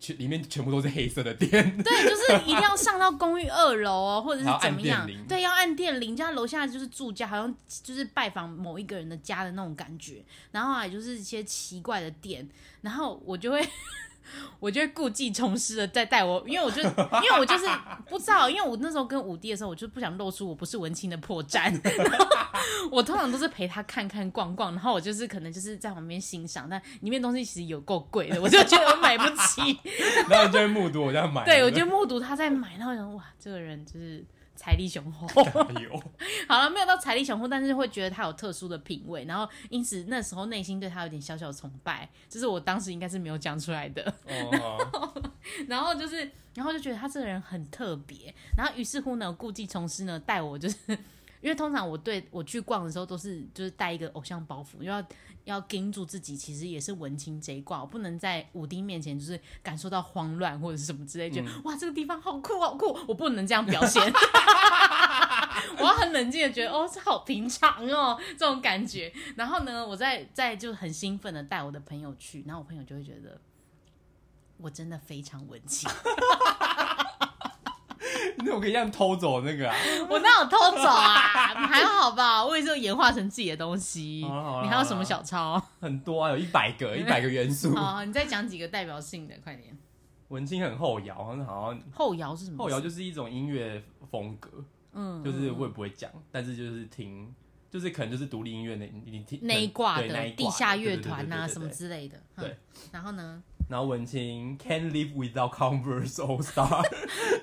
Speaker 1: 全里面全部都是黑色的店，
Speaker 2: 对，就是一定要上到公寓二楼哦，或者是
Speaker 1: 还要
Speaker 2: 怎
Speaker 1: 按
Speaker 2: 么样
Speaker 1: 电铃？
Speaker 2: 对，要按电铃，家楼下就是住家，好像就是拜访某一个人的家的那种感觉。然后还就是一些奇怪的店，然后我就会。 我就会故技重施的再带我，因为我就因为我就是不知道，因为我那时候跟五弟的时候，我就不想露出我不是文青的破绽， 然后我通常都是陪他看看逛逛，然后我就是可能就是在旁边欣赏，但里面东西其实有够贵的，我就觉得我买不起，
Speaker 1: 然后你就会目睹我这样买。
Speaker 2: 对，我
Speaker 1: 就
Speaker 2: 就目睹他在买，然后想哇，这个人就是财力雄厚。
Speaker 1: 有。
Speaker 2: 好了，没有到财力雄厚，但是会觉得他有特殊的品味，然后因此那时候内心对他有点小小的崇拜，这是我当时应该是没有讲出来的。
Speaker 1: 哦，
Speaker 2: 然后就是，然后就觉得他这个人很特别，然后于是乎呢，故技重施呢，带我就是。 因为通常我对我去逛的时候都是就是带一个偶像包袱，又要要盯住自己，其实也是文青这一挂，我不能在五丁面前就是感受到慌乱或者是什么之类，觉得、哇这个地方好酷好酷，我不能这样表现， 我要很冷静的觉得哦这好平常哦这种感觉，然后呢我再再就很兴奋的带我的朋友去，然后我朋友就会觉得我真的非常文青。
Speaker 1: 那我可以这样偷走那个啊？
Speaker 2: 我哪有偷走啊？你还好吧？我也是有演化成自己的东西。
Speaker 1: 好啦好啦
Speaker 2: 你还有什么小抄？
Speaker 1: 很多啊，有一百 个，一百个元素。
Speaker 2: 好，你再讲几个代表性的，快点。
Speaker 1: 文青很后摇，好像好像
Speaker 2: 后摇是什么？
Speaker 1: 后摇就是一种音乐风格，
Speaker 2: 嗯，
Speaker 1: 就是我也不会讲，但是就是听，就是可能就是独立音乐那你听
Speaker 2: 那一挂
Speaker 1: 对那
Speaker 2: 的
Speaker 1: 一挂
Speaker 2: 地下乐团
Speaker 1: 对对对对
Speaker 2: 啊，
Speaker 1: 对
Speaker 2: 什么之类的。嗯
Speaker 1: 对。
Speaker 2: 然后呢？
Speaker 1: 然后文青 Can Live Without Converse All Star，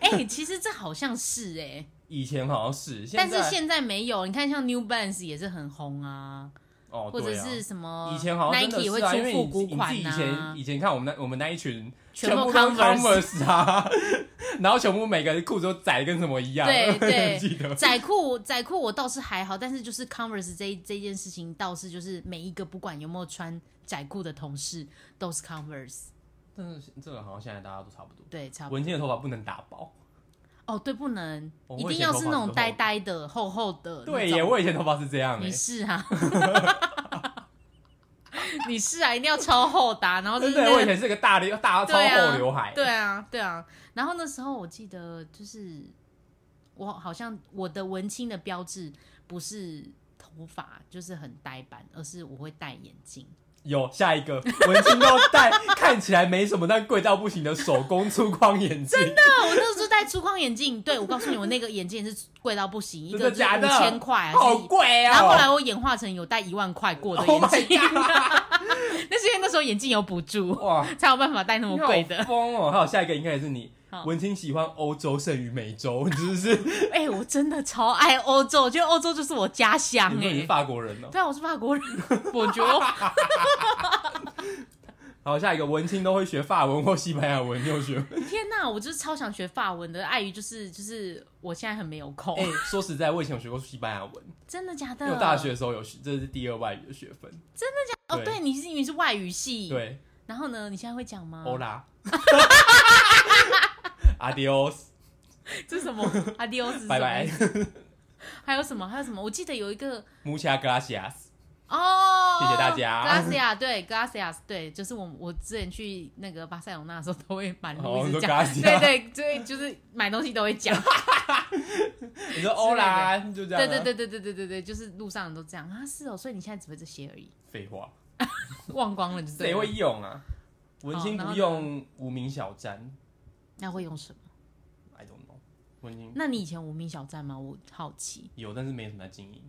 Speaker 2: 哎，其实这好像是哎，
Speaker 1: 以前好像是，
Speaker 2: 但是
Speaker 1: 在
Speaker 2: 现在没有。你看，像 New Balance 也是很红啊，
Speaker 1: 哦，
Speaker 2: 或者
Speaker 1: 对啊
Speaker 2: 是什么
Speaker 1: 以前好像真
Speaker 2: Nike
Speaker 1: 的
Speaker 2: 也会
Speaker 1: 是啊，因
Speaker 2: 出
Speaker 1: 为
Speaker 2: 复
Speaker 1: 你
Speaker 2: 古
Speaker 1: 你自
Speaker 2: 款
Speaker 1: 己以前
Speaker 2: 啊
Speaker 1: 以，前看我们那我们那一群
Speaker 2: 全部
Speaker 1: 部都是
Speaker 2: Converse
Speaker 1: Converse 啊， 然后全部每个裤子都窄得跟什么一样，
Speaker 2: 对
Speaker 1: 你记得
Speaker 2: 对，窄裤窄裤我倒是还好，但是就是 Converse 这一这件事情倒是就是每一个不管有没有穿窄裤的同事都是 Converse，
Speaker 1: 但是这个好像现在大家都差不多。
Speaker 2: 对，差不多。
Speaker 1: 文青的头发不能打薄，
Speaker 2: 哦，对，不能，
Speaker 1: 哦
Speaker 2: 一
Speaker 1: 我以
Speaker 2: 定
Speaker 1: 前
Speaker 2: 要
Speaker 1: 头
Speaker 2: 是
Speaker 1: 发
Speaker 2: 那种
Speaker 1: 是
Speaker 2: 呆
Speaker 1: 厚
Speaker 2: 呆的、厚厚的那种。
Speaker 1: 对耶，我以前头发是这样
Speaker 2: 你
Speaker 1: 耶，
Speaker 2: 是啊， 你是啊，一定要超厚的啊、然后就
Speaker 1: 哦真
Speaker 2: 是
Speaker 1: 的，
Speaker 2: 那
Speaker 1: 我以
Speaker 2: 个
Speaker 1: 前是个大刘大超
Speaker 2: 对啊
Speaker 1: 厚刘海，
Speaker 2: 对啊，对啊。然后那时候我记得就是我好像我的文青的标志不是头发，就是很呆板，而是我会戴眼镜。
Speaker 1: 有下一个文青都戴看起来没什么，但贵到不行的手工粗框眼镜，真的
Speaker 2: 啊，我那时候戴粗框眼镜，对我告诉你，我那个眼镜也是贵到不行，一个就是
Speaker 1: 假
Speaker 2: 五
Speaker 1: 的？
Speaker 2: 千块，
Speaker 1: 好
Speaker 2: 还是
Speaker 1: 贵啊！
Speaker 2: 然后后来我演化成有戴一万块过的
Speaker 1: Oh
Speaker 2: 眼
Speaker 1: my
Speaker 2: 镜， 啊那是因为那时候眼镜有补助，
Speaker 1: Oh 哇，
Speaker 2: 才有办法戴那么贵的
Speaker 1: 你好。疯哦！还有下一个应该也是你
Speaker 2: 好，
Speaker 1: 文青喜欢欧洲胜于美洲， 你是不是？
Speaker 2: 哎、我真的超爱欧洲，我觉得欧洲就是我家乡
Speaker 1: 你说你
Speaker 2: 哎、
Speaker 1: 是法国人哦。
Speaker 2: 对啊，我是法 国人，我觉得
Speaker 1: 好，下一个文青都会学法文或西班牙文，你有 学吗？
Speaker 2: 天呐，我就是超想学法文的，碍于就是就是我现在很没有空，
Speaker 1: 哎、说实在，我以前有学过西班牙文，
Speaker 2: 真的假的？
Speaker 1: 因为我大学的时候有学，这是第二外语的学分。
Speaker 2: 哦，
Speaker 1: 对
Speaker 2: 对，你是因为是外语系，。
Speaker 1: 对，
Speaker 2: 然后呢，你现在会讲吗？
Speaker 1: 欧拉，adios，
Speaker 2: 这是什么 ？Adios，是什么
Speaker 1: 拜拜。
Speaker 2: 还有什么？还有什么？我记得有一个
Speaker 1: muchas gracias，
Speaker 2: 哦，
Speaker 1: 谢谢大家
Speaker 2: Gracias，对，Gracias，对，就是我我之前去那个巴塞隆那的时候，都会满
Speaker 1: 哦
Speaker 2: 啊路一
Speaker 1: 你
Speaker 2: 直
Speaker 1: 说
Speaker 2: 讲，
Speaker 1: Gracias
Speaker 2: 对对对，就是买东西都会 讲，
Speaker 1: 你说欧拉就这样、啊，
Speaker 2: 对对，对对对对对对，就是路上都这样啊，是哦，所以你现在只会这些而已，
Speaker 1: 废话，
Speaker 2: 忘光了就对
Speaker 1: 谁
Speaker 2: 了。
Speaker 1: 会用啊？文青
Speaker 2: 然
Speaker 1: 不
Speaker 2: 后呢
Speaker 1: 用无名小站
Speaker 2: 那会用什么？
Speaker 1: ，I don't know，文青
Speaker 2: 那你以前无名小站吗？我好奇，
Speaker 1: 有，但是没什么在经营，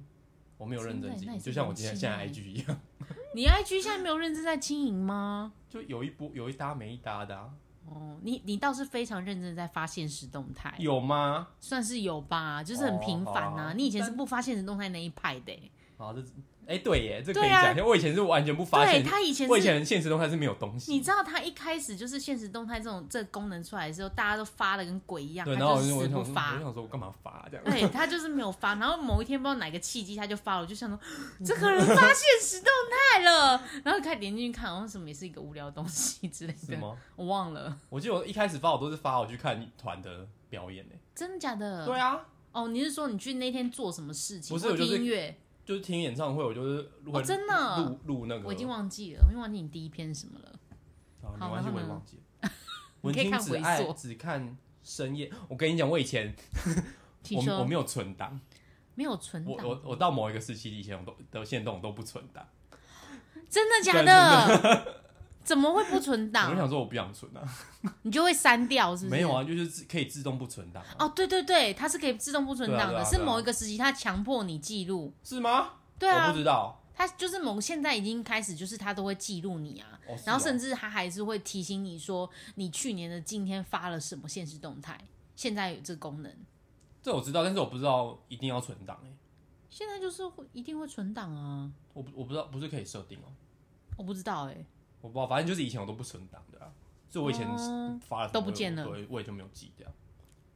Speaker 1: 我没有认真
Speaker 2: 真的
Speaker 1: 经
Speaker 2: 那
Speaker 1: 营，
Speaker 2: 也
Speaker 1: 就是像我今天
Speaker 2: 文
Speaker 1: 现在
Speaker 2: 青欸
Speaker 1: IG 一样，
Speaker 2: 你 IG 现在没有认真在经营吗？
Speaker 1: 就有一波有一搭没一搭的、啊，
Speaker 2: 哦，你你倒是非常认真地在发现实动态，
Speaker 1: 有吗？
Speaker 2: 算是有吧，就是很
Speaker 1: 哦
Speaker 2: 频繁
Speaker 1: 好
Speaker 2: 呐、
Speaker 1: 啊
Speaker 2: 你以前是不发现实动态那一派的欸、
Speaker 1: 好，这哎、对耶，这可以
Speaker 2: 对啊
Speaker 1: 讲一下。我以前是完全不发
Speaker 2: 对
Speaker 1: 现，
Speaker 2: 他以前
Speaker 1: 我以
Speaker 2: 是。
Speaker 1: 前现实动态是没有东
Speaker 2: 你
Speaker 1: 西，
Speaker 2: 知道他一开始就是现实动态这种这个功能出来的时候，大家都发的跟鬼一样，
Speaker 1: 对，
Speaker 2: 他
Speaker 1: 然后
Speaker 2: 就
Speaker 1: 我就我
Speaker 2: 死
Speaker 1: 就想说，嗯哎
Speaker 2: 不发
Speaker 1: 我 就。想说我干嘛发这样？
Speaker 2: 对他就是没有发，然后某一天不知道哪个契机他就发了，我就 想说这个人发现实动态了，然后开始点进去看，好像什么也是一个无聊的东西之类
Speaker 1: 是
Speaker 2: 的，
Speaker 1: 吗？
Speaker 2: 我忘了，
Speaker 1: 我记得我一开始发我都是发我去看团的表演呢。
Speaker 2: 真的假的？
Speaker 1: 对啊，
Speaker 2: 哦，你是说你去那天做什么事情？
Speaker 1: 不是
Speaker 2: 或
Speaker 1: 我就是
Speaker 2: 听音乐，
Speaker 1: 就是听演唱会，我就是录、
Speaker 2: 哦真的
Speaker 1: 录录那个，
Speaker 2: 我已经忘记了，我已经忘记你第一篇是什么了。
Speaker 1: 好没
Speaker 2: 好
Speaker 1: 关系，
Speaker 2: 然后
Speaker 1: 我也
Speaker 2: 呢
Speaker 1: 忘记 了。
Speaker 2: 你
Speaker 1: 文
Speaker 2: 可以
Speaker 1: 青
Speaker 2: 看
Speaker 1: 只
Speaker 2: 回
Speaker 1: 爱
Speaker 2: 溯
Speaker 1: 只看深夜。我跟你讲，我以前
Speaker 2: 听
Speaker 1: 我
Speaker 2: 说
Speaker 1: 我没有存档，
Speaker 2: 没有存
Speaker 1: 我
Speaker 2: 档，
Speaker 1: 我我到某一个时期以前，我都的线动我都不存档。
Speaker 2: 真的 假 的？怎么会不存
Speaker 1: 我就想
Speaker 2: 档？
Speaker 1: 说我不想存啊，
Speaker 2: 你就会删掉是不是？
Speaker 1: 没有啊，就是自可以自动不存档、啊。
Speaker 2: 哦，对对对，它是可以自动不存档
Speaker 1: 对
Speaker 2: 的，
Speaker 1: 啊对啊
Speaker 2: 是
Speaker 1: 对啊
Speaker 2: 某一个时期它强迫你记录。
Speaker 1: 是吗？
Speaker 2: 对
Speaker 1: 我
Speaker 2: 啊
Speaker 1: 不，知道。
Speaker 2: 它就是某现在已经开始，就是它都会记录你啊，
Speaker 1: 哦
Speaker 2: 然后
Speaker 1: 是哦
Speaker 2: 甚至它还是会提醒你说你去年的今天发了什么现实动态。现在有这个功能，
Speaker 1: 这我知道，但是我不知道一定要存档哎、
Speaker 2: 现在就是会一定会存档啊。
Speaker 1: 我不我不知道不是可以设定哦、
Speaker 2: 我不知道哎、
Speaker 1: 我不知道，反正就是以前我都不存档的啊，所以我以前
Speaker 2: 哦
Speaker 1: 发了什么
Speaker 2: 都不见了
Speaker 1: 我也我也就没有记掉，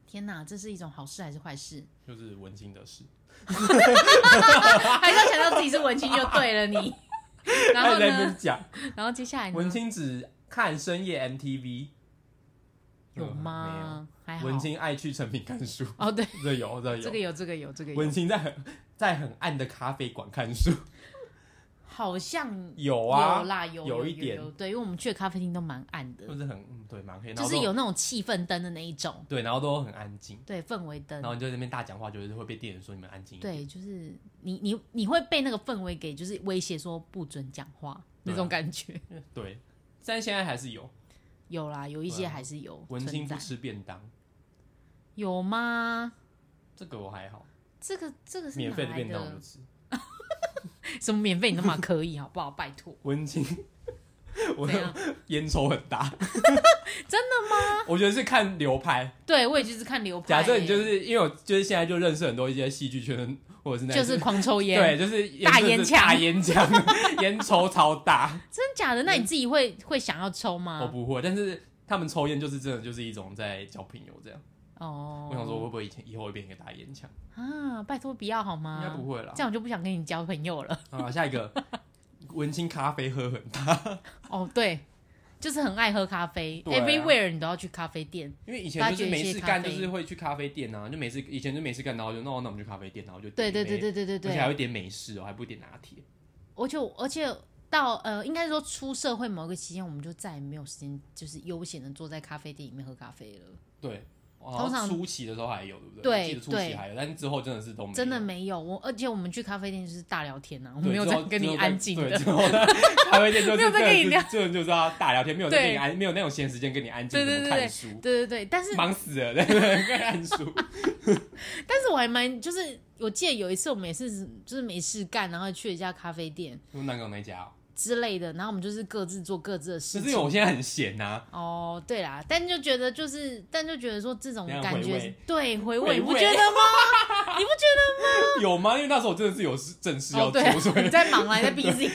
Speaker 2: 天哪，这是一种好事还是 坏事？
Speaker 1: 就是文青的事。
Speaker 2: 还是要强调自己是文青就对了 你。 然后
Speaker 1: 他在那边
Speaker 2: 呢？哎
Speaker 1: 讲
Speaker 2: 然后接下来呢？
Speaker 1: 文青只看深夜 MTV
Speaker 2: 有
Speaker 1: 嗯
Speaker 2: 吗？还
Speaker 1: 没
Speaker 2: 好。
Speaker 1: 有文青爱去成品看书，
Speaker 2: 哦，对，
Speaker 1: 这有这有。
Speaker 2: 这个有，这个有，这个有，
Speaker 1: 文青在很在很暗的咖啡馆看 书，
Speaker 2: 好像
Speaker 1: 有啊，
Speaker 2: 有啦，有
Speaker 1: 有一点
Speaker 2: 对，因为我们去的咖啡厅都蛮暗
Speaker 1: 就
Speaker 2: 的，
Speaker 1: 是很嗯对蛮黑，然
Speaker 2: 就
Speaker 1: 后
Speaker 2: 是
Speaker 1: 都
Speaker 2: 有那种气氛灯的那一种，
Speaker 1: 对，然后都很安静，
Speaker 2: 对，氛围灯
Speaker 1: 然，后你就在那边大讲话，就是会被店员说你们安静一点。
Speaker 2: 对，就是你你你会被那个氛围给就是威胁说不准讲话
Speaker 1: 对啊
Speaker 2: 那种感觉，
Speaker 1: 对，但是现在还是有
Speaker 2: 有啦，有一
Speaker 1: 对
Speaker 2: 些
Speaker 1: 啊
Speaker 2: 还是有
Speaker 1: 文青
Speaker 2: 存
Speaker 1: 不
Speaker 2: 在，
Speaker 1: 吃便当，
Speaker 2: 有吗？
Speaker 1: 这个我还好，
Speaker 2: 这个这个是
Speaker 1: 免费
Speaker 2: 哪
Speaker 1: 的
Speaker 2: 来
Speaker 1: 便当我
Speaker 2: 的
Speaker 1: 就？吃。
Speaker 2: 什么免费你都嘛可以好不好？拜托，
Speaker 1: 文青， 我
Speaker 2: 怎 样？
Speaker 1: 烟抽很大， 真的吗？ 我觉得是看流派。
Speaker 2: 对我也就是看流派
Speaker 1: 假
Speaker 2: 欸，
Speaker 1: 设你就是因为我就是现在就认识很多一些戏剧圈或者是那
Speaker 2: 就是狂抽烟，
Speaker 1: 对，就是
Speaker 2: 大
Speaker 1: 烟
Speaker 2: 烟
Speaker 1: 就是大
Speaker 2: 枪
Speaker 1: 烟枪， 烟抽超大，
Speaker 2: 真假的？那你自己会会想要抽吗？
Speaker 1: 嗯我哦不会，但是。他们抽烟就是真的，就是一种在交朋友这样。
Speaker 2: 哦，
Speaker 1: 我想说，我会不会以前以后会变一个大烟枪？
Speaker 2: 啊，拜托不要好吗？
Speaker 1: 应该不会啦
Speaker 2: 这。样我就不想跟你交朋友了。
Speaker 1: 好，下一个文青咖啡喝很大，
Speaker 2: 哦，对，就是很爱喝咖啡、
Speaker 1: 对
Speaker 2: e
Speaker 1: 啊
Speaker 2: v e r y w h e r e 你都要去咖啡店。
Speaker 1: 因为以前就是没事干，
Speaker 2: 发掘
Speaker 1: 就
Speaker 2: 一些咖啡
Speaker 1: 是会去咖啡店啊，就每次以前就没事干，然后就那我那我们去咖啡店，然后就
Speaker 2: 对
Speaker 1: 点
Speaker 2: 对
Speaker 1: 一
Speaker 2: 对
Speaker 1: 杯
Speaker 2: 对对对
Speaker 1: 而且还
Speaker 2: 对，
Speaker 1: 会点美式哦，还不点拿铁。
Speaker 2: 而且而且到呃，应该说出社会某个期间，我们就再也没有时间就是悠闲的坐在咖啡店里面喝咖啡了，
Speaker 1: 对，好
Speaker 2: 通
Speaker 1: 像
Speaker 2: 常
Speaker 1: 初期的时候还有，对不对？
Speaker 2: 对
Speaker 1: 我记得初期还有，但是之后真的是都没有
Speaker 2: 真的。没有。我而且我们去咖啡店就是大聊天呐、啊，我
Speaker 1: 对
Speaker 2: 没有
Speaker 1: 之
Speaker 2: 在
Speaker 1: 后
Speaker 2: 跟
Speaker 1: 之
Speaker 2: 你
Speaker 1: 后在
Speaker 2: 安静
Speaker 1: 对
Speaker 2: 的。
Speaker 1: 之后在咖啡店 就是
Speaker 2: 没有在跟你
Speaker 1: 真的
Speaker 2: 聊
Speaker 1: 是真的就是要大聊天，没有在
Speaker 2: 对
Speaker 1: 跟你安，没有那种闲时间跟你安静
Speaker 2: 对对
Speaker 1: 怎么
Speaker 2: 对
Speaker 1: 看书，
Speaker 2: 对对对，但 是
Speaker 1: 忙死了，在那 边看书。
Speaker 2: 但是我还蛮就是，我记得有一次我们也是就是没事干，然后去了一家咖啡店
Speaker 1: 用南港那家哦，
Speaker 2: 之类的，然后我们就是各自做各自的
Speaker 1: 只
Speaker 2: 事
Speaker 1: 是
Speaker 2: 情
Speaker 1: 因为。我现在很闲啊呐，
Speaker 2: 哦，对啦，但就觉得就是，但就觉得说这种
Speaker 1: 怎样
Speaker 2: 感觉
Speaker 1: 回
Speaker 2: 是，
Speaker 1: 味
Speaker 2: 对回味，
Speaker 1: 回
Speaker 2: 你不
Speaker 1: 味
Speaker 2: 觉得哦吗？ 你不觉
Speaker 1: 有吗？因为那时候我真的是有事正事
Speaker 2: 得？
Speaker 1: 要
Speaker 2: 哦，对
Speaker 1: 做，所
Speaker 2: 啊，你
Speaker 1: 以
Speaker 2: 在忙来在 busy，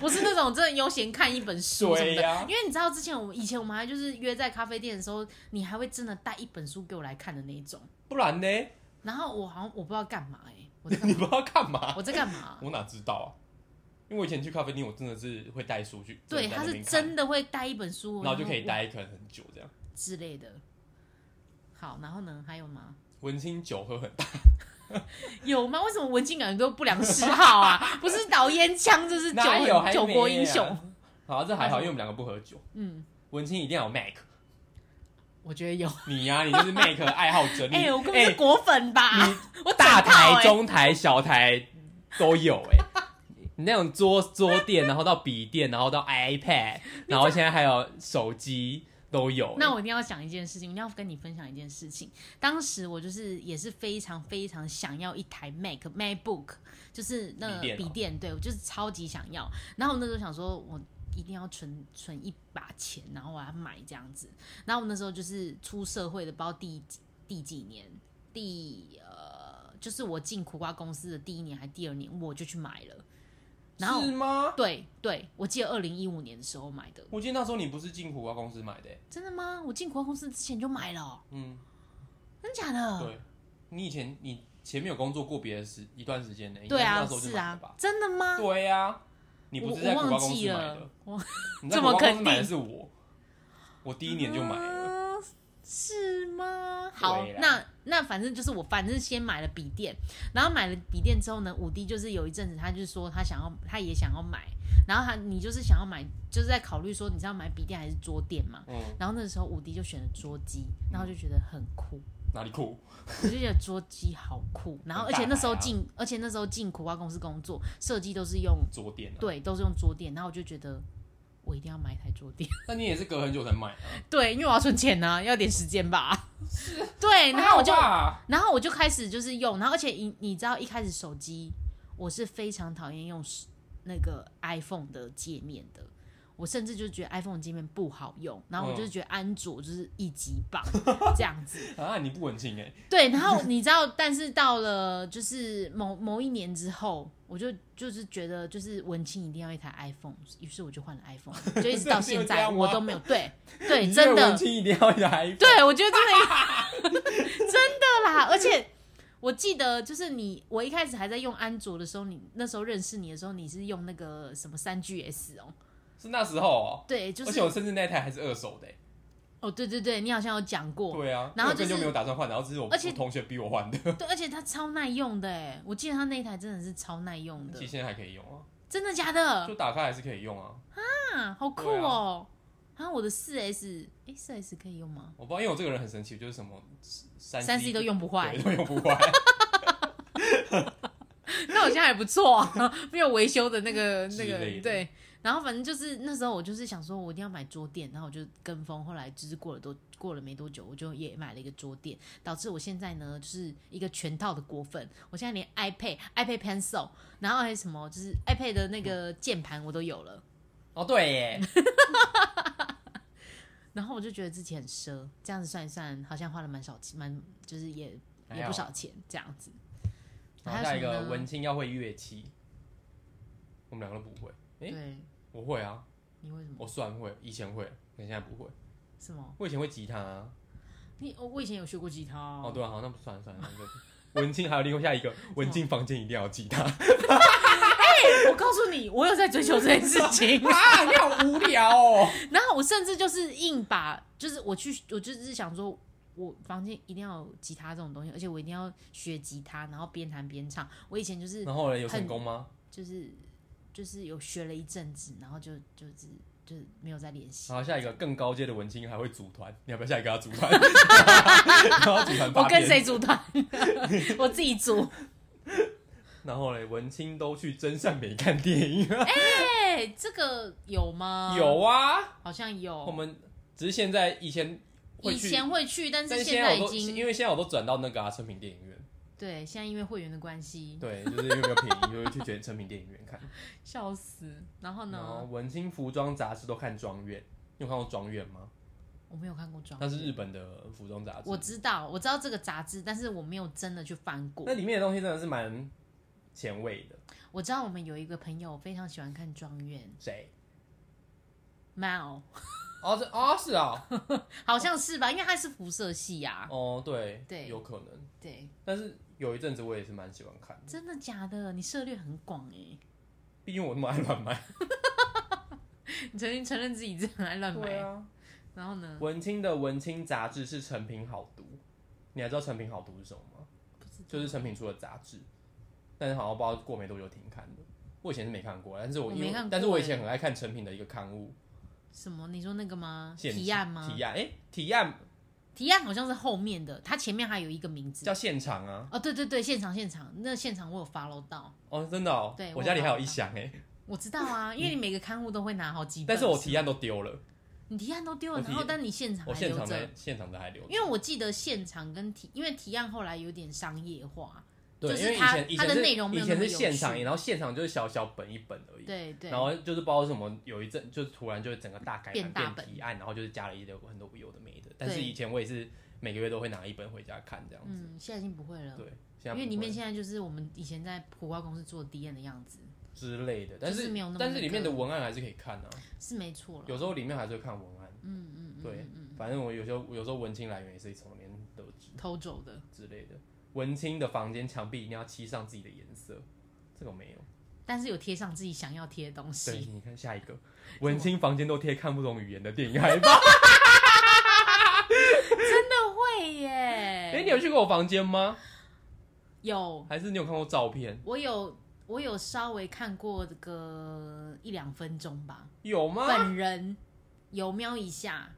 Speaker 2: 不是那种真的悠闲看一本书什么
Speaker 1: 对
Speaker 2: 的。
Speaker 1: 呀
Speaker 2: 因，为你知道之前我们以前我们还就是约在咖啡店的时候，你还会真的带一本书给我来看的那一种。
Speaker 1: 不然呢？
Speaker 2: 然后我好像我不知道干嘛哎、我在干
Speaker 1: 你
Speaker 2: 嘛？
Speaker 1: 不知道干嘛？
Speaker 2: 我在干嘛？
Speaker 1: 我哪知道啊？因为我以前去咖啡厅，我真的是会带书去，
Speaker 2: 对，
Speaker 1: 在
Speaker 2: 他
Speaker 1: 那
Speaker 2: 是
Speaker 1: 边看
Speaker 2: 真的会带一本书，
Speaker 1: 然后就可以
Speaker 2: 我
Speaker 1: 待可能很久这样。
Speaker 2: 之类的。好，然后呢？还有吗？
Speaker 1: 文青酒喝很大，
Speaker 2: 有吗？为什么文青感觉都不良嗜好啊？ 不是导烟枪，就是酒
Speaker 1: 哪有还没啊
Speaker 2: 酒国英雄。
Speaker 1: 好，这还好，因为我们两个不喝酒。
Speaker 2: 嗯，
Speaker 1: 文青一定要有 Mac，
Speaker 2: 我觉得有。
Speaker 1: 你呀、你就是 Mac 爱好者，你
Speaker 2: 哎、我根本是果粉吧？
Speaker 1: 哎你
Speaker 2: 我整
Speaker 1: 大
Speaker 2: 套
Speaker 1: 台、
Speaker 2: 哎，
Speaker 1: 中台、小台都有哎、 你那种桌桌垫，然后到笔电，然后到 iPad，然后现在还有手机都有、欸
Speaker 2: 那我一定要讲一件事情，我一定要跟你分享一件事情。当时我就是也是非常非常想要一台 Mac MacBook，就是那个
Speaker 1: 笔电哦
Speaker 2: 笔电，对我就是超级想要。然后我那时候想说，我一定要存存一把钱，然后我要买这样子。然后我那时候就是出社会的，不知道第几第几年，第呃，就是我进苦瓜公司的第一年还是第二年，我就去买了。然后
Speaker 1: 是吗？
Speaker 2: 对对，我记得二零一五年的时候买的。
Speaker 1: 我记得那时候你不是进苦瓜公司买的、欸，
Speaker 2: 真的吗？我进国公司之前就买了哦、
Speaker 1: 嗯，
Speaker 2: 真假的？
Speaker 1: 对，你以前你前面有工作过别的时一段时间呢、欸，
Speaker 2: 对
Speaker 1: 应该
Speaker 2: 啊，
Speaker 1: 那时候就是买的
Speaker 2: 啊
Speaker 1: 吧，？
Speaker 2: 真的吗？
Speaker 1: 对呀、你不
Speaker 2: 我
Speaker 1: 是在
Speaker 2: 我
Speaker 1: 苦瓜
Speaker 2: 忘
Speaker 1: 公司
Speaker 2: 记
Speaker 1: 买的
Speaker 2: 了，，我
Speaker 1: 你在
Speaker 2: 这么
Speaker 1: 苦瓜公司
Speaker 2: 肯
Speaker 1: 买的
Speaker 2: 定
Speaker 1: 是我，我第一年就买了，
Speaker 2: 啊是吗？好
Speaker 1: 对，啦
Speaker 2: 那那反正就是我，反正先买了笔电，然后买了笔电之后呢，五弟就是有一阵子，他就是说他想要，他也想要买，然后他你就是想要买，就是在考虑说你是要买笔电还是桌垫嘛。
Speaker 1: 嗯，
Speaker 2: 然后那时候五弟就选了桌机，然后就觉得很 酷，
Speaker 1: 哪里酷？
Speaker 2: 我就觉得桌机好酷，然后而
Speaker 1: 很大
Speaker 2: 且那时候
Speaker 1: 牌啊
Speaker 2: 进，而且那时候进苦瓜公司工作，设计都是用
Speaker 1: 桌垫啊，
Speaker 2: 对，都是用桌垫，然后我就觉得我一定要买一台桌垫，
Speaker 1: 那你也是隔很久才买啊？
Speaker 2: 对，因为我要存钱呢、要点时间吧，对，哎然后我就，
Speaker 1: 还好吧
Speaker 2: 然后我就开始就是用，然后而且你你知道一开始手机我是非常讨厌用手那个 iPhone 的界面的。我甚至就觉得 iPhone 的界面不好用，然后我
Speaker 1: 嗯
Speaker 2: 就觉得安卓就是一级棒这样子，
Speaker 1: 啊，你不文青哎、
Speaker 2: 对，然后你知道，但是到了就是某某一年之后，我就就是觉得就是文青一定要一台 iPhone，于是我就换了 iPhone，就一直到 现
Speaker 1: 这
Speaker 2: 在
Speaker 1: 样吗
Speaker 2: 我都没有对
Speaker 1: 你
Speaker 2: 对
Speaker 1: 是
Speaker 2: 真
Speaker 1: 文
Speaker 2: 的，
Speaker 1: 青一定要来。
Speaker 2: 对我觉得真的 真的啦，而且我记得就是你我一开始还在用安卓的时候，你那时候认识你的时候，你是用那个什么三 GS 哦，
Speaker 1: 是那时候哦、
Speaker 2: 对，就
Speaker 1: 而且我
Speaker 2: 是
Speaker 1: 甚至那台还是二手的、欸。
Speaker 2: 哦对对对，你好像有讲过，
Speaker 1: 对啊，
Speaker 2: 然后
Speaker 1: 我根本
Speaker 2: 就
Speaker 1: 就是没有打算换，然后只是我
Speaker 2: 而且
Speaker 1: 我同学逼我换的，
Speaker 2: 对，而且它超耐用的哎，我记得它那一台真的是超耐用 的嗯
Speaker 1: 其实，现在还可以用啊，
Speaker 2: 真的假的？
Speaker 1: 就打开还是可以用啊。
Speaker 2: 啊，好酷哦！啊，我的四 S，哎，四 S 可以用吗？
Speaker 1: 我不知道，因为我这个人很神奇，就是什么三
Speaker 2: 三 C 都用不坏
Speaker 1: 对，，都用不 坏。
Speaker 2: 那我现在还不错啊，没有维修的那 个那
Speaker 1: 之类
Speaker 2: 个
Speaker 1: 的
Speaker 2: 对。然后反正就是那时候我就是想说，我一定要买桌垫，然后我就跟风。后来就是过了多过了没多久，我就也买了一个桌垫，导致我现在呢就是一个全套的果粉。我现在连 iPad、iPad Pencil，然后还有什么就是 iPad 的那个键盘我都有了。
Speaker 1: 哦，对耶，
Speaker 2: 然后我就觉得自己很奢，这样子算一算，好像花了蛮少钱，蛮就是也 也
Speaker 1: 还
Speaker 2: 不
Speaker 1: 好
Speaker 2: 少钱这样子。
Speaker 1: 然
Speaker 2: 还
Speaker 1: 哎后下
Speaker 2: 有
Speaker 1: 一
Speaker 2: 什么
Speaker 1: 个
Speaker 2: 呢？
Speaker 1: 文青要会乐器，我们两个都不会。诶
Speaker 2: 对，
Speaker 1: 我会啊，
Speaker 2: 你为什么？
Speaker 1: 我算会，以前会，但现在不会。
Speaker 2: 什么？
Speaker 1: 我以前会吉他啊。
Speaker 2: 你哦我以前有学过吉他哦
Speaker 1: 哦，对啊，好，那不算了算了。那个 文青还有另外下一个，文
Speaker 2: 哦
Speaker 1: 青房间一定要有吉他。。
Speaker 2: 我告诉你，我有在追求这件事 情
Speaker 1: 啊，你好无聊哦。
Speaker 2: 然后我甚至就是硬把，就是我去，我就是想说，我房间一定要有吉他这种东西，而且我一定要学吉他，然后边弹边唱。我以前就 是
Speaker 1: 然后呢，有成功吗？
Speaker 2: 就是就是有学了一阵子，然后就就是就是没有再联系
Speaker 1: 然。后下一个更高阶的文青还会组团，你要不要下一个要组 团？然后组团，
Speaker 2: 我跟？谁 组团？ 我自己组。
Speaker 1: 然后嘞，文青都去真善美看电 影，
Speaker 2: 哎、这个有吗？
Speaker 1: 有，啊，
Speaker 2: 好像
Speaker 1: 我
Speaker 2: 有。
Speaker 1: 们只是现在以前会
Speaker 2: 以
Speaker 1: 去，
Speaker 2: 前会去，但
Speaker 1: 但
Speaker 2: 是
Speaker 1: 是
Speaker 2: 现
Speaker 1: 在
Speaker 2: 已
Speaker 1: 我都
Speaker 2: 经
Speaker 1: 因为现在我都转到那个啊成品电 影院，
Speaker 2: 对，现在因为会员的关系，
Speaker 1: 对，就是因为比较便宜，就会去觉得成品电影院看。
Speaker 2: 笑死。然后
Speaker 1: 然后
Speaker 2: 呢，
Speaker 1: 文青服装杂志都看庄院，你有看过庄院吗？
Speaker 2: 我没有看过妆，
Speaker 1: 那是日本的服装杂志，
Speaker 2: 我知道，我知道这个杂志，但是我没有真的去翻过
Speaker 1: 那。里面的东西真的是蛮前卫的。
Speaker 2: 我知道我们有一个朋友非常喜欢看庄园
Speaker 1: 谁？
Speaker 2: Mao，
Speaker 1: 哦，这哦是 啊，
Speaker 2: 好像是吧？因为他是辐射系啊。
Speaker 1: 哦对
Speaker 2: 对
Speaker 1: 有可能。
Speaker 2: 对，
Speaker 1: 但是有一阵子我也是蛮喜欢看的，
Speaker 2: 真的假的？你涉猎很广哎、
Speaker 1: 毕竟我那么爱乱买。
Speaker 2: 你曾经承认自己这样爱乱买，
Speaker 1: 啊，
Speaker 2: 然后呢？
Speaker 1: 文青的文青杂志是成品好读，你还知道成品好读是什么吗？就是成品出的杂志，但是好像不知道过没多久停刊的。我以前是没看过，啊但是我
Speaker 2: 我
Speaker 1: 因为
Speaker 2: 没看过
Speaker 1: 但是我以
Speaker 2: 欸
Speaker 1: 前很爱看成品的一个刊物，
Speaker 2: 什么？你说那个吗？
Speaker 1: 现
Speaker 2: 啊提案吗？
Speaker 1: 提案，哎、提案
Speaker 2: 提案好像是后面的，它前面还有一个名字
Speaker 1: 叫。现场啊，
Speaker 2: 哦，对对对，现场现场，那现场我有 follow 到，
Speaker 1: 哦，真的哦，
Speaker 2: 对
Speaker 1: 我家里还有
Speaker 2: 我
Speaker 1: 一
Speaker 2: 有
Speaker 1: 箱哎、
Speaker 2: 我知道啊，因为你每个刊物都会拿好几本，
Speaker 1: 嗯但是我
Speaker 2: 是
Speaker 1: 提案都丢了，
Speaker 2: 吗你提案都丢
Speaker 1: 我
Speaker 2: 了，
Speaker 1: 提
Speaker 2: 然后但你现场
Speaker 1: 我
Speaker 2: 还
Speaker 1: 现
Speaker 2: 留
Speaker 1: 场
Speaker 2: 着
Speaker 1: 的，现场的还留着，
Speaker 2: 因为我记得现场跟提，因为提案后来有点商业化，
Speaker 1: 对，
Speaker 2: 就是
Speaker 1: 因为以
Speaker 2: 它
Speaker 1: 前以
Speaker 2: 它
Speaker 1: 前
Speaker 2: 的
Speaker 1: 是
Speaker 2: 内容没有
Speaker 1: 以前
Speaker 2: 那么
Speaker 1: 是
Speaker 2: 有
Speaker 1: 现
Speaker 2: 趣
Speaker 1: 场，然后现场就是小小本一本而已，
Speaker 2: 对对，
Speaker 1: 然后就是不知道为什么，有一阵就是突然就是整个大改
Speaker 2: 变
Speaker 1: 版
Speaker 2: 大
Speaker 1: 变
Speaker 2: 本
Speaker 1: 提案，然后就是加了一些很多有的没的。但是
Speaker 2: 对
Speaker 1: 以前我也是每个月都会拿一本回家看这样子。
Speaker 2: 嗯，现在已经不会了，
Speaker 1: 对，现在
Speaker 2: 因
Speaker 1: 不
Speaker 2: 为
Speaker 1: 会
Speaker 2: 里面现在就是我们以前在普华公司做 D N 的样子，
Speaker 1: 之类的，但
Speaker 2: 就是是没有那么
Speaker 1: 但是
Speaker 2: 那
Speaker 1: 里面的
Speaker 2: 个
Speaker 1: 文案还是可以看啊，
Speaker 2: 是没错了。
Speaker 1: 有时候里面还是会看文案。
Speaker 2: 嗯嗯嗯，
Speaker 1: 对
Speaker 2: 嗯，嗯
Speaker 1: 反正我有时候有时候文青来源也是从里面得知
Speaker 2: 偷走的，
Speaker 1: 之类的。文青的房间墙壁一定要漆上自己的颜色，这个没有。
Speaker 2: 但是有贴上自己想要贴的东
Speaker 1: 对，
Speaker 2: 西，
Speaker 1: 你看下一个，文青房间都贴看不懂语言的电影海报。
Speaker 2: 真的 会耶。
Speaker 1: 哎、你有去过我房间吗？
Speaker 2: 有，
Speaker 1: 还是你有看过照片？
Speaker 2: 我有，我有稍微看过这个一两分钟吧，
Speaker 1: 有吗？
Speaker 2: 本人有瞄一下，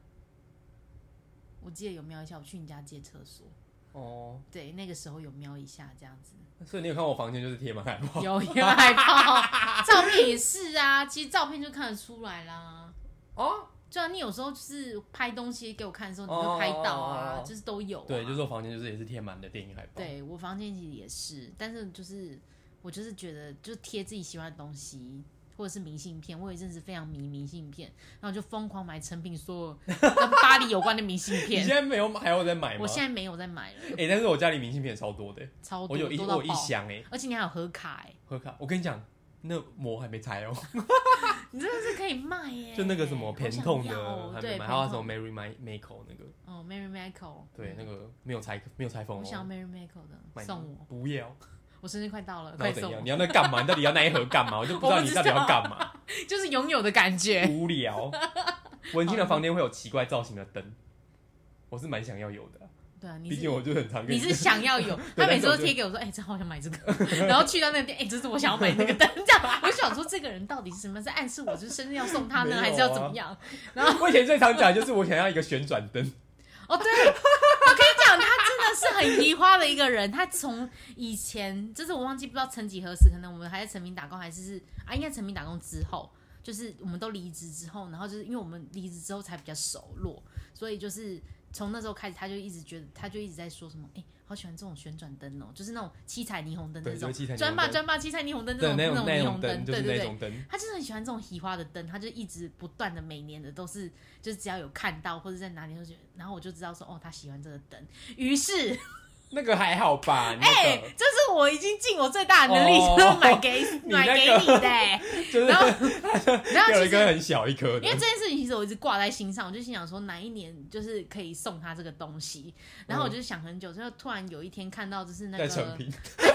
Speaker 2: 我记得有瞄一下，我去你家借厕所，
Speaker 1: 哦，
Speaker 2: 对，那个时候有瞄一下这样子，
Speaker 1: 所以你有看我房间就是贴满海报，
Speaker 2: 有有海报，照片也是啊，其实照片就看得出来啦。
Speaker 1: 哦，
Speaker 2: 就啊，你有时候就是拍东西给我看的时候，你会拍到啊
Speaker 1: 哦哦哦哦
Speaker 2: 就是都有、啊。
Speaker 1: 对，就是我房间就是也是贴满的电影海报，，
Speaker 2: 对我房间其实也是，但是就是我就是觉得，就贴自己喜欢的东西，或者是明信片。我有一阵子非常迷明信片，然后就疯狂买成品所有跟巴黎有关的明信
Speaker 1: 你现
Speaker 2: 片。
Speaker 1: 在没有还有在买吗？
Speaker 2: 我现在没有 在买了，
Speaker 1: 哎、但是我家里明信片超多的，
Speaker 2: 超多
Speaker 1: 我有一
Speaker 2: 多
Speaker 1: 我
Speaker 2: 到
Speaker 1: 有一
Speaker 2: 爆，
Speaker 1: 箱哎，
Speaker 2: 而且你还有盒卡哎、
Speaker 1: 贺卡，我跟你 讲。那膜还没拆哦，
Speaker 2: 你真的是可以卖耶、
Speaker 1: 就那个什么
Speaker 2: 好想
Speaker 1: 偏痛
Speaker 2: 要
Speaker 1: 的
Speaker 2: 哦
Speaker 1: 还没
Speaker 2: 对，
Speaker 1: 买，
Speaker 2: 偏
Speaker 1: 还有什么
Speaker 2: 痛
Speaker 1: Mary My Michael 那个，
Speaker 2: 哦，Mary Michael，
Speaker 1: 对，那
Speaker 2: 个
Speaker 1: 个没有拆没有拆封
Speaker 2: 我想
Speaker 1: 哦，
Speaker 2: 要 Mary Michael 的，
Speaker 1: 买
Speaker 2: 送我，
Speaker 1: 不要，
Speaker 2: 我生日快到了，
Speaker 1: 那
Speaker 2: 啊快
Speaker 1: 我怎
Speaker 2: 送
Speaker 1: 样？
Speaker 2: 我
Speaker 1: 你，要那干嘛？你到底要那一盒干嘛？我就不知道
Speaker 2: 我不
Speaker 1: 你
Speaker 2: 知
Speaker 1: 到底要
Speaker 2: 道
Speaker 1: 干嘛，
Speaker 2: 就是拥有的感觉。
Speaker 1: 无聊。文青的房间会有奇怪造型的灯，我是蛮想要有的啊，
Speaker 2: 对啊，你
Speaker 1: 毕
Speaker 2: 是
Speaker 1: 竟我就很常跟
Speaker 2: 你是想 要有，他每次都贴给我说，哎、这好想买这个， 然后去到那个店，哎、这是我想要买那个灯，这样， 我想说这个人到底是什么是暗示我就是生日要送他
Speaker 1: 没有
Speaker 2: 呢，
Speaker 1: 啊
Speaker 2: 还是要怎么样？
Speaker 1: 我以前最常讲的就是我想要一个旋转灯，
Speaker 2: 哦，对，我跟你讲，他真的是很移花的一个人，他从以前就是我忘记不知道曾几何时，可能我们还在成名打工，还是是啊，应该成名打工之后。就是我们都离职之后，然后就是因为我们离职之后才比较熟络，所以就是从那时候开始，他就一直觉得，他就一直在说什么，哎、好喜欢这种旋转灯哦，就是那种七彩霓虹灯
Speaker 1: 对
Speaker 2: 那
Speaker 1: 就是
Speaker 2: 种
Speaker 1: 七彩霓虹灯
Speaker 2: 专霸专霸七彩霓虹灯这
Speaker 1: 对，
Speaker 2: 种
Speaker 1: 那
Speaker 2: 种
Speaker 1: 那
Speaker 2: 霓
Speaker 1: 种
Speaker 2: 虹
Speaker 1: 灯
Speaker 2: 灯，
Speaker 1: 就是
Speaker 2: 对
Speaker 1: 那
Speaker 2: 对对。
Speaker 1: 种灯，
Speaker 2: 他就是很喜欢这种移花的灯，他就一直不断的每年的都是，就是只要有看到或者在哪里都觉得，然后我就知道说哦，他喜欢这个灯。于是，
Speaker 1: 那个还好吧？
Speaker 2: 哎、
Speaker 1: 那个
Speaker 2: 这是我已经尽我最大的能力、 就
Speaker 1: 哦
Speaker 2: 买给
Speaker 1: 你
Speaker 2: 买
Speaker 1: 那
Speaker 2: 给
Speaker 1: 个
Speaker 2: 你的、欸。
Speaker 1: 就是
Speaker 2: 然后，然后
Speaker 1: 掉
Speaker 2: 其
Speaker 1: 一
Speaker 2: 实
Speaker 1: 颗很小一颗的
Speaker 2: 因为这，件事情，其实我一直挂在心上，我就心想说哪一年就是可以送他这个东西，然后我就想很久，就突然有一天看到就是那
Speaker 1: 在
Speaker 2: 个
Speaker 1: 成品，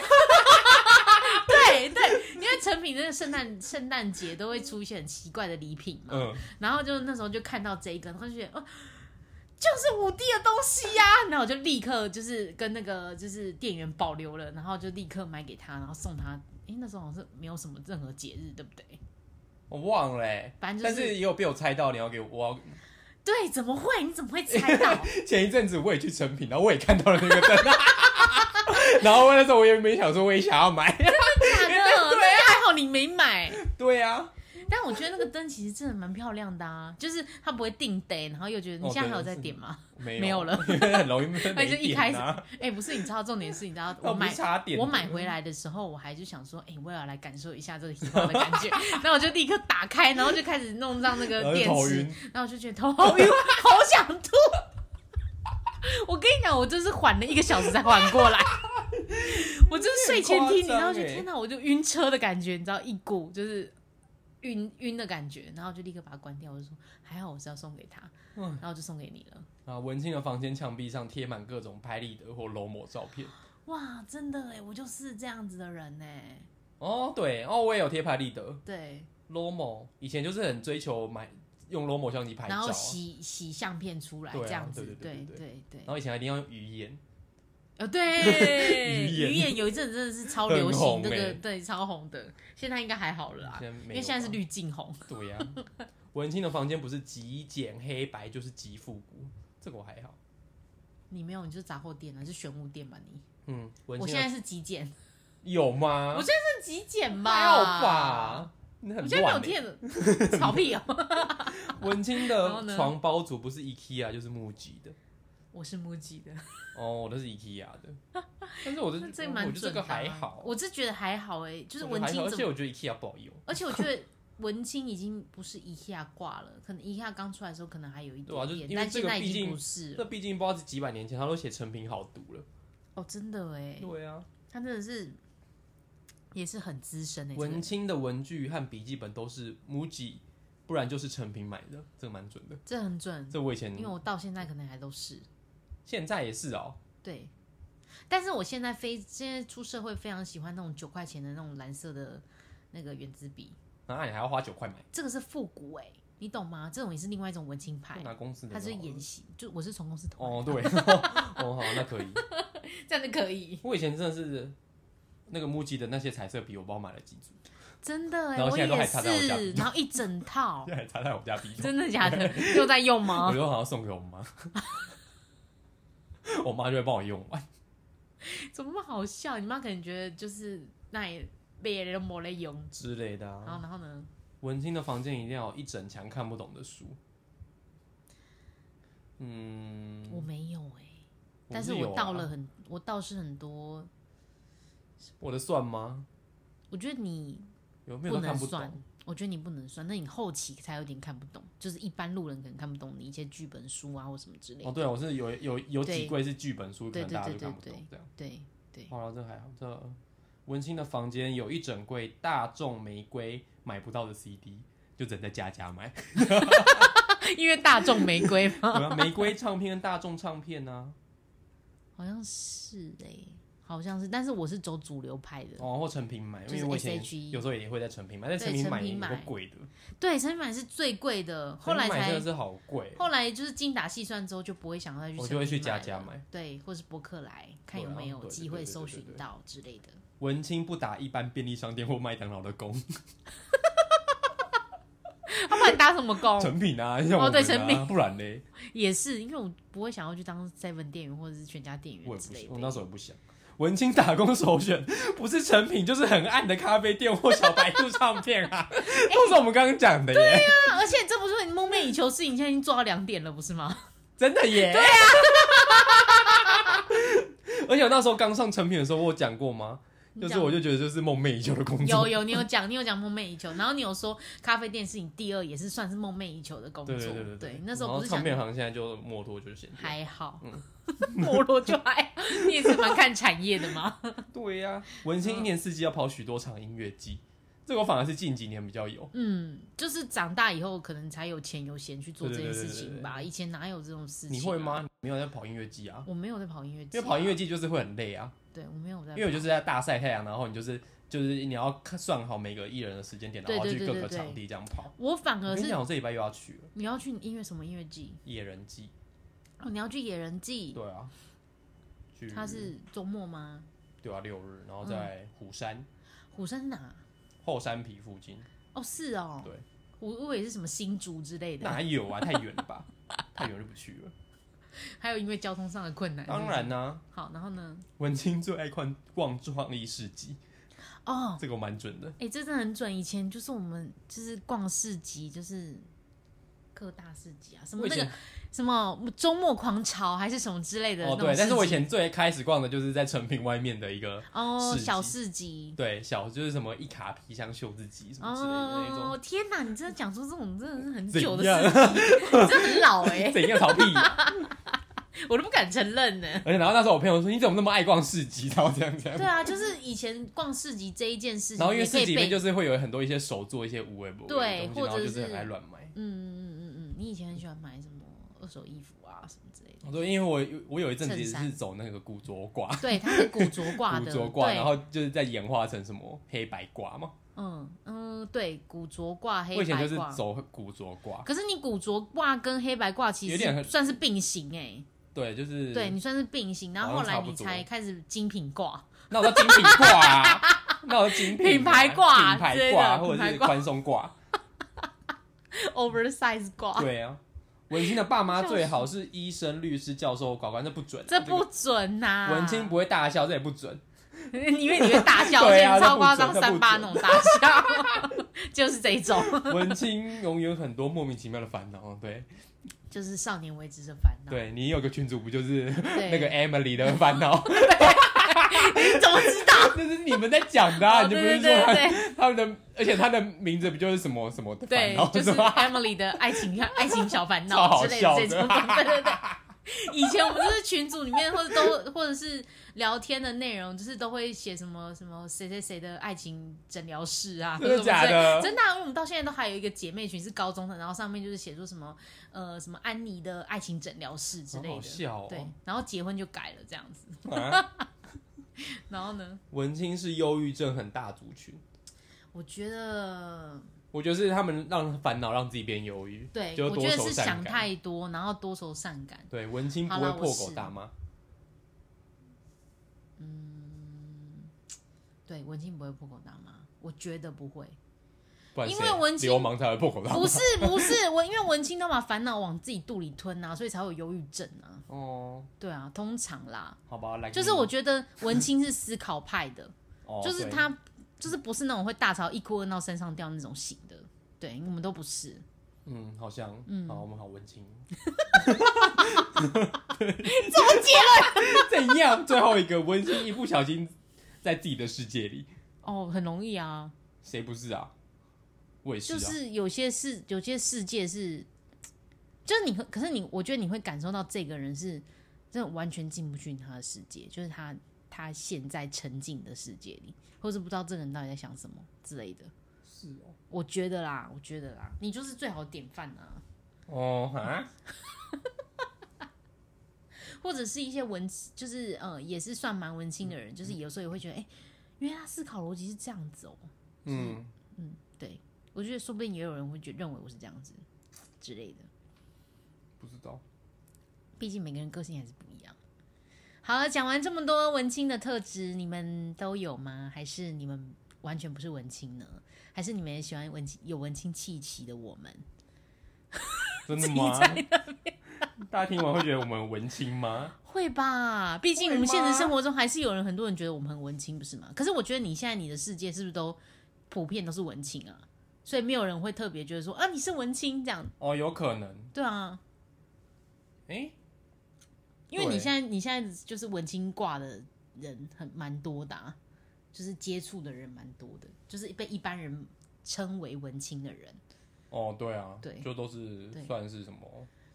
Speaker 2: 对对，因为成品那个圣诞圣诞节都会出一些很奇怪的礼品嘛，
Speaker 1: 嗯，
Speaker 2: 然后就那时候就看到这一个，然后就觉得哦。就是五 D 的东西呀、然后我就立刻就是跟那个就是店员保留了，然后就立刻买给他，然后送他。诶，那时候好像是没有什么任何节日，对不对？
Speaker 1: 我忘了欸，
Speaker 2: 反正
Speaker 1: 但
Speaker 2: 就是
Speaker 1: 是也有被我猜到，你要给我我要。
Speaker 2: 对，怎么会？你怎么会猜 到？
Speaker 1: 前一阵子我也去成品，然后我也看到了那个灯， 然后那时候我也没想说我也想要买，啊
Speaker 2: 假的，那个啊还好你没买。
Speaker 1: 对啊，
Speaker 2: 但我觉得那个灯其实真的蛮漂亮的啊，就是它不会定灯，然后又觉得你
Speaker 1: 哦
Speaker 2: 现在还有
Speaker 1: 对
Speaker 2: 在
Speaker 1: 是
Speaker 2: 点吗？
Speaker 1: 没
Speaker 2: 没有了
Speaker 1: 因为很容易
Speaker 2: 那
Speaker 1: 没
Speaker 2: 就一
Speaker 1: 点
Speaker 2: 开始
Speaker 1: 啊，
Speaker 2: 哎、不是，你知道重点是，你知道
Speaker 1: 那
Speaker 2: 我
Speaker 1: 哦不
Speaker 2: 买
Speaker 1: 是差点，
Speaker 2: 我买回来的时候，我还就想说，哎、我也要来感受一下这个 hip hop 的感觉。然后我就立刻打开，然后就开始弄上那
Speaker 1: 然后就
Speaker 2: 个电
Speaker 1: 呃头
Speaker 2: 池
Speaker 1: 晕，
Speaker 2: 然后我就觉得头好晕， 好想吐。我跟你讲，我就是缓了一个小时才缓过来。我就是睡前听你，
Speaker 1: 很夸张
Speaker 2: 然后就
Speaker 1: 欸
Speaker 2: 天哪，我就晕车的感觉，你知道，一股就是晕晕的感觉，然后就立刻把它关掉。我就说还好我是要送给他，
Speaker 1: 嗯
Speaker 2: 然后我就送给你了。
Speaker 1: 啊！文青的房间墙壁上贴满各种拍立得或 l o 照片，
Speaker 2: 欸哇，真的哎，我就是这样子的人哎。
Speaker 1: 哦，对，哦，我也有贴拍立得
Speaker 2: 对，
Speaker 1: ，Lomo，以前就是很追求买用 Lomo 相机拍照
Speaker 2: 然
Speaker 1: 啊，
Speaker 2: 后洗洗相片出来
Speaker 1: 对啊
Speaker 2: 这样子，
Speaker 1: 对对
Speaker 2: 对
Speaker 1: 对对
Speaker 2: 对对
Speaker 1: 然，后以前一定要用鱼眼，
Speaker 2: 呃，对，
Speaker 1: 鱼眼
Speaker 2: 鱼眼有一阵子真的是超流
Speaker 1: 很
Speaker 2: 行，
Speaker 1: 红
Speaker 2: 这个
Speaker 1: 欸
Speaker 2: 对超红的，现在应该还好了啊，
Speaker 1: 现在没有
Speaker 2: 因为现在是
Speaker 1: 吧
Speaker 2: 滤镜红，
Speaker 1: 对呀、文青的房间不是极简黑白，就是极复古，这个我还好。
Speaker 2: 你没有你就是杂货店啊，是玄武店吧你？
Speaker 1: 嗯，文
Speaker 2: 我
Speaker 1: 青
Speaker 2: 现
Speaker 1: 的
Speaker 2: 在是极简，
Speaker 1: 有吗？
Speaker 2: 我现在是极简吧？
Speaker 1: 还好？吧？你很
Speaker 2: 我现在没有
Speaker 1: 乱、欸。
Speaker 2: 贴的，草屁哦！
Speaker 1: 文青
Speaker 2: 然后
Speaker 1: 的
Speaker 2: 呢
Speaker 1: 床包组不是 IKEA 就是木吉的，
Speaker 2: 我是木吉的，
Speaker 1: 哦，我都是 IKEA 的。 但是我就
Speaker 2: 那这
Speaker 1: 我
Speaker 2: 蛮
Speaker 1: 我觉得
Speaker 2: 准
Speaker 1: 这个
Speaker 2: 的啊
Speaker 1: 还好，
Speaker 2: 我是觉得还好哎，就是
Speaker 1: 我觉
Speaker 2: 文
Speaker 1: 得还好
Speaker 2: 青
Speaker 1: 而
Speaker 2: 怎
Speaker 1: 且
Speaker 2: 么，
Speaker 1: 我觉得 IKEA 不好用，
Speaker 2: 而且我觉得文青已经不是一下挂了，可能一下刚出来的时候可能还有一
Speaker 1: 对啊
Speaker 2: 点
Speaker 1: 就是
Speaker 2: 点，
Speaker 1: 因为
Speaker 2: 但
Speaker 1: 这
Speaker 2: 现
Speaker 1: 个
Speaker 2: 在
Speaker 1: 毕
Speaker 2: 已经
Speaker 1: 竟
Speaker 2: 不是
Speaker 1: 那
Speaker 2: 了。
Speaker 1: 毕竟不知道是几百年前，他都写成品好读了。
Speaker 2: 哦，真的哎，
Speaker 1: 对啊，
Speaker 2: 他真的是也是很资深哎，这个
Speaker 1: 文
Speaker 2: 人
Speaker 1: 青的文具和笔记本都是 MUJI，不然就是成品买的，这个蛮准的。
Speaker 2: 这很准，
Speaker 1: 这我以前
Speaker 2: 嗯因为我到现在可能还都是
Speaker 1: 现在也是哦，
Speaker 2: 对。但是我现在非现在出社会，非常喜欢那种九块钱的那种蓝色的那个圆珠笔，
Speaker 1: 然后你还要花九块买，
Speaker 2: 这个是复古哎、你懂吗？这种也是另外一种文青
Speaker 1: 就
Speaker 2: 派，
Speaker 1: 拿公司的
Speaker 2: 它
Speaker 1: 就是好了
Speaker 2: 演习，就我是从公司投来
Speaker 1: 哦，对， 哦好，那可以。
Speaker 2: 这样就可以，
Speaker 1: 我以前真的是那个 MUJI 的那些彩色笔，我不知道买了几组，
Speaker 2: 真的哎、
Speaker 1: 然后
Speaker 2: 我
Speaker 1: 现在都
Speaker 2: 也
Speaker 1: 还插在我家
Speaker 2: 是，然后一整 套
Speaker 1: 现，在还插在我家笔筒，
Speaker 2: 真的假的？又在用
Speaker 1: 我
Speaker 2: 吗？
Speaker 1: 就好像送给我妈，我妈就会帮我用完。
Speaker 2: 怎么那么好笑？你妈可能觉得就是那也被人没来用，
Speaker 1: 之类的
Speaker 2: 然后
Speaker 1: 啊，
Speaker 2: 然后呢？
Speaker 1: 文青的房间一定要有一整墙看不懂的书。嗯，
Speaker 2: 我没有哎、但是
Speaker 1: 有
Speaker 2: 我
Speaker 1: 啊
Speaker 2: 到了，很，我倒是很多，
Speaker 1: 我的算吗？
Speaker 2: 我觉得你
Speaker 1: 有没有
Speaker 2: 不
Speaker 1: 都
Speaker 2: 能
Speaker 1: 看懂？哦
Speaker 2: 算，我觉得你不能算，那你后期才有点看不懂，就是一般路人可能看不懂你一些剧本书啊或什么之类的。
Speaker 1: 哦，对，我是有有有
Speaker 2: 对
Speaker 1: 几柜是剧本书，可
Speaker 2: 对
Speaker 1: 能
Speaker 2: 对
Speaker 1: 大家
Speaker 2: 对
Speaker 1: 就
Speaker 2: 对
Speaker 1: 看不懂
Speaker 2: 对
Speaker 1: 这样。
Speaker 2: 对对，
Speaker 1: 好了，哦这还好。这文青的房间有一整柜大众玫瑰买不到的 CD，就只能在家家 买。
Speaker 2: 因为大众玫瑰 嘛，
Speaker 1: 对啊玫瑰唱片跟大众唱片啊呢、
Speaker 2: 好像是哎、好像是，但是我是走主流派的。
Speaker 1: 哦，或成品买，
Speaker 2: 就是
Speaker 1: 因为我以
Speaker 2: SHE
Speaker 1: 前有时候也会在成品买，但
Speaker 2: 对
Speaker 1: 成品买
Speaker 2: 成
Speaker 1: 也
Speaker 2: 品买
Speaker 1: 够贵的，
Speaker 2: 对，成品版是最贵的，后来
Speaker 1: 成品买真的
Speaker 2: 才
Speaker 1: 是好贵。
Speaker 2: 后来就是精打细算之后，就不会想要再去成
Speaker 1: 我
Speaker 2: 品买了，
Speaker 1: 就会去家家买
Speaker 2: 对，或是博客来看
Speaker 1: 对
Speaker 2: 有
Speaker 1: 啊
Speaker 2: 没有
Speaker 1: 对对
Speaker 2: 机
Speaker 1: 对
Speaker 2: 会
Speaker 1: 对
Speaker 2: 搜
Speaker 1: 对对
Speaker 2: 寻
Speaker 1: 对
Speaker 2: 到之类的。
Speaker 1: 文青不打一般便利商店或麦当劳的工，
Speaker 2: 他啊不然打什么 工？
Speaker 1: 成品啊，像我们啊
Speaker 2: 哦对成品
Speaker 1: 不然嘞，
Speaker 2: 也是，因为我不会想要去当 seven 店员或者是全家店
Speaker 1: 我
Speaker 2: 员
Speaker 1: 也
Speaker 2: 之
Speaker 1: 不
Speaker 2: 类
Speaker 1: 想，
Speaker 2: 的。
Speaker 1: 我那时候也不想。文青打工首选不是成品，就是很暗的咖啡店或小白兔唱片 啊，
Speaker 2: 哎
Speaker 1: 都是我们刚刚讲的耶，
Speaker 2: 啊那而且这不是你梦寐以求的事情，现在已经做到两点了，不 是吗？
Speaker 1: 真的耶。对啊。 而且我那时候刚上成品的时候，我有讲过吗？
Speaker 2: 你
Speaker 1: 就是
Speaker 2: 讲
Speaker 1: 我就觉得嗯就是梦寐以求的工
Speaker 2: 有
Speaker 1: 作，
Speaker 2: 有，你有讲，你有讲梦寐以求，然后你有说咖啡店是你第二，也是算是梦寐以求的工作。
Speaker 1: 对对对对
Speaker 2: 那时
Speaker 1: 然
Speaker 2: 候
Speaker 1: 后
Speaker 2: 不是
Speaker 1: 唱
Speaker 2: 想
Speaker 1: 片行现在就没落就先
Speaker 2: 还好
Speaker 1: 嗯，
Speaker 2: 没落就还，你也是蛮看产业的嘛。
Speaker 1: 对呀、文青一年四季要跑许多场音乐季，这个我反而是近几年比较有。
Speaker 2: 嗯，就是长大以后可能才有钱有闲去做这
Speaker 1: 对对
Speaker 2: 件
Speaker 1: 对对
Speaker 2: 事
Speaker 1: 对
Speaker 2: 情
Speaker 1: 对
Speaker 2: 吧，以前哪有这种事情？
Speaker 1: 你
Speaker 2: 啊
Speaker 1: 会？吗？你没有在跑音乐季啊？
Speaker 2: 我没有在跑音乐季
Speaker 1: 因
Speaker 2: 啊，
Speaker 1: 为跑音乐季就是会很累啊，
Speaker 2: 对我没有在跑，
Speaker 1: 因为我就是在大晒太阳，然后你就是就是你要看算好每个艺人的时间点，然后
Speaker 2: 对对
Speaker 1: 去
Speaker 2: 对
Speaker 1: 各
Speaker 2: 对
Speaker 1: 个
Speaker 2: 对
Speaker 1: 场地这样跑。
Speaker 2: 我反
Speaker 1: 我
Speaker 2: 而
Speaker 1: 跟你
Speaker 2: 是
Speaker 1: 讲，我这礼拜又要去了
Speaker 2: 你要去音乐什么音乐季？
Speaker 1: 野人季，
Speaker 2: 哦，你要去野人季，
Speaker 1: 对啊，去
Speaker 2: 它是嗯周末吗？
Speaker 1: 对啊六日，然后在虎山
Speaker 2: 虎山是哪？
Speaker 1: 后山皮附近，
Speaker 2: 哦，是哦，
Speaker 1: 对，
Speaker 2: 我我以为是什么新竹之类的，
Speaker 1: 哪有啊？太远了吧？ 太远就不去了。
Speaker 2: 还有因为交通上的困难。
Speaker 1: 当然啦、
Speaker 2: 是不是，好，然后呢？
Speaker 1: 文青最爱逛逛创意市集，
Speaker 2: 哦，
Speaker 1: 这个我蛮准的。
Speaker 2: 哎、这真的很准。以前就是我们就是逛市集，就是各大市集啊，什么
Speaker 1: 我以
Speaker 2: 那
Speaker 1: 前
Speaker 2: 个什么周末狂潮还是什么之类的那
Speaker 1: 哦，
Speaker 2: 种
Speaker 1: 对，但是我以
Speaker 2: 市集
Speaker 1: 前最开始逛的就是在成品外面的一个，
Speaker 2: 哦
Speaker 1: 市集
Speaker 2: 小市集。
Speaker 1: 对，小就是什么一卡皮箱绣自己什么之类的那种。
Speaker 2: 哦天哪！你真的讲出这种真的是很
Speaker 1: 怎
Speaker 2: 久的
Speaker 1: 样
Speaker 2: 事情， 你真的很老哎、
Speaker 1: 怎样逃避？
Speaker 2: 我都不敢承认呢。
Speaker 1: 而且然后那时候我朋友说你怎么那么爱逛市集，然后这样这样
Speaker 2: 对。啊，就是以前逛市集这一件事情，
Speaker 1: 然后因为市集里面
Speaker 2: 嗯也可以被
Speaker 1: 就是会有很多一些手做一些无为不
Speaker 2: 对
Speaker 1: 东西，然
Speaker 2: 或
Speaker 1: 后
Speaker 2: 者
Speaker 1: 就是
Speaker 2: 是
Speaker 1: 很爱乱买。
Speaker 2: 嗯嗯嗯嗯嗯，你以前很喜欢买什么二手衣服啊什么之类的。
Speaker 1: 我说，哦因为我有我有一阵子
Speaker 2: 衬
Speaker 1: 也
Speaker 2: 衫
Speaker 1: 是走那个古着挂，
Speaker 2: 对，它是古着 挂
Speaker 1: 古
Speaker 2: 的，
Speaker 1: 着挂，
Speaker 2: 对
Speaker 1: 然后就是再演化成什么黑白挂嘛。
Speaker 2: 嗯嗯，对，古着挂、黑
Speaker 1: 我以前
Speaker 2: 白
Speaker 1: 就是
Speaker 2: 挂。
Speaker 1: 走古着挂，
Speaker 2: 可是你古着挂跟黑白挂其
Speaker 1: 有点
Speaker 2: 实
Speaker 1: 很
Speaker 2: 算是并行哎、
Speaker 1: 对，就是
Speaker 2: 对你算是并行，然后后
Speaker 1: 好像
Speaker 2: 来
Speaker 1: 差不
Speaker 2: 你
Speaker 1: 多
Speaker 2: 才开始精品挂，
Speaker 1: 那我叫精品挂啊，那我叫精品啊
Speaker 2: 品牌挂
Speaker 1: 品
Speaker 2: 之类
Speaker 1: 牌
Speaker 2: 的
Speaker 1: 挂或
Speaker 2: 品
Speaker 1: 者
Speaker 2: 牌
Speaker 1: 是
Speaker 2: 挂
Speaker 1: 宽松挂，
Speaker 2: oversize 挂，
Speaker 1: 对啊。文青的爸妈最好是医生、律师、教授、搞官，这不准啊，
Speaker 2: 这
Speaker 1: 个
Speaker 2: 不准啊呐、
Speaker 1: 文青不会大笑，这也不准。
Speaker 2: 因为你会大 笑，
Speaker 1: 对啊
Speaker 2: 而且超夸张
Speaker 1: 这不准
Speaker 2: 三八那种大笑， 就是这一种，
Speaker 1: 文青永远很多莫名其妙的烦恼，对，
Speaker 2: 就是少年为之的烦恼。
Speaker 1: 对你有个群主不就是
Speaker 2: 对，
Speaker 1: 那个 Emily 的烦恼？
Speaker 2: 你 怎么知道？
Speaker 1: 那是你们在讲的、啊，
Speaker 2: 哦
Speaker 1: 你就不
Speaker 2: 对
Speaker 1: 是
Speaker 2: 对
Speaker 1: 说他
Speaker 2: 对对
Speaker 1: 他们的，而且他的名字不就是什么什么的烦恼
Speaker 2: 对，就是
Speaker 1: 是吗？
Speaker 2: Emily 的爱情啊爱情小烦
Speaker 1: 超
Speaker 2: 恼
Speaker 1: 好
Speaker 2: 之类的这
Speaker 1: 笑
Speaker 2: 种，对对对。以前我们就是群组里面，或者都或者是聊天的内容，就是都会写什么什么谁谁谁的爱情诊疗室啊，
Speaker 1: 真的假
Speaker 2: 或者什么之类
Speaker 1: 的？
Speaker 2: 真的啊、因为我们到现在都还有一个姐妹群是高中的，然后上面就是写出什么呃什么安妮的爱情诊疗室之类
Speaker 1: 好好
Speaker 2: 的，
Speaker 1: 笑
Speaker 2: 对
Speaker 1: 哦，，
Speaker 2: 然后结婚就改了这样子，
Speaker 1: 啊
Speaker 2: 然后呢，
Speaker 1: 文青是忧郁症很大族群，
Speaker 2: 我觉得
Speaker 1: 我觉得是他们让烦恼让自己变忧郁，
Speaker 2: 对，
Speaker 1: 就
Speaker 2: 我
Speaker 1: 多
Speaker 2: 觉得
Speaker 1: 愁
Speaker 2: 是想
Speaker 1: 善感。
Speaker 2: 太多，然后多愁善感。
Speaker 1: 对，文青不
Speaker 2: 好
Speaker 1: 会
Speaker 2: 啦我
Speaker 1: 破口
Speaker 2: 是
Speaker 1: 大骂，
Speaker 2: 对，文青不会破口大骂，我觉得 不会。
Speaker 1: 不然
Speaker 2: 因
Speaker 1: 谁
Speaker 2: 为文青
Speaker 1: 流氓才会破口大骂
Speaker 2: 不。是不是，文因为文青都把烦恼往自己肚里吞啊，所以才会有忧郁症啊。
Speaker 1: 哦，
Speaker 2: 对啊，通常啦，
Speaker 1: 好吧，来，
Speaker 2: 就是我觉得文青是思考派的，
Speaker 1: 哦
Speaker 2: 就是
Speaker 1: 对
Speaker 2: 他就是不是那种会大吵一哭二闹三上吊那种型的。对，我们都不是，
Speaker 1: 嗯，好像，好，我们好文 青。 怎么结论？怎样？最后一个文青一不小心在自己的世界里，
Speaker 2: 哦，很容易啊，
Speaker 1: 谁不是啊？我也是
Speaker 2: 就
Speaker 1: 啊。
Speaker 2: 是有些事，有些世界是，就是你会，可是你，我觉得你会感受到这个人是真的完全进不去他的世界，就是他他现在沉浸的世界里，或是不知道这个人到底在想什么之类的。
Speaker 1: 是哦
Speaker 2: 我觉得啦，我觉得啦，你就是最好的典范啊，
Speaker 1: 哦哈，
Speaker 2: 或者是一些文，就是呃，也是算蛮文青的
Speaker 1: 嗯
Speaker 2: 人，就是有时候也会觉得，哎、原来他思考逻辑是这样子哦、
Speaker 1: 嗯，
Speaker 2: 对我觉得说不定也有人会觉认为我是这样子之类的。
Speaker 1: 不知道。
Speaker 2: 毕竟每个人个性还是不一样。好了，讲完这么多文青的特质，你们都有吗？还是你们完全不是文青呢？还是你们也喜欢文青有文青气息的我们？
Speaker 1: 真的吗？大家听完会觉得我们文青吗？
Speaker 2: 会吧，毕竟
Speaker 1: 会
Speaker 2: 我们现实
Speaker 1: 吗
Speaker 2: 生活中还是有人很多人觉得我们很文青，不是吗？可是我觉得你现在你的世界是不是都普遍都是文青啊？所以没有人会特别觉得说啊你是文青这样，
Speaker 1: 哦，有可能。
Speaker 2: 对啊，
Speaker 1: 哎、
Speaker 2: 因为你
Speaker 1: 对
Speaker 2: 现在你现在就是文青挂的人很蛮多的、啊，就是接触的人蛮多的，就是被一般人称为文青的人。
Speaker 1: 哦，对啊，
Speaker 2: 对
Speaker 1: 就都是
Speaker 2: 对
Speaker 1: 算是什么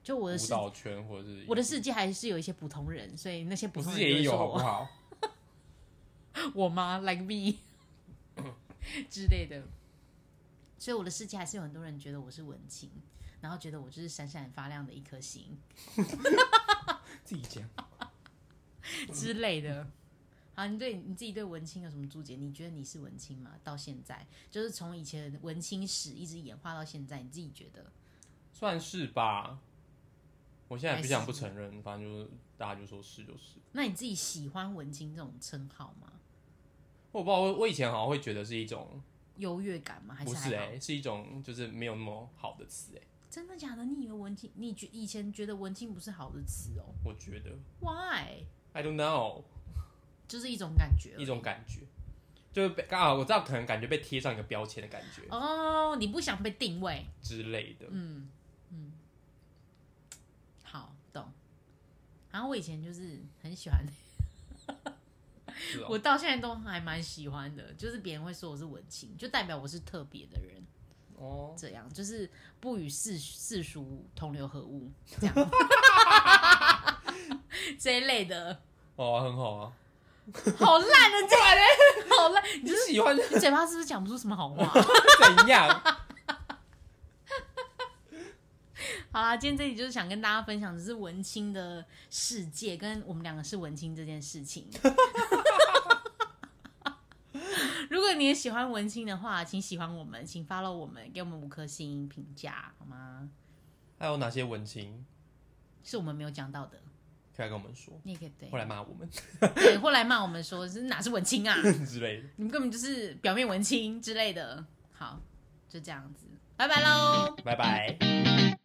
Speaker 2: 就我的
Speaker 1: 舞
Speaker 2: 世
Speaker 1: 蹈圈或者是
Speaker 2: 我的世界还是有一些普通人，所以那些普
Speaker 1: 我
Speaker 2: 通
Speaker 1: 世
Speaker 2: 人
Speaker 1: 界也
Speaker 2: 就
Speaker 1: 有
Speaker 2: 会
Speaker 1: 好不
Speaker 2: 说我
Speaker 1: 好？
Speaker 2: 我妈 like me 之类的。所以我的世界还是有很多人觉得我是文青，然后觉得我就是闪闪发亮的一颗星
Speaker 1: 自己讲。
Speaker 2: 之类的。好，你对你自己对文青有什么注解？你觉得你是文青吗？到现在，就是从以前文青史一直演化到现在，你自己觉得？
Speaker 1: 算是吧。我现在也不
Speaker 2: 还
Speaker 1: 想
Speaker 2: 是
Speaker 1: 不承认，反正就是大家就说是就是。
Speaker 2: 那你自己喜欢文青这种称号吗？
Speaker 1: 我不知道，我我以前好像会觉得是一种，
Speaker 2: 优越感吗？还
Speaker 1: 不
Speaker 2: 还
Speaker 1: 是
Speaker 2: 好？
Speaker 1: 哎、是一种就是没有那么好的词哎、
Speaker 2: 真的假的？你以为文青？你觉以前觉得文青不是好的词哦
Speaker 1: 我觉得
Speaker 2: ？Why？
Speaker 1: I don't know
Speaker 2: 就是一种感觉而已，
Speaker 1: 一种感觉，就是被刚好我知道可能感觉被贴上一个标签的感觉
Speaker 2: 哦，你不想被定位，
Speaker 1: 之类的。
Speaker 2: 嗯嗯，好懂。然后我以前就是很喜欢，
Speaker 1: 是哦、
Speaker 2: 我到现在都还蛮喜欢的，就是别人会说我是文青，就代表我是特别的人，
Speaker 1: 哦，
Speaker 2: 这样就是不与世世俗同流合污，这样 这一类的，
Speaker 1: 哦，很好啊。
Speaker 2: 好烂的这玩意好烂，
Speaker 1: 你喜欢
Speaker 2: 你嘴巴是不是讲 不出什么好话？
Speaker 1: 怎样？
Speaker 2: 好啦，今天这里就是想跟大家分享的是文青的世界，跟我们两个是文青这件事 情。如果你也喜欢文青的话，请喜欢我们，请 follow 我们，给我们五颗星评价好吗？
Speaker 1: 还有哪些文青
Speaker 2: 是我们没有讲到的，
Speaker 1: 可以来跟我们说，
Speaker 2: 你也可以对
Speaker 1: 后来骂我们
Speaker 2: 对，或来骂我们说是哪是文青啊？
Speaker 1: 之类的。
Speaker 2: 你们根本就是表面文青之类的。好，就这样子，拜拜喽。
Speaker 1: 拜拜。